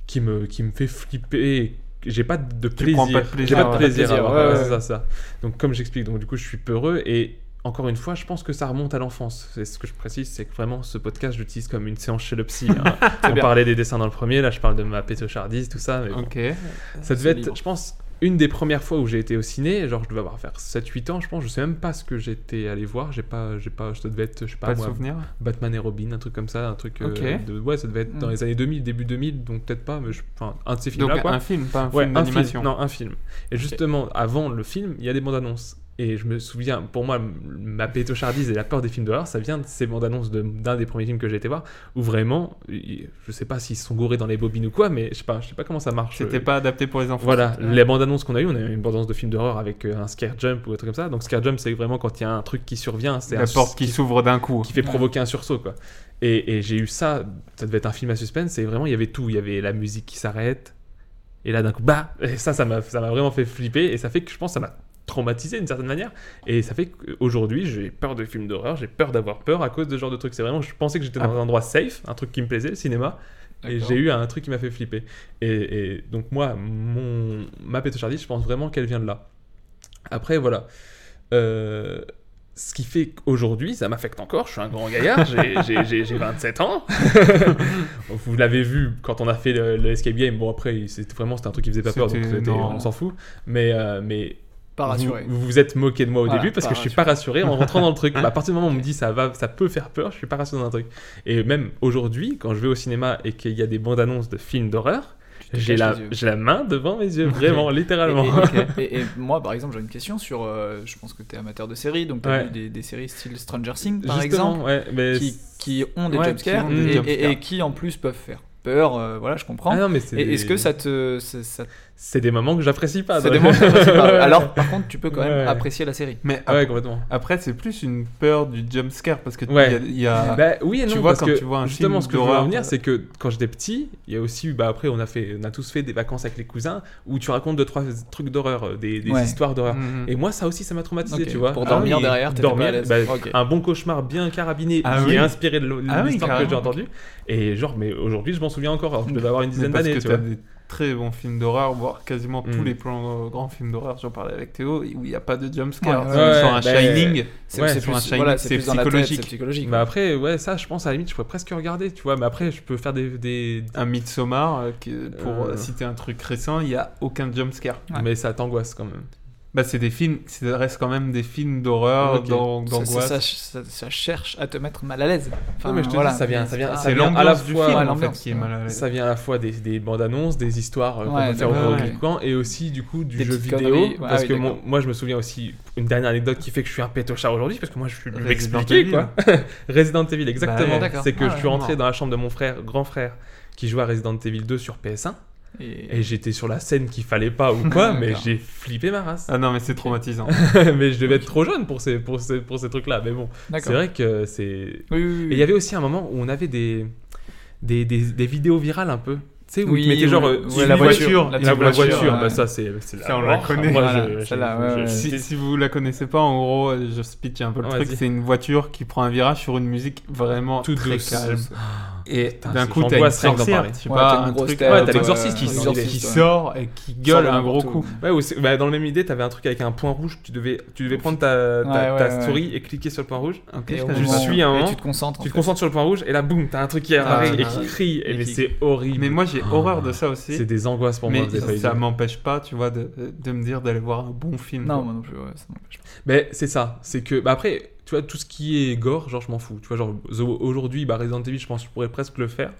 qui, me, qui me fait flipper. J'ai pas de plaisir. prends pas de plaisir, J'ai pas de ouais. plaisir. à Plaisir, avoir- ouais, ouais, ouais. c'est ça, ça. Donc comme j'explique, donc du coup je suis peureux et encore une fois, je pense que ça remonte à l'enfance. C'est ce que je précise, c'est que vraiment ce podcast, je l'utilise comme une séance chez le psy. hein. On bien. parlait des dessins dans le premier, là je parle de ma pétochardise, tout ça. Mais bon. Ok. Ça C'est devait être, libre. je pense, une des premières fois où j'ai été au ciné. Genre, je devais avoir faire 7-8 ans, je pense. Je sais même pas ce que j'étais allé voir. J'ai pas, j'ai pas, ça devait être, je sais pas, Pas de moi, souvenir Batman et Robin, un truc comme ça, un truc. euh, Ok. de- ouais, ça devait être dans Mm. les années 2000, début 2000, donc peut-être pas, mais je, enfin, un de ces films-là. Donc quoi. un film, pas un Ouais, film un film. d'animation. Non, un film. Et justement, avant le film, il y a des bandes annonces. Et je me souviens, pour moi, m- ma pétochardise et la peur des films d'horreur, ça vient de ces bandes annonces de- d'un des premiers films que j'ai été voir, où vraiment, il- je sais pas s'ils se sont gourés dans les bobines ou quoi, mais je sais pas, je sais pas comment ça marche. C'était Euh, pas adapté pour les enfants. Voilà, c'était- les bandes annonces qu'on a eues, on a eu une bande annonce de film d'horreur avec euh, un scare jump ou un truc comme ça. Donc, scare jump, c'est vraiment quand il y a un truc qui survient, c'est La un porte qui s'ouvre d'un coup. qui fait provoquer un sursaut quoi. Et, et j'ai eu ça, ça devait être un film à suspense, et vraiment il y avait tout, il y avait la musique qui s'arrête, et là d'un coup, bah, et ça, ça m'a, ça m'a vraiment fait flipper, et ça fait que je pense que ça m'a traumatisé d'une certaine manière, et ça fait qu'aujourd'hui j'ai peur de films d'horreur, j'ai peur d'avoir peur à cause de ce genre de trucs. C'est vraiment, je pensais que j'étais dans un endroit safe, un truc qui me plaisait, le cinéma, et D'accord. j'ai eu un truc qui m'a fait flipper. Et, et donc moi, mon, ma pétochardie, je pense vraiment qu'elle vient de là. Après, voilà. Euh, ce qui fait qu'aujourd'hui, ça m'affecte encore. Je suis un grand gaillard, j'ai- j'ai j'ai- j'ai 27 ans. Vous l'avez vu quand on a fait le, le escape game. Bon, après, il- c'était vraiment c'était un truc qui faisait pas peur, donc C'était- c'était- non. on s'en fout. Mais, euh, mais Pas vous, rassuré. vous vous êtes moqué de moi au Voilà, début parce pas que je suis pas rassuré en rentrant dans le truc. Bah, à partir du moment où on me dit ça va, ça peut faire peur, je suis pas rassuré dans un truc. Et même aujourd'hui, quand je vais au cinéma et qu'il y a des bandes annonces de films d'horreur, te j'ai caches la, les yeux. j'ai la main devant mes yeux, vraiment, Et, littéralement. et- et- et moi, par exemple, j'ai une question sur. euh, je pense que tu es amateur de séries, donc tu as Ouais. vu des, des séries style Stranger Things, par Justement, exemple, ouais, mais qui, qui ont des Ouais, jumpscares qui ont des et, jumpscares. et- et qui en plus peuvent faire peur. euh, voilà, je comprends. Ah non, mais c'est Et des- Est-ce que ça te. ça- ça- c'est des moments que j'apprécie pas. ça donc. démontre que t'apprécies Ouais. pas. Alors, par contre, tu peux quand même Ouais. apprécier la série. Mais Ouais, ap- complètement. après, c'est plus une peur du jumpscare parce que tu- il Ouais. y a- il y ah. a. Bah, oui et non, Tu vois, parce quand que tu vois un justement, film ce que je veux d'horreur, revenir, euh, c'est que quand j'étais petit, il y a aussi, eu- bah après, on a fait, on a tous fait des vacances avec les cousins où tu racontes deux trois trucs d'horreur, euh, des, des Ouais. Mm. histoires d'horreur. Mhm. Et moi, ça aussi, ça m'a traumatisé, Ok, tu vois. Ah pour dormir oui, derrière, t'étais dormir, pas à l'aise. bah, Ok. un bon cauchemar bien carabiné Ah qui oui. est inspiré de l'o- Ah l'histoire oui, que j'ai carrément. entendue. Et genre, mais aujourd'hui, je m'en souviens encore. Alors que je devais avoir une Mais dizaine parce d'années, que tu t'as vois. des très bons films d'horreur, voire quasiment tous Mm. les plans, euh, grands films d'horreur, j'en parlais avec Théo, où il n'y a pas de jumpscare. Ouais, Tu ouais, vois, sur ouais, un bah, Shining, C'est Ouais, c'est sur un plus, Shining, voilà, c'est plus dans la tête, psychologique. c'est psychologique. Mais après, ouais, ça, je pense à la limite, je pourrais presque regarder, tu vois. Mais après, je peux faire des. des- un Midsommar, euh, que- pour Euh. euh, citer un truc récent, il n'y a aucun jumpscare. Ouais. Mais ça t'angoisse quand même. Bah, c'est des films, ça reste quand même des films d'horreur, Ok. d'an- Ça, ça, ça, d'angoisse. ça- ça cherche à te mettre mal à l'aise. Enfin, Non, mais je te voilà. dis, ça vient, ça vient, Ah, ça C'est vient à la l'ambiance du fois. film Ouais, en fait l'ambiance, qui est ouais. mal à l'aise. Ça vient à la fois des, des bandes annonces, des histoires euh, qu'on Ouais, peut faire au d'accord, Grand ouais. Guican, et aussi du coup du Des jeu petites vidéo. conneries. Ouais, parce ah oui, que mon- d'accord. moi je me souviens aussi une dernière anecdote qui fait que je suis un pétochard aujourd'hui, parce que moi je suis Resident m'expliquer Evil. quoi. Resident Evil, exactement. ouais, d'accord. C'est que Ah je ouais, suis rentré non. dans la chambre de mon frère, grand frère, qui jouait à Resident Evil 2 sur PS1, Et- et j'étais sur la scène qu'il fallait pas ou quoi, mais D'accord. j'ai flippé ma race. Ah non, mais c'est traumatisant. mais je devais être trop jeune pour ces, pour ces, pour ces trucs-là. Mais bon, c'est D'accord. vrai que c'est. Oui, oui, oui. Et il y avait aussi un moment où on avait des, des, des, des vidéos virales un peu. Tu sais, où Oui, tu mettais ou- genre. ou euh, suivi- la voiture, La, la la petite voiture, voiture, bah ouais. ça, c'est c'est la. Ça, on la mort. connaît. Moi, Voilà, je- celle-là, je- ouais, je- Si, si vous la connaissez pas, en gros, euh, je speech un peu le Ouais, truc, vas-y. c'est une voiture qui prend un virage sur une musique vraiment Tout très douce. calme. Et d'un coup, t'as une sorcière, tu Ouais, vois, t'as une un grosse truc, tête, ouais, t'as ouais, l'exorciste qui, ouais, sort- l'exorciste, qui ouais. sort et qui gueule Sort de un gros partout. coup. Ouais, ou c'est- bah, dans le même idée, t'avais un truc avec un point rouge, tu devais, tu devais prendre ta, ta, Ouais, ta ouais, ouais. souris et cliquer sur le point rouge. Ok, Et je au t'ai Je moment- juste- suis à un et moment, tu te Ah, concentres. en Tu te fait. concentres sur le point rouge et là, boum, t'as un truc qui arrive et qui crie. Et Et mais qui- c'est horrible. Mais moi, j'ai horreur de ça aussi. c'est des angoisses pour moi. mais vous avez pas ça idée. m'empêche pas, tu vois, de, de me dire d'aller voir un bon film. Non, quoi. moi non plus, ouais, ça m'empêche pas. Mais c'est ça, c'est que bah après, tu vois, tout ce qui est gore, genre je m'en fous. Tu vois, genre The- aujourd'hui, bah, Resident Evil, je pense que je pourrais presque le faire.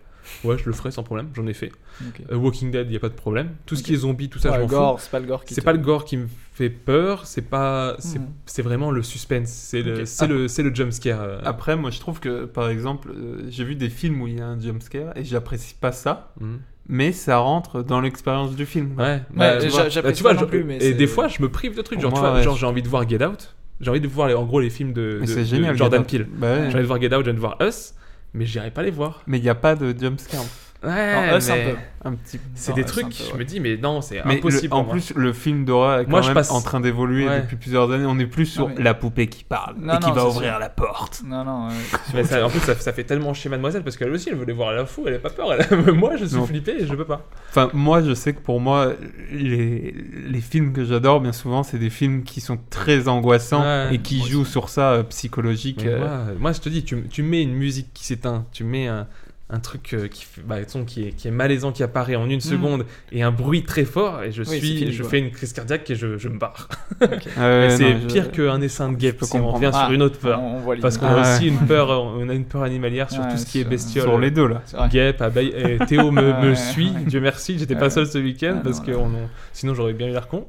Ouais, je le ferais sans problème, j'en ai fait. Ok. Euh, Walking Dead, il y a pas de problème. Tout ce qui est zombie, tout ça, Ouais, je le m'en fous. gore, c'est pas le gore qui. C'est te- pas le gore qui me fait peur, c'est pas, c'est, Mhm. c'est vraiment le suspense, c'est le, Ok. c'est Ah. le, c'est le jump scare. euh. Après, moi, je trouve que, par exemple, euh, j'ai vu des films où il y a un jumpscare et j'apprécie pas ça, Mhm. mais ça rentre dans l'expérience du film. Ouais, Ouais, tu j'a- vois, Bah, j'apprécie tu vois, pas non je- plus, mais et c'est- des fois, je me prive de trucs. Pour Genre, tu moi, vois, ouais. genre, j'ai envie de voir Get Out, j'ai envie de voir les- en gros les films de, Mais de- c'est de génial. Jordan Get Out. Peele. Bah ouais. J'ai envie de voir Get Out, j'ai envie de voir Us, mais j'irai pas les voir. Mais il n'y a pas de jumpscare. Ouais, Non, Us, un mais- peu. Un petit peu. C'est Non, des ouais, trucs, c'est un peu, je ouais. me dis, mais non, c'est Mais impossible. le- en pour moi. plus, le film d'horreur est quand Moi, je même passe- en train d'évoluer Ouais. depuis plusieurs années. On est plus sur Non, mais- la poupée qui parle Non, et qui non, va c'est ouvrir sûr. la porte. Non, non. ouais. Mais ça- en plus, ça, ça fait tellement chez Mademoiselle parce qu'elle aussi, elle veut les voir à la fou, elle a pas peur. elle- moi, je suis Non. flippé et je peux pas. Enfin, moi, je sais que pour moi, les, les films que j'adore, bien souvent, c'est des films qui sont très angoissants Ouais. et qui jouent sur ça euh, psychologique. Mais euh, moi, moi, je te dis, tu, tu mets une musique qui s'éteint, tu mets un, un truc euh, qui, fait- bah, le son qui, est, qui est malaisant, qui apparaît en une seconde et un bruit très fort, et je Oui, suis, c'est fini, je quoi. fais une crise cardiaque et je, je me barre. euh, Mais c'est non, je- pire qu'un essaim de guêpes peux si on comprendre. revient Ah, sur une autre peur. On, on voit l'idée. Parce qu'on Ah ouais. a aussi une peur, on a une peur animalière sur Ouais, tout ce qui est sur- bestiole. sur les deux là. C'est vrai. Guêpe, abeille, euh, Théo me, me Ouais, suit, ouais. Dieu merci, j'étais Ouais. pas seul ce week-end Ouais, parce non, que ouais. on en- sinon j'aurais bien eu l'air con.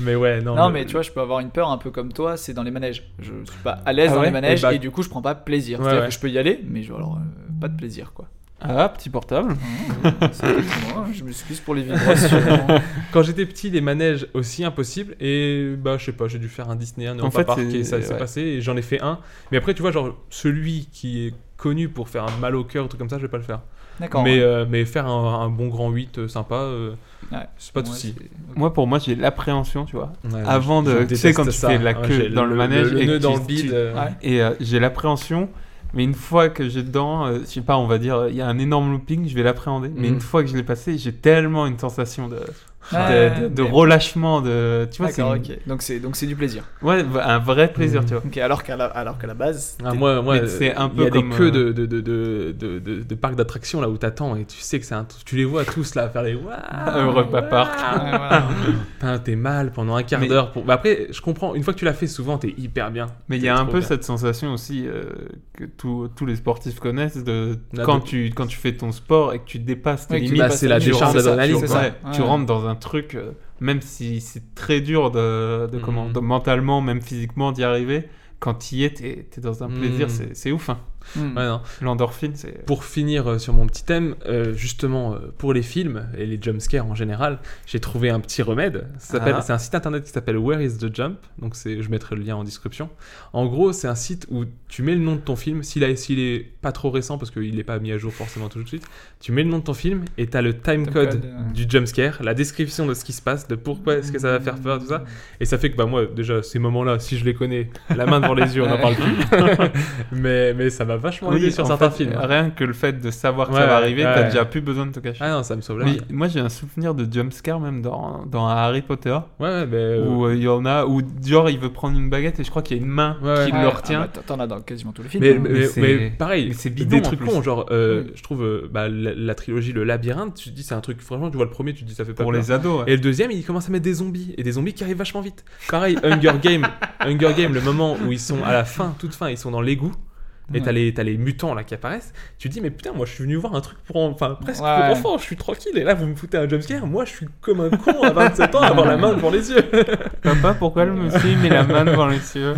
mais ouais, non. Non, mais tu vois, je peux avoir une peur un peu comme toi, c'est dans les manèges. Je suis pas à l'aise Ah dans ouais les manèges Et et, bah- du coup, je prends pas plaisir. Ouais, C'est-à-dire ouais. que je peux y aller, mais je alors euh, pas de plaisir quoi. Ah, petit portable. C'est peut-être moi, je m'excuse pour les vibrations. Quand j'étais petit, les manèges aussi impossibles et bah je sais pas, j'ai dû faire un Disney, un En Europa fait, Park c'est- et ça s'est ouais. passé et j'en ai fait un. Mais après, tu vois, genre celui qui est connu pour faire un mal au cœur, un truc comme ça, je vais pas le faire. D'accord. mais, ouais. euh, mais faire un, un bon grand 8 euh, sympa, euh, Ouais. c'est pas de Ouais, souci. c'est- Moi, pour moi, j'ai l'appréhension, tu vois. Ouais, Avant je- de- je tu sais, quand déteste tu fais la Ouais, queue j'ai dans le manège le, et nœud que dans tu- le bide. tu- euh, Ouais. Et euh, j'ai l'appréhension, mais une fois que j'ai dedans, euh, je sais pas, on va dire, il y a un énorme looping, je vais l'appréhender. Mais Mhm. une fois que je l'ai passé, j'ai tellement une sensation de, Ah, Ouais, de, de- de mais- relâchement, de, tu vois, c'est D'accord, une- ok. Donc c'est donc c'est du plaisir. ouais, v- un vrai plaisir, Mhm. tu vois. Ok, alors qu'à la alors qu'à la base. Ah, moi, moi, Mais c'est un il y peu a comme, des queues de, euh, de, de, de, de, de, de parcs d'attractions là où t'attends et tu sais que c'est un truc- tu les vois tous là faire les waouh Europa Park. Ah, Ouais, Ah, voilà. Putain, t'es mal pendant un quart Mais- d'heure pour bah après je comprends une fois que tu l'as fait souvent t'es hyper bien Mais il y a un peu cette sensation aussi euh, que tous tous les sportifs connaissent de Là, quand, de- tu, quand tu fais ton sport et que tu dépasses tes Ouais, que tu limites. bah, dépasses c'est ta la limite, décharge c'est ça, d'adrénaline, c'est tu, quoi. ça. ouais, tu Ouais. rentres dans un truc, euh, même si c'est très dur de, de comment, Mhm. de- mentalement, même physiquement, d'y arriver. Quand tu y es, t'es es dans un Mhm. plaisir, c'est- c'est ouf. hein. Hmm. Ouais, non. L'endorphine, c'est. Pour finir euh, sur mon petit thème, euh, justement euh, pour les films et les jumpscares en général, j'ai trouvé un petit remède. Ça s'appelle- Ah. C'est un site internet qui s'appelle Where is the Jump Donc c'est, je mettrai le lien en description. En gros, c'est un site où tu mets le nom de ton film, s'il, a, s'il est pas trop récent parce qu'il n'est pas mis à jour forcément tout de suite, tu mets le nom de ton film et tu as le timecode Timecode, ouais. du jumpscare, la description de ce qui se passe, de pourquoi est-ce que ça va faire peur, tout ça. Et ça fait que bah, moi, déjà, ces moments-là, si je les connais, la main devant les yeux, on n'en parle plus. mais, mais ça m'a vachement aidé sur en certains fait, films. hein. Rien que le fait de savoir que Ouais, ça va arriver, ouais. t'as déjà plus besoin de te cacher. Ah non, ça me sauve la Mais vie. moi j'ai un souvenir de jumpscare même dans, dans Harry Potter Ouais, ouais, mais. euh, où euh, il y en a où genre il veut prendre une baguette et je crois qu'il y a une main Ouais, qui Ouais, le ah retient. bah, t'en- T'en as dans quasiment tous les films. Mais, hein. mais- Mais c'est- mais pareil, mais c'est bidon, des en trucs plus. cons, genre, euh, Mm. je trouve euh, bah, la, la trilogie, le labyrinthe, tu te dis, c'est un truc, franchement, tu vois le premier, tu te dis, ça fait pas pour peur. les ados. ouais. Et le deuxième, il commence à mettre des zombies, et des zombies qui arrivent vachement vite. Pareil, Hunger Game, Hunger Game, le moment où ils sont à la fin, toute fin, ils sont dans l'égout, et t'as les, t'as les mutants là qui apparaissent, tu te dis, mais putain, moi je suis venu voir un truc pour, en- enfin, presque Ouais. pour enfant, je suis tranquille, et là vous me foutez un jumpscare, moi je suis comme un con à 27 ans à avoir la main devant les yeux. Papa, pourquoi le monsieur il met la main devant les yeux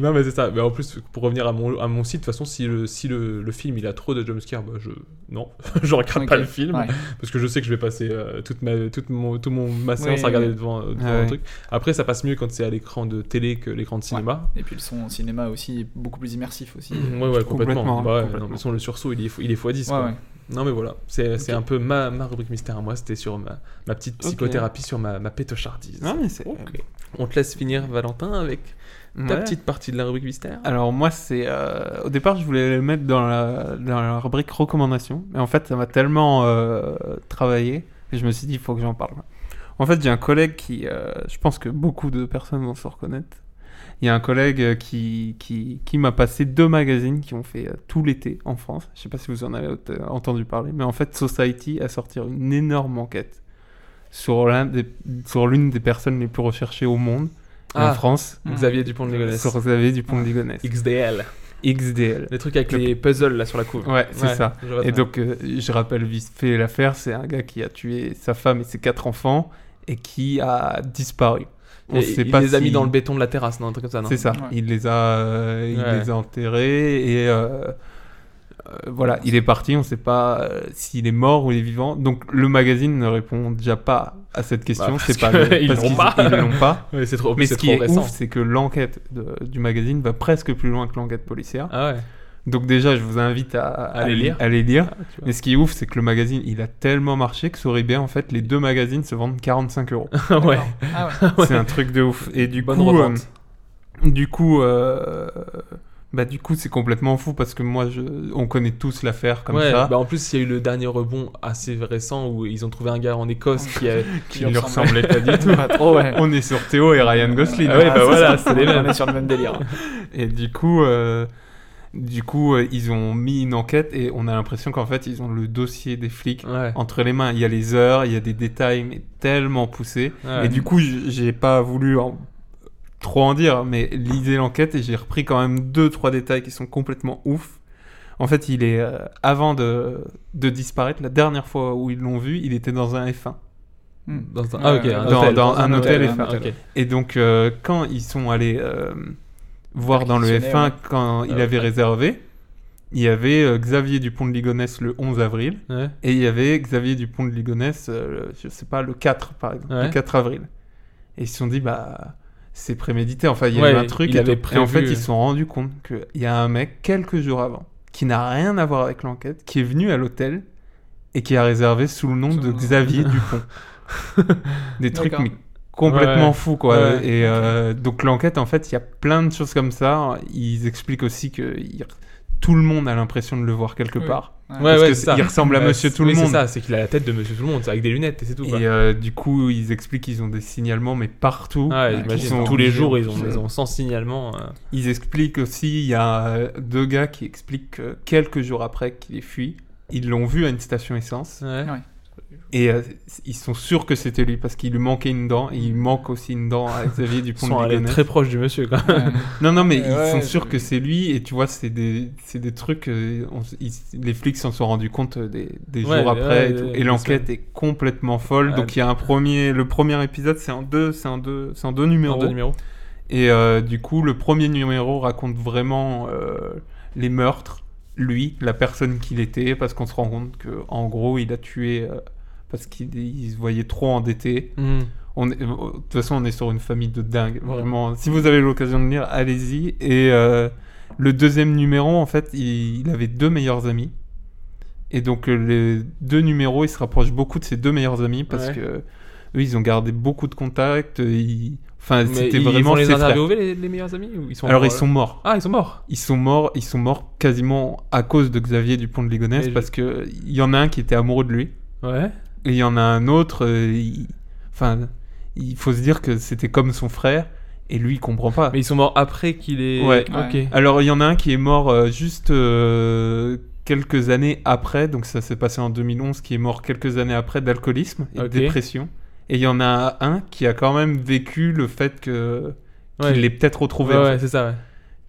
Non mais c'est ça, mais en plus pour revenir à mon, à mon site, de toute façon si le, si le, le film il a trop de jumpscares, bah je... Non, je regarde pas Ok, le film, ouais. parce que je sais que je vais passer euh, toute ma, toute mon, tout mon, ma séance Oui, à regarder oui. devant, devant Ah ouais. un truc. Après ça passe mieux quand c'est à l'écran de télé que l'écran de cinéma. Et puis le son au cinéma aussi est beaucoup plus immersif aussi. Ouais ouais, complètement. Complètement, Bah ouais, complètement. non, mais de toute façon, le sursaut il est, fou- il est x10. Ouais, quoi. ouais. Non, mais voilà, c'est okay. un peu ma, ma, rubrique mystère à moi. C'était sur ma, ma, petite psychothérapie, okay. sur ma, ma pétochardise. Euh, Ah, mais c'est. euh, Okay. On te laisse finir, Valentin, avec ta ouais. petite partie de la rubrique mystère. Alors, moi, c'est. Euh, au départ, je voulais le mettre dans la, dans la rubrique recommandation. Mais en fait, ça m'a tellement euh, travaillé que je me suis dit, il faut que j'en parle. En fait, j'ai un collègue qui. Euh, je pense que beaucoup de personnes vont se reconnaître. Il y a un collègue euh, qui, qui, qui m'a passé deux magazines qui ont fait euh, tout l'été en France. Je ne sais pas si vous en avez euh, entendu parler, mais en fait, Society a sorti une énorme enquête sur l'une des, sur des personnes les plus recherchées au monde ah, en France. Xavier Dupont de Ligonnès. Sur Xavier Dupont de Ligonnès. XDL. XDL. Les trucs avec le... les puzzles là sur la couve. Ouais, c'est ouais, ça. Et donc, euh, je rappelle vite fait l'affaire c'est un gars qui a tué sa femme et ses quatre enfants et qui a disparu. On sait il pas les a si... mis dans le hein. béton de la terrasse, non, un truc comme ça, non C'est ça. Ouais. Il les a, euh, il ouais. les a enterrés et euh, euh, voilà, il est parti. On ne sait pas euh, s'il est mort ou il est vivant. Donc le magazine ne répond déjà pas à cette question. Bah, c'est que pas ils l'ont pas. Ils l'ont pas. ouais, trop, Mais ce qui trop est ouf, c'est que l'enquête du magazine va presque plus loin que l'enquête policière. Ah ouais. Donc déjà, je vous invite à, à, à les lire. À les lire. Ah, mais ce qui est ouf, c'est que le magazine, il a tellement marché que sur eBay, en fait, les deux magazines se vendent 45 euros. ouais. Ah ouais. C'est un truc de ouf. Et du Bonne coup, euh, du coup, euh, bah du coup, c'est complètement fou parce que moi, je, on connaît tous l'affaire comme ouais, ça. Bah en plus, il y a eu le dernier rebond assez récent où ils ont trouvé un gars en Écosse qui, a, qui, qui lui ressemblait pas du tout. pas trop, ouais. On est sur Théo et Ryan Gosling. Ah, ouais, bah voilà, c'est les mêmes. On est sur le même délire. et du coup. Euh, du coup, euh, ils ont mis une enquête et on a l'impression qu'en fait, ils ont le dossier des flics ouais. entre les mains. Il y a les heures, il y a des détails, mais tellement poussés. Ouais. Et du coup, j'ai pas voulu en... trop en dire, mais lisez l'enquête et j'ai repris quand même deux, trois détails qui sont complètement ouf. En fait, il est euh, avant de, de disparaître, la dernière fois où ils l'ont vu, il était dans un F1. Dans un, ah, okay, un dans, hôtel, dans, dans un, un hôtel, hôtel F1. Okay. Et donc, euh, quand ils sont allés euh, voir dans le F1 ouais. quand il euh, avait ouais. réservé. Il y avait euh, Xavier Dupont de Ligonnès le 11 avril ouais. et il y avait Xavier Dupont de Ligonnès, euh, je sais pas, le 4 par exemple, le 4 avril. Et ils se sont dit, bah, c'est prémédité. Enfin, il y a eu un truc. Et, prévu, et en fait, ils se sont rendus compte qu'il y a un mec quelques jours avant qui n'a rien à voir avec l'enquête, qui est venu à l'hôtel et qui a réservé sous le nom de Xavier Dupont. Des trucs mais complètement ouais. fou quoi ouais. et euh, donc l'enquête en fait il y a plein de choses comme ça ils expliquent aussi que il... tout le monde a l'impression de le voir quelque part ouais. parce que ça. il ressemble à Monsieur Tout le Monde. C'est ça, c'est qu'il a la tête de Monsieur Tout le Monde, avec des lunettes et c'est tout. Quoi. Et euh, du coup, ils expliquent qu'ils ont des signalements, mais partout. Ah, ils sont tous les jours, ils ont, ils ont 100 signalements. Euh... Ils expliquent aussi, il y a deux gars qui expliquent que quelques jours après qu'il est fui, ils l'ont vu à une station essence. euh, Et euh, ils sont sûrs que c'était lui parce qu'il lui manquait une dent et il manque aussi une dent à Xavier Dupont ils sont de Ligonnès. très proche du monsieur quand même. non, non, mais, mais ils ouais, sont sûrs que c'est lui et tu vois, c'est des, des trucs. Euh, on, ils, les flics s'en sont rendus compte euh, des, des ouais, jours après ouais, et, et l'enquête est complètement folle. Donc il y a un premier. Le premier épisode, c'est en deux, c'est en deux, c'est en deux numéros. En deux numéros. Et euh, du coup, le premier numéro raconte vraiment euh, les meurtres, lui, la personne qu'il était, parce qu'on se rend compte que en gros, il a tué euh, parce qu'il se voyait trop endetté. Mm. On est, euh, de toute façon, on est sur une famille de dingue. Vraiment, si vous avez l'occasion de lire, allez-y. Et euh, le deuxième numéro, en fait, il, il, avait deux meilleurs amis. Et donc, euh, les deux numéros, ils se rapprochent beaucoup de ses deux meilleurs amis parce ouais. que eux, ils ont gardé beaucoup de contacts. euh, Ils... Enfin, c'était vraiment. Ils les interviewés, les, les, meilleurs amis ou ils sont Alors, ils sont morts. Ah, ils sont morts. Ils sont morts. Ils sont morts quasiment à cause de Xavier Dupont de Ligonnès Et parce je... que il y en a un qui était amoureux de lui. Ouais. Et il y en a un autre, euh, il... enfin, il faut se dire que c'était comme son frère, et lui, il comprend pas. Mais ils sont morts après qu'il est... Ouais. ouais. ok. Alors, il y en a un qui est mort euh, juste euh, quelques années après, donc ça s'est passé en 2011, qui est mort quelques années après d'alcoolisme et okay. de dépression. Et il y en a un qui a quand même vécu le fait que... Ouais. Qu'il l'ait peut-être retrouvé. Ouais, ouais c'est ça, ouais.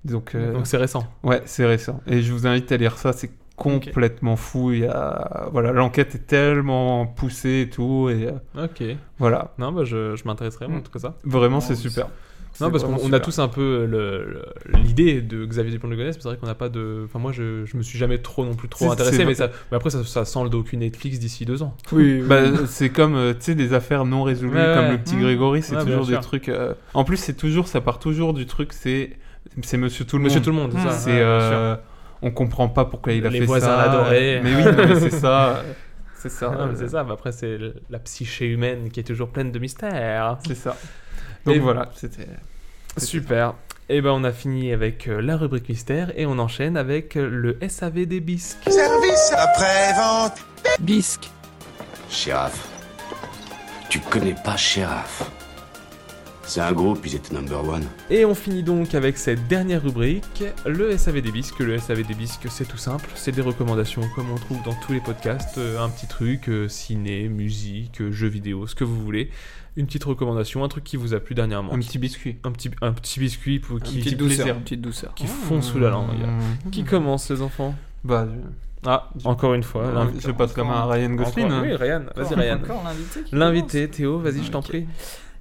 Donc euh, c'est récent. Ouais, c'est récent. Et je vous invite à lire ça, c'est complètement okay. fou. Il y a... voilà, l'enquête est tellement poussée et tout. Et... euh, Ok. Voilà. Non, bah je, je m'intéresserai en tout cas ça. Vraiment, Mmh. oh, c'est super. Non, parce qu'on a tous un peu euh, l'idée de Xavier Dupont de Ligonnès, mais c'est vrai qu'on n'a pas de. Enfin, moi, je, je me suis jamais trop non plus trop intéressé, mais, ça, mais après, ça, ça sent le docu Netflix d'ici deux ans. Oui, oui. bah, c'est comme, euh, tu sais, des affaires non résolues, ouais, comme ouais. le petit mmh. Grégory, c'est ouais, toujours des trucs. Euh... En plus, c'est euh, toujours, ça part toujours du truc, c'est. C'est Monsieur Tout le Monde. Monsieur Tout le Monde, C'est on comprend pas pourquoi il a Les fait ça. voisins l'adoraient. Mais oui, non, mais c'est ça. C'est ça. Non, mais c'est ça. mais Après, c'est la psyché humaine qui est toujours pleine de mystères. C'est ça. Donc Et voilà, c'était. c'était Super. Et ben on a fini avec euh, la rubrique mystère et on enchaîne avec euh, le SAV des bisques. Service après-vente. Bisque. Sheriff. Tu connais pas Sheriff. C'est un groupe, ils étaient number one. Et on finit donc avec cette dernière rubrique, le SAV des bisques. Le SAV des bisques, c'est tout simple, c'est des recommandations comme on trouve dans tous les podcasts, euh, un petit truc, euh, ciné, musique, euh, jeux vidéo, ce que vous voulez. Une petite recommandation, un truc qui vous a plu dernièrement. Un qui- petit biscuit. Un petit, un petit biscuit pour, qui, Une petite douceur. Ah. Une petite douceur. qui fond sous la langue. Qui commence, les enfants Bah, Ah, encore une fois. Non, l'invité- je passe la main à Ryan Gosling, Encore- hein. Oui, Ryan, vas-y Encore- Ryan. encore l'invité qui L'invité, Théo, vas-y, je t'en Ok. prie.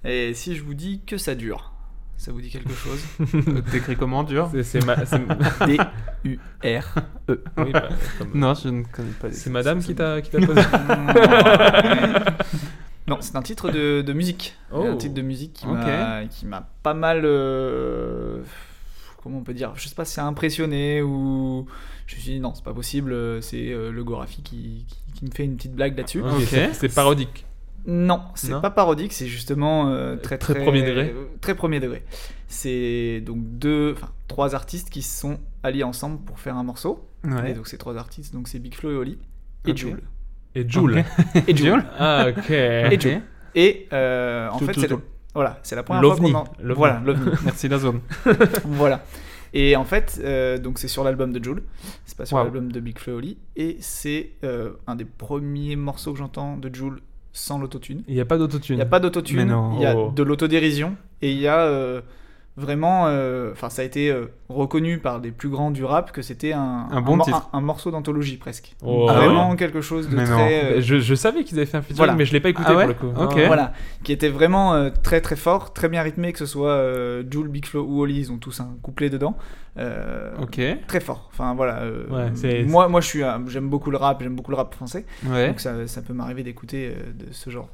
Et si je vous dis que ça dure, ça vous dit quelque chose Euh, T'écris comment dur C'est- C'est ma- c'est- D-U-R-E. oui, bah, comme- Non, je ne connais pas. C'est madame qui t'a qui t'a posé Non, c'est un titre de, de musique. Oh. Un titre de musique qui Ok. m'a- qui m'a pas mal. euh, comment on peut dire Je sais pas si c'est impressionné ou. Je me suis dit non, c'est pas possible, euh, c'est euh, le Gorafi qui, qui, qui me fait une petite blague là-dessus. Ok, c'est- C'est parodique. Non, c'est Non pas parodique, c'est justement euh, très, Très premier degré. euh, Très premier degré. C'est donc deux, enfin trois artistes qui se sont alliés ensemble pour faire un morceau. Ouais. Et donc ces trois artistes, donc c'est Big Flo et Oli et Ok. Jul. Et Joule. Et Jul. Ah, ok. Et Jul. Et euh, en Tout, fait, tout, c'est la- tout. voilà, c'est la première L'OVNI. fois qu'on en L'OVNI. voilà l'OVNI. Merci la zone. voilà. Et en fait, euh, donc c'est sur l'album de Jul, c'est pas sur Wow. l'album de Big Flo et Oli, et c'est euh, un des premiers morceaux que j'entends de Jul sans l'autotune. Il n'y a pas d'autotune. Il n'y a pas Mais d'autotune, non. il y a Oh. de l'autodérision et il y a euh, vraiment. euh, Enfin, ça a été euh, reconnu par les plus grands du rap que c'était un, Un bon mo- titre. un morceau d'anthologie presque. Oh. Ah, Vraiment quelque chose de Mais non. très. euh, Je, je savais qu'ils avaient fait un featuring, Voilà. mais je l'ai pas écouté Ah ouais pour le coup. Ok. Voilà, qui était vraiment euh, très très fort, très bien rythmé, que ce soit euh, Jul, Big Flo ou Oli, ils ont tous un couplet dedans. Euh, Ok. Très fort. Enfin voilà. euh, Ouais, c'est- moi, moi, je suis. un- J'aime beaucoup le rap. J'aime beaucoup le rap français. Ouais. Donc ça, ça peut m'arriver d'écouter euh, de ce genre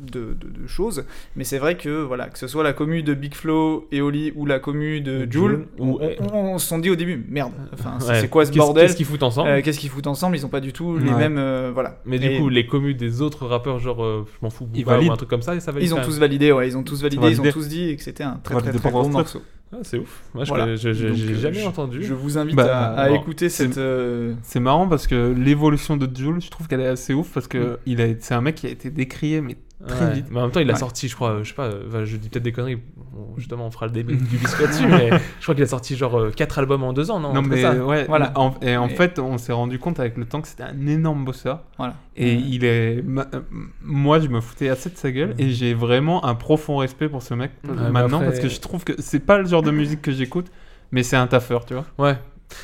de, de- de choses. Mais c'est vrai que voilà, que ce soit la commu de Big Flo et Oli ou la commu de Ou Jules, Jul, ou- on, on se sont dit au début, merde, enfin, c'est- Ouais. c'est quoi ce Qu'est-ce- bordel Qu'est-ce qu'ils foutent ensemble Euh, Qu'est-ce qu'ils foutent ensemble Ils ont pas du tout les Ouais. mêmes. euh, voilà. Mais du Et coup, les communes des autres rappeurs, genre, euh, je m'en fous, Ils Booba ou valident. un truc comme ça, et ça valide. ils ont quand tous même. validé, ouais, ils ont tous validé, ils ont Validé. tous dit que c'était un très Validé très, très pour gros un truc. morceau. Ah, c'est ouf. Moi, je Voilà. l'ai- je- je- Donc, j'ai euh, jamais je- entendu. Je vous invite Bah, à, à bon. écouter C'est- cette. euh, C'est marrant parce que l'évolution de Jules, je trouve qu'elle est assez ouf parce Mm. que il a, c'est un mec qui a été décrié, mais très Ouais. vite. Mais en même temps, il a Ouais. sorti, je crois, euh, je sais pas, euh, enfin, je dis peut-être des conneries, Bon, justement, on fera le début du biscuit dessus, mais je crois qu'il a sorti genre 4 albums en 2 ans, non un Non, truc mais euh, comme ça. ouais, Voilà. en- et en Mais- fait, on s'est rendu compte avec le temps que c'était un énorme bosseur. Voilà. Et il est. ma- euh, Moi, je me foutais assez de sa gueule et j'ai vraiment un profond respect pour ce mec Mm. Ouais, mais maintenant après- parce que je trouve que c'est pas le genre de musique que j'écoute, mais c'est un taffeur, tu vois. Ouais.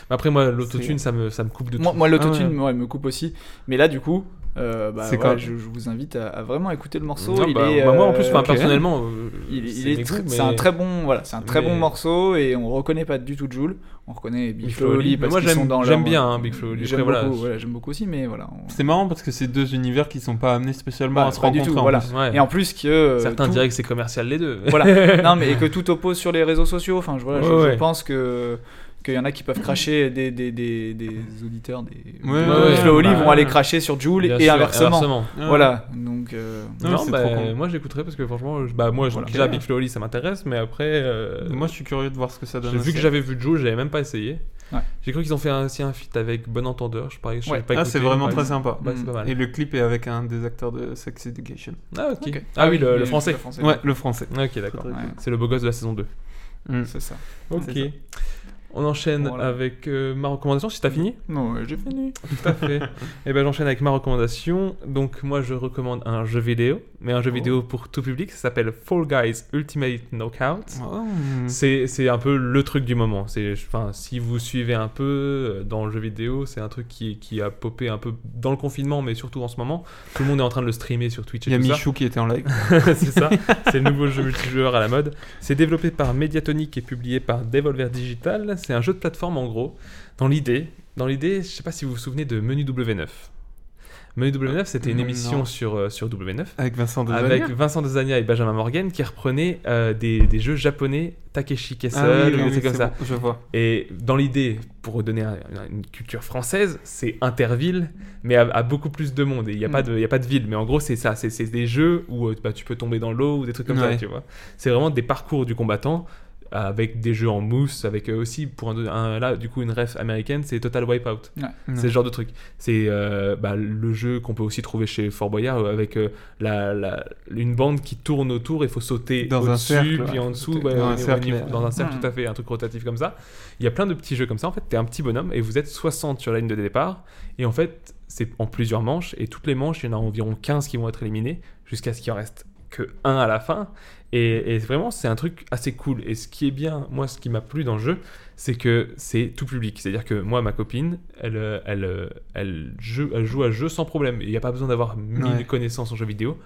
Mais Après, moi, l'autotune, ça me, ça me coupe de Moi, tout. moi l'autotune, Ah ouais. ouais, me coupe aussi. Mais là, du coup, euh, bah, C'est voilà, quoi je, je vous invite à, à vraiment écouter le morceau. Non, il bah, est, bah, moi, en euh, plus, enfin, ok. personnellement, euh, Il- il c'est est mes tr- goûts, c'est mais- un très bon, voilà, c'est un très mais- bon morceau et on reconnaît pas du tout Jules. On reconnaît Big Big Flo Flo Oli. et Oli Mais parce moi, qu'ils sont j'aime- dans j'aime leur- bien, hein, Big Flo et Oli. J'aime Après, voilà, beaucoup, je- voilà, j'aime beaucoup aussi, mais voilà. on- C'est marrant parce que c'est deux univers qui sont pas amenés spécialement Bah, à se pas du rencontrer. tout, en voilà. plus. Ouais. Et en plus que euh, Certains tout- diraient que c'est commercial les deux. voilà. non, mais et que tout oppose sur les réseaux sociaux. Enfin, je, voilà, je- Ouais, je ouais. pense que qu'il y en a qui peuvent cracher des, des, des, des auditeurs des Ouais, de ouais, Big Flo et Oli bah, vont ouais. aller cracher sur Jules Bien et sûr, inversement. Ouais. Voilà, donc euh, Non, Non, mais c'est bah, trop cool. moi j'écouterais parce que franchement, je- bah, moi je- Voilà. déjà Ok. Big Flo et Oli, ça m'intéresse, mais après, euh, Moi, je suis curieux de voir ce que ça donne. vu que aussi. j'avais vu Joe, j'avais même pas essayé. Ouais. J'ai cru qu'ils ont fait un- aussi un feat avec Bon Entendeur, je parie. je Ouais. sais pas Ah, écouté, c'est vraiment mais- Bah, très sympa. Ouais, c'est pas mal. Et le clip est avec un des acteurs de Sex Education. Ah, ok. Ok. Ah oui, le, le français. Ouais, le français. Ok, d'accord. Ouais. C'est le beau gosse de la saison 2. Mm. C'est ça. Ok. C'est ça. On enchaîne Voilà. avec euh, ma recommandation, si t'as fini Non, ouais, j'ai fini. Tout à fait. Et ben j'enchaîne avec ma recommandation. Donc moi je recommande un jeu vidéo, mais un jeu vidéo pour tout public. Ça s'appelle Fall Guys Ultimate Knockout. Oh. C'est c'est un peu le truc du moment. C'est enfin si vous suivez un peu euh, dans le jeu vidéo, c'est un truc qui, qui a popé un peu dans le confinement, mais surtout en ce moment. Tout le monde est en train de le streamer sur Twitch. Et Il y a tout ça. Michou qui était en live. c'est ça, c'est le nouveau jeu multijoueur à la mode. C'est développé par Mediatonic et publié par Devolver Digital. C'est un jeu de plateforme en gros. Dans l'idée, dans l'idée, je sais pas si vous vous souvenez de Menu W9. Manu W9, c'était une émission sur, euh, sur W9. Avec Vincent Ah Desagna. Avec Vincent Desagna et Benjamin Morgan qui reprenaient euh, des, des jeux japonais, Takeshi Kessel, Ah oui, oui, ou des oui, trucs comme c'est ça. bon, je vois. Et dans l'idée, pour redonner un- une culture française, c'est Interville, mais à, à beaucoup plus de monde. Et Il n'y a, Mm. pas de- il y a pas de ville, mais en gros, c'est ça. C'est c'est des jeux où euh, bah, tu peux tomber dans l'eau ou des trucs comme ça, Ouais. tu vois. C'est vraiment des parcours du combattant avec des jeux en mousse, avec euh, aussi, pour un, un- là, du coup, une ref américaine, c'est Total Wipeout. Ouais. Mm. C'est ce genre de truc. C'est euh, bah, le jeu qu'on peut aussi trouver chez Fort Boyard euh, avec euh, la, la- une bande qui tourne autour et il faut sauter Dans un au-dessus, cercle, puis ouais. en dessous, Sauter ouais, dans au- un au cercle, niveau- ouais. dans un cercle Mhm. tout à fait, un truc rotatif comme ça. Il y a plein de petits jeux comme ça. En fait, t'es un petit bonhomme et vous êtes 60 sur la ligne de départ. Et en fait, c'est en plusieurs manches. Et toutes les manches, il y en a environ 15 qui vont être éliminées jusqu'à ce qu'il en reste que un à la fin. Et, et vraiment, c'est un truc assez cool. Et ce qui est bien, moi, ce qui m'a plu dans le jeu, c'est que c'est tout public. C'est-à-dire que moi, ma copine, elle, euh, elle, euh, elle, joue, elle joue à jeu sans problème. Il n'y a pas besoin d'avoir mille Ouais. connaissances en jeu vidéo.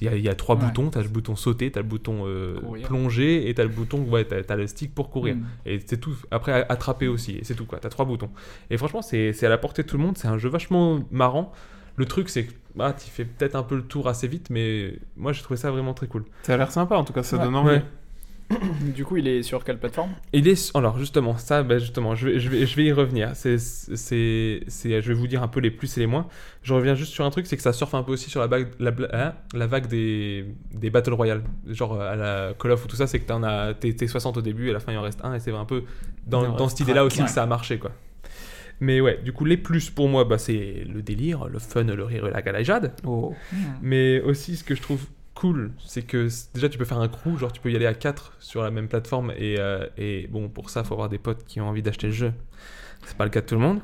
Il y a, il y a trois boutons. Tu as le bouton sauter, tu as le bouton euh, Courir. plonger et tu as le bouton, ouais, tu as, le stick pour courir. Mm. Et c'est tout. Après, à- attraper aussi. Et c'est tout, quoi. Tu as trois boutons. Et franchement, c'est c'est à la portée de tout le monde. C'est un jeu vachement marrant. Le truc, c'est que bah, tu fais peut-être un peu le tour assez vite, mais moi, j'ai trouvé ça vraiment très cool. Ça a l'air sympa en tout cas, ça Ouais. donne envie. Ouais. Du coup, il est sur quelle plateforme Il est alors justement ça, ben, justement, je vais, je vais, je vais y revenir. C'est, c'est, c'est- je vais vous dire un peu les plus et les moins. Je reviens juste sur un truc, c'est que ça surfe un peu aussi sur la vague, la, bla- hein, la vague des, des battle royale, genre euh, à la Call of ou tout ça. C'est que t'en as, t'es, t'es 60 au début et à la fin il en reste un et c'est un peu Il en dans, dans reste cette idée-là aussi cinq, que ça a marché quoi. Mais ouais, du coup les plus pour moi, bah, c'est le délire, le fun, le rire et la galajade. Oh. Mais aussi, ce que je trouve cool, c'est que c- déjà, tu peux faire un crew, genre tu peux y aller à 4 sur la même plateforme. Et, euh, et bon, pour ça, faut avoir des potes qui ont envie d'acheter le jeu. C'est pas le cas de tout le monde.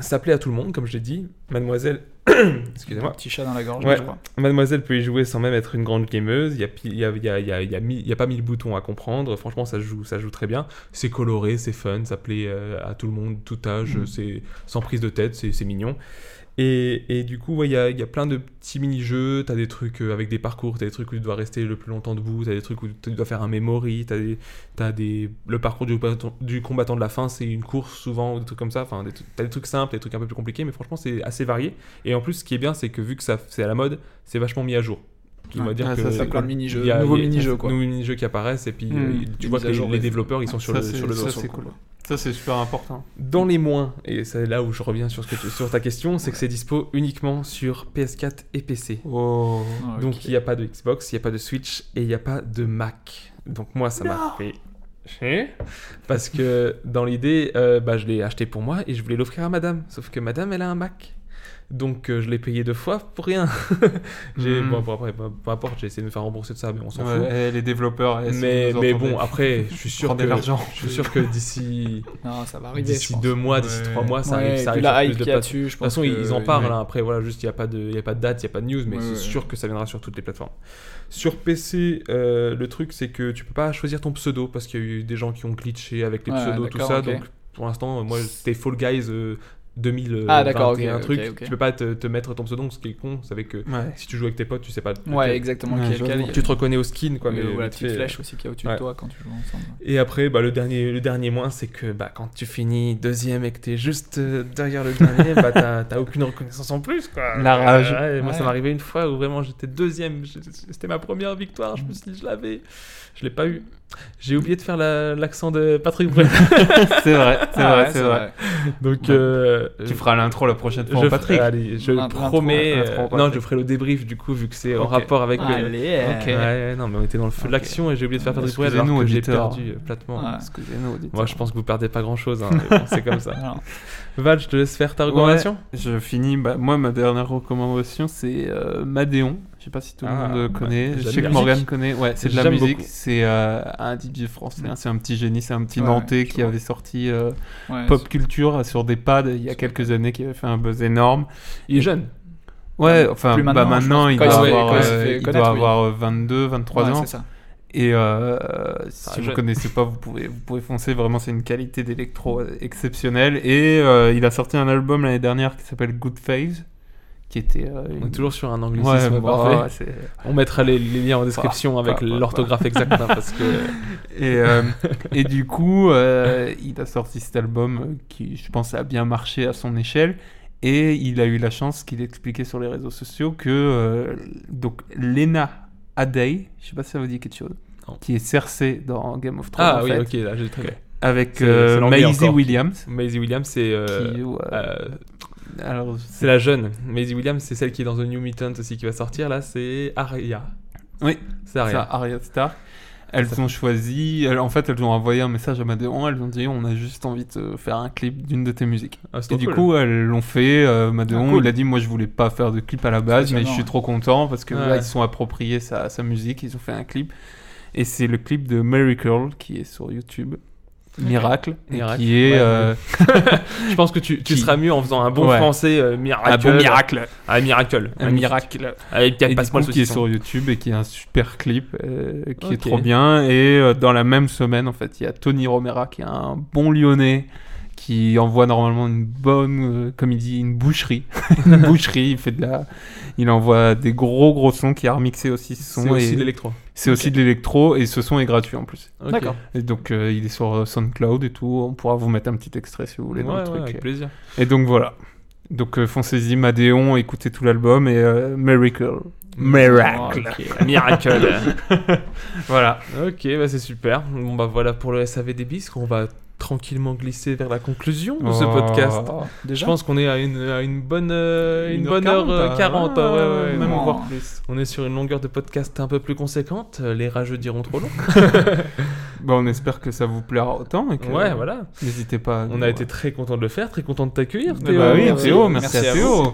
ça plaît à tout le monde, comme je l'ai dit. Mademoiselle. Excusez-moi. Petit chat dans la gorge, Ouais. je crois. Mademoiselle peut y jouer sans même être une grande gameuse. Il n'y a, pi- il y a, il y a, il y a, il y a mi- il y a pas mille boutons à comprendre. Franchement, ça se joue, ça se joue très bien. C'est coloré, c'est fun, ça plaît euh, à tout le monde, tout âge. Mm. Mhm. C'est sans prise de tête, c'est c'est mignon. Et, et du coup, ouais, il y, a, il y a plein de petits mini-jeux. T'as des trucs euh, avec des parcours, t'as des trucs où tu dois rester le plus longtemps debout, t'as des trucs où tu dois faire un memory, t'as des, t'as des, le parcours du, combattant- du combattant de la fin, c'est une course souvent, ou des trucs comme ça. Enfin, des trucs- t'as des trucs simples, des trucs un peu plus compliqués, mais franchement, c'est assez varié. Et en plus, ce qui est bien, c'est que vu que ça, c'est à la mode, c'est vachement mis à jour. On va Ouais. dire Ah, que ça, c'est plein de mini-jeux, il y a- nouveaux il y a- mini-jeux, quoi. nouveaux mini-jeux qui apparaissent, et puis Mm. euh, Des tu vois mises que à les, jour, les les- développeurs, ils sont sur ça, le c'est- sur le ça sur- c'est cool. Ça c'est super important. dans les moins, et c'est là où je reviens sur, ce que tu- sur ta question, c'est que c'est dispo uniquement sur PS4 et PC. Oh. Ah, Donc ok. il n'y a pas de Xbox, il n'y a pas de Switch et il n'y a pas de Mac. Donc moi ça m'a fait chier. Parce que dans l'idée, euh, bah, je l'ai acheté pour moi et je voulais l'offrir à madame. Sauf que madame elle a un Mac. Donc euh, je l'ai payé deux fois pour rien. j'ai, Mm. bon, bon, après, peu peu importe, j'ai essayé de me faire rembourser de ça, mais on s'en fout. Ouais, eh, les développeurs. eh, si Mais, vous mais entendez- bon, après, je suis sûr Prends de que, l'argent. je suis sûr que d'ici Non, ça va arriver. d'ici je pense. deux mois, d'ici Ouais. trois mois, ça Ouais, arrive. et ça arrive puis la sur hype plus de qu'il y a plates- dessus, je de toute pense. façon, ils- que- ils en parlent. Ouais. hein. Après, voilà, juste, il n'y a, pas de- il y a pas de date, il n'y a pas de news, mais Ouais, c'est ouais. sûr que ça viendra sur toutes les plateformes. Sur PC, euh, le truc, c'est que tu peux pas choisir ton pseudo parce qu'il y a eu des gens qui ont glitché avec les Ouais, pseudos, tout d'accord, ça. ok. Donc, pour l'instant, moi, c'était Fall Guys. euh, 2000 Ah, d'accord, ok, ok, truc, ok. tu peux pas te, te mettre ton pseudo, ce qui est con, c'est avec que Ouais. si tu joues avec tes potes, tu sais pas. lequel. Ouais, exactement. Ouais, quel- je vois. quel- Tu te reconnais au skin, quoi. mais Euh, ou la vite petite fait, euh, flèche aussi qu'il y a au-dessus ouais. de toi quand tu joues ensemble. et après, bah, le, dernier, le dernier moins, c'est que bah, quand tu finis deuxième et que t'es juste euh, derrière le dernier, bah, t'as t'as aucune reconnaissance en plus. Quoi. La rage. Ouais, moi, ça Ouais. m'est arrivé une fois où vraiment j'étais deuxième. Je- C'était ma première victoire. Je me suis dit, je l'avais. Je l'ai pas eu. J'ai oublié de faire la- l'accent de Patrick Bruel. C'est vrai, c'est Ah vrai, ouais, c'est vrai. Donc, Ouais. euh, Tu euh, feras l'intro la prochaine fois, je en Patrick. ferai- allez, je le L'intro, promets. l'intro, euh, l'intro, non, Patrick. je ferai le débrief du coup, vu que c'est en rapport avec. le- Allez, euh, Ok. Ouais, ouais, non, mais on était dans le feu de Ok. l'action et j'ai oublié de faire Patrick Bruel. Excusez-nous, alors que J'ai auditeurs. perdu euh, platement. Ouais. Excusez-nous, auditeurs. Moi, je pense que vous perdez pas grand chose, c'est comme ça. Alors, Val, je te laisse faire ta recommandation Je finis. bah, moi, ma dernière recommandation, c'est euh, Madéon. Je sais pas si tout le Ah, monde ouais. bah, euh, connaît. C'est de Je la sais que musique. Morgan connaît. Ouais, c'est de la J'aime musique. beaucoup. C'est euh, un DJ français. hein, C'est un petit génie. C'est un petit Ouais, Nantais ouais, je qui vois. avait sorti euh, ouais, Pop Culture sur des pads il y a quelques années, qui avait fait un buzz énorme. Il est jeune. Ouais, enfin, Plus bah, maintenant, je maintenant pense. il Quand doit il se fait- avoir, quand il se euh, fait il connaître, doit oui. avoir, euh, 22, 23 ouais, ans. c'est ça. Et euh, si vous jeune. connaissez pas, vous pouvez, vous pouvez foncer. Vraiment, c'est une qualité d'électro Mm. exceptionnelle. Et euh, il a sorti un album l'année dernière qui s'appelle Good Phase, qui était euh, On est une... toujours sur un Ouais, anglicisme bah, parfait. ouais, c'est- On mettra les, les liens en description Bah, avec bah, bah, l'orthographe exacte hein, parce que Et, euh, et du coup, euh, il a sorti cet album euh, qui, je pense, a bien marché à son échelle. Et il a eu la chance qu'il expliquait sur les réseaux sociaux que euh, donc Lena Adey, je sais pas si ça vous dit quelque chose, qui est Cersei dans Game of Thrones. Ah en oui, fait. ok, là, j'ai très bien. Avec C'est- euh, c'est l'anglais Maisie encore. Williams. Maisie Williams, c'est. euh, Qui, ouais. euh, Alors, c'est la jeune. Maisie Williams, c'est celle qui est dans The New Mutant aussi qui va sortir. Là, c'est Arya. Oui, c'est Arya. ça, Arya Stark. Elles ont choisi, elles- en fait, elles ont envoyé un message à Madeon, elles ont dit on a juste envie de faire un clip d'une de tes musiques. Ah, c'est et trop du cool. coup, elles l'ont fait. euh, Madeon, Ah, cool. il a dit moi je voulais pas faire de clip à la base, mais je Impressionnant, suis ouais. trop content parce que là, Ouais. ils se sont appropriés sa, sa musique, ils ont fait un clip. Et c'est le clip de Miracle qui est sur YouTube. Miracle, et Miracle, qui est. ouais, euh, ouais. Je pense que tu, tu qui- seras mieux en faisant un bon Ouais. français euh, miracle. Ah, Un bon miracle. Un miracle. Un Magnifique. miracle. Avec Et quatre du passe-moi coup, le qui est saucisson. sur YouTube et qui est un super clip euh, qui est Ok. trop bien. Et euh, dans la même semaine, en fait, il y a Tony Romera qui est un bon Lyonnais qui envoie normalement une bonne, euh, comme il dit, une boucherie. une boucherie, il fait de la, il envoie des gros gros sons qui a remixé aussi ce son. C'est aussi et- de l'électro. C'est Ok. aussi de l'électro et ce son est gratuit en plus. Ok. D'accord. Et donc euh, il est sur euh, SoundCloud et tout. On pourra vous mettre un petit extrait si vous voulez dans Ouais, le ouais, truc. avec plaisir. Et donc voilà. Donc euh, foncez-y, Madéon, écoutez tout l'album et euh, Miracle. Miracle. Ok. Miracle. voilà. Ok, bah c'est super. Bon bah voilà pour le SAV des bisques, on va tranquillement glisser vers la conclusion de ce Oh. podcast. Déjà Je pense qu'on est à une, à une bonne, euh, Une une heure bonne heure 40, euh, bah, 40, ouais, ouais, ouais, ouais, ouais. même on- voire plus. On est sur une longueur de podcast un peu plus conséquente, euh, les rageux diront trop long. Bah, on espère que ça vous plaira autant. Et que, Ouais, voilà. N'hésitez pas. euh, on a été très content de le faire, très content de t'accueillir Bah Théo. oui, Théo, merci à vous. Théo.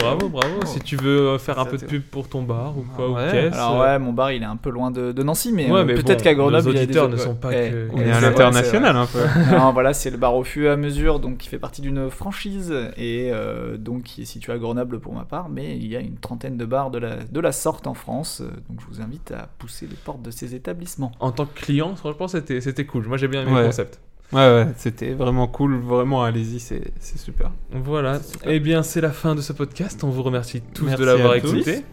Bravo, bravo. Si tu veux euh, faire un peu de pub pour ton bar ou quoi, ou caisse. Alors euh, ouais, mon bar il est un peu loin de, de Nancy, mais, Ouais, euh, mais peut-être bon, qu'à Grenoble, nos il y a des auditeurs ne autres- sont pas Eh, que- On est eh, à c'est vrai, l'international, c'est vrai. un peu. non, voilà, c'est le bar au feu à mesure, donc qui fait partie d'une franchise et euh, donc qui est situé à Grenoble pour ma part, mais il y a une trentaine de bars de la, de la sorte en France, euh, donc je vous invite à pousser les portes de ces établissements. En tant que client, franchement, c'était c'était cool. Moi, j'ai bien aimé Ouais. le concept. Ouais, ouais, c'était vraiment cool. Vraiment, allez-y, c'est c'est super. Voilà. Eh bien, c'est la fin de ce podcast. On vous remercie tous Merci de l'avoir à tous. écouté.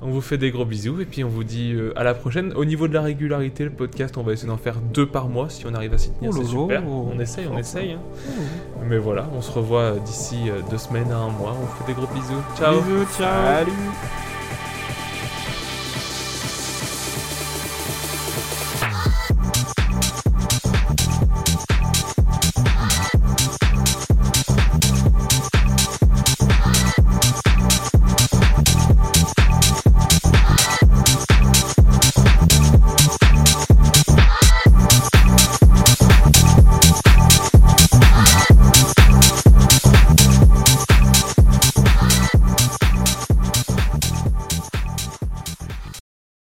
On vous fait des gros bisous et puis on vous dit euh, à la prochaine. Au niveau de la régularité, le podcast, on va essayer d'en faire deux par mois si on arrive à s'y tenir. Oh C'est là super. là. On essaye, on Oh. essaye. hein. Mais voilà, on se revoit euh, d'ici euh, deux semaines à un mois. On vous fait des gros bisous. Ciao. Bisous, ciao. Salut.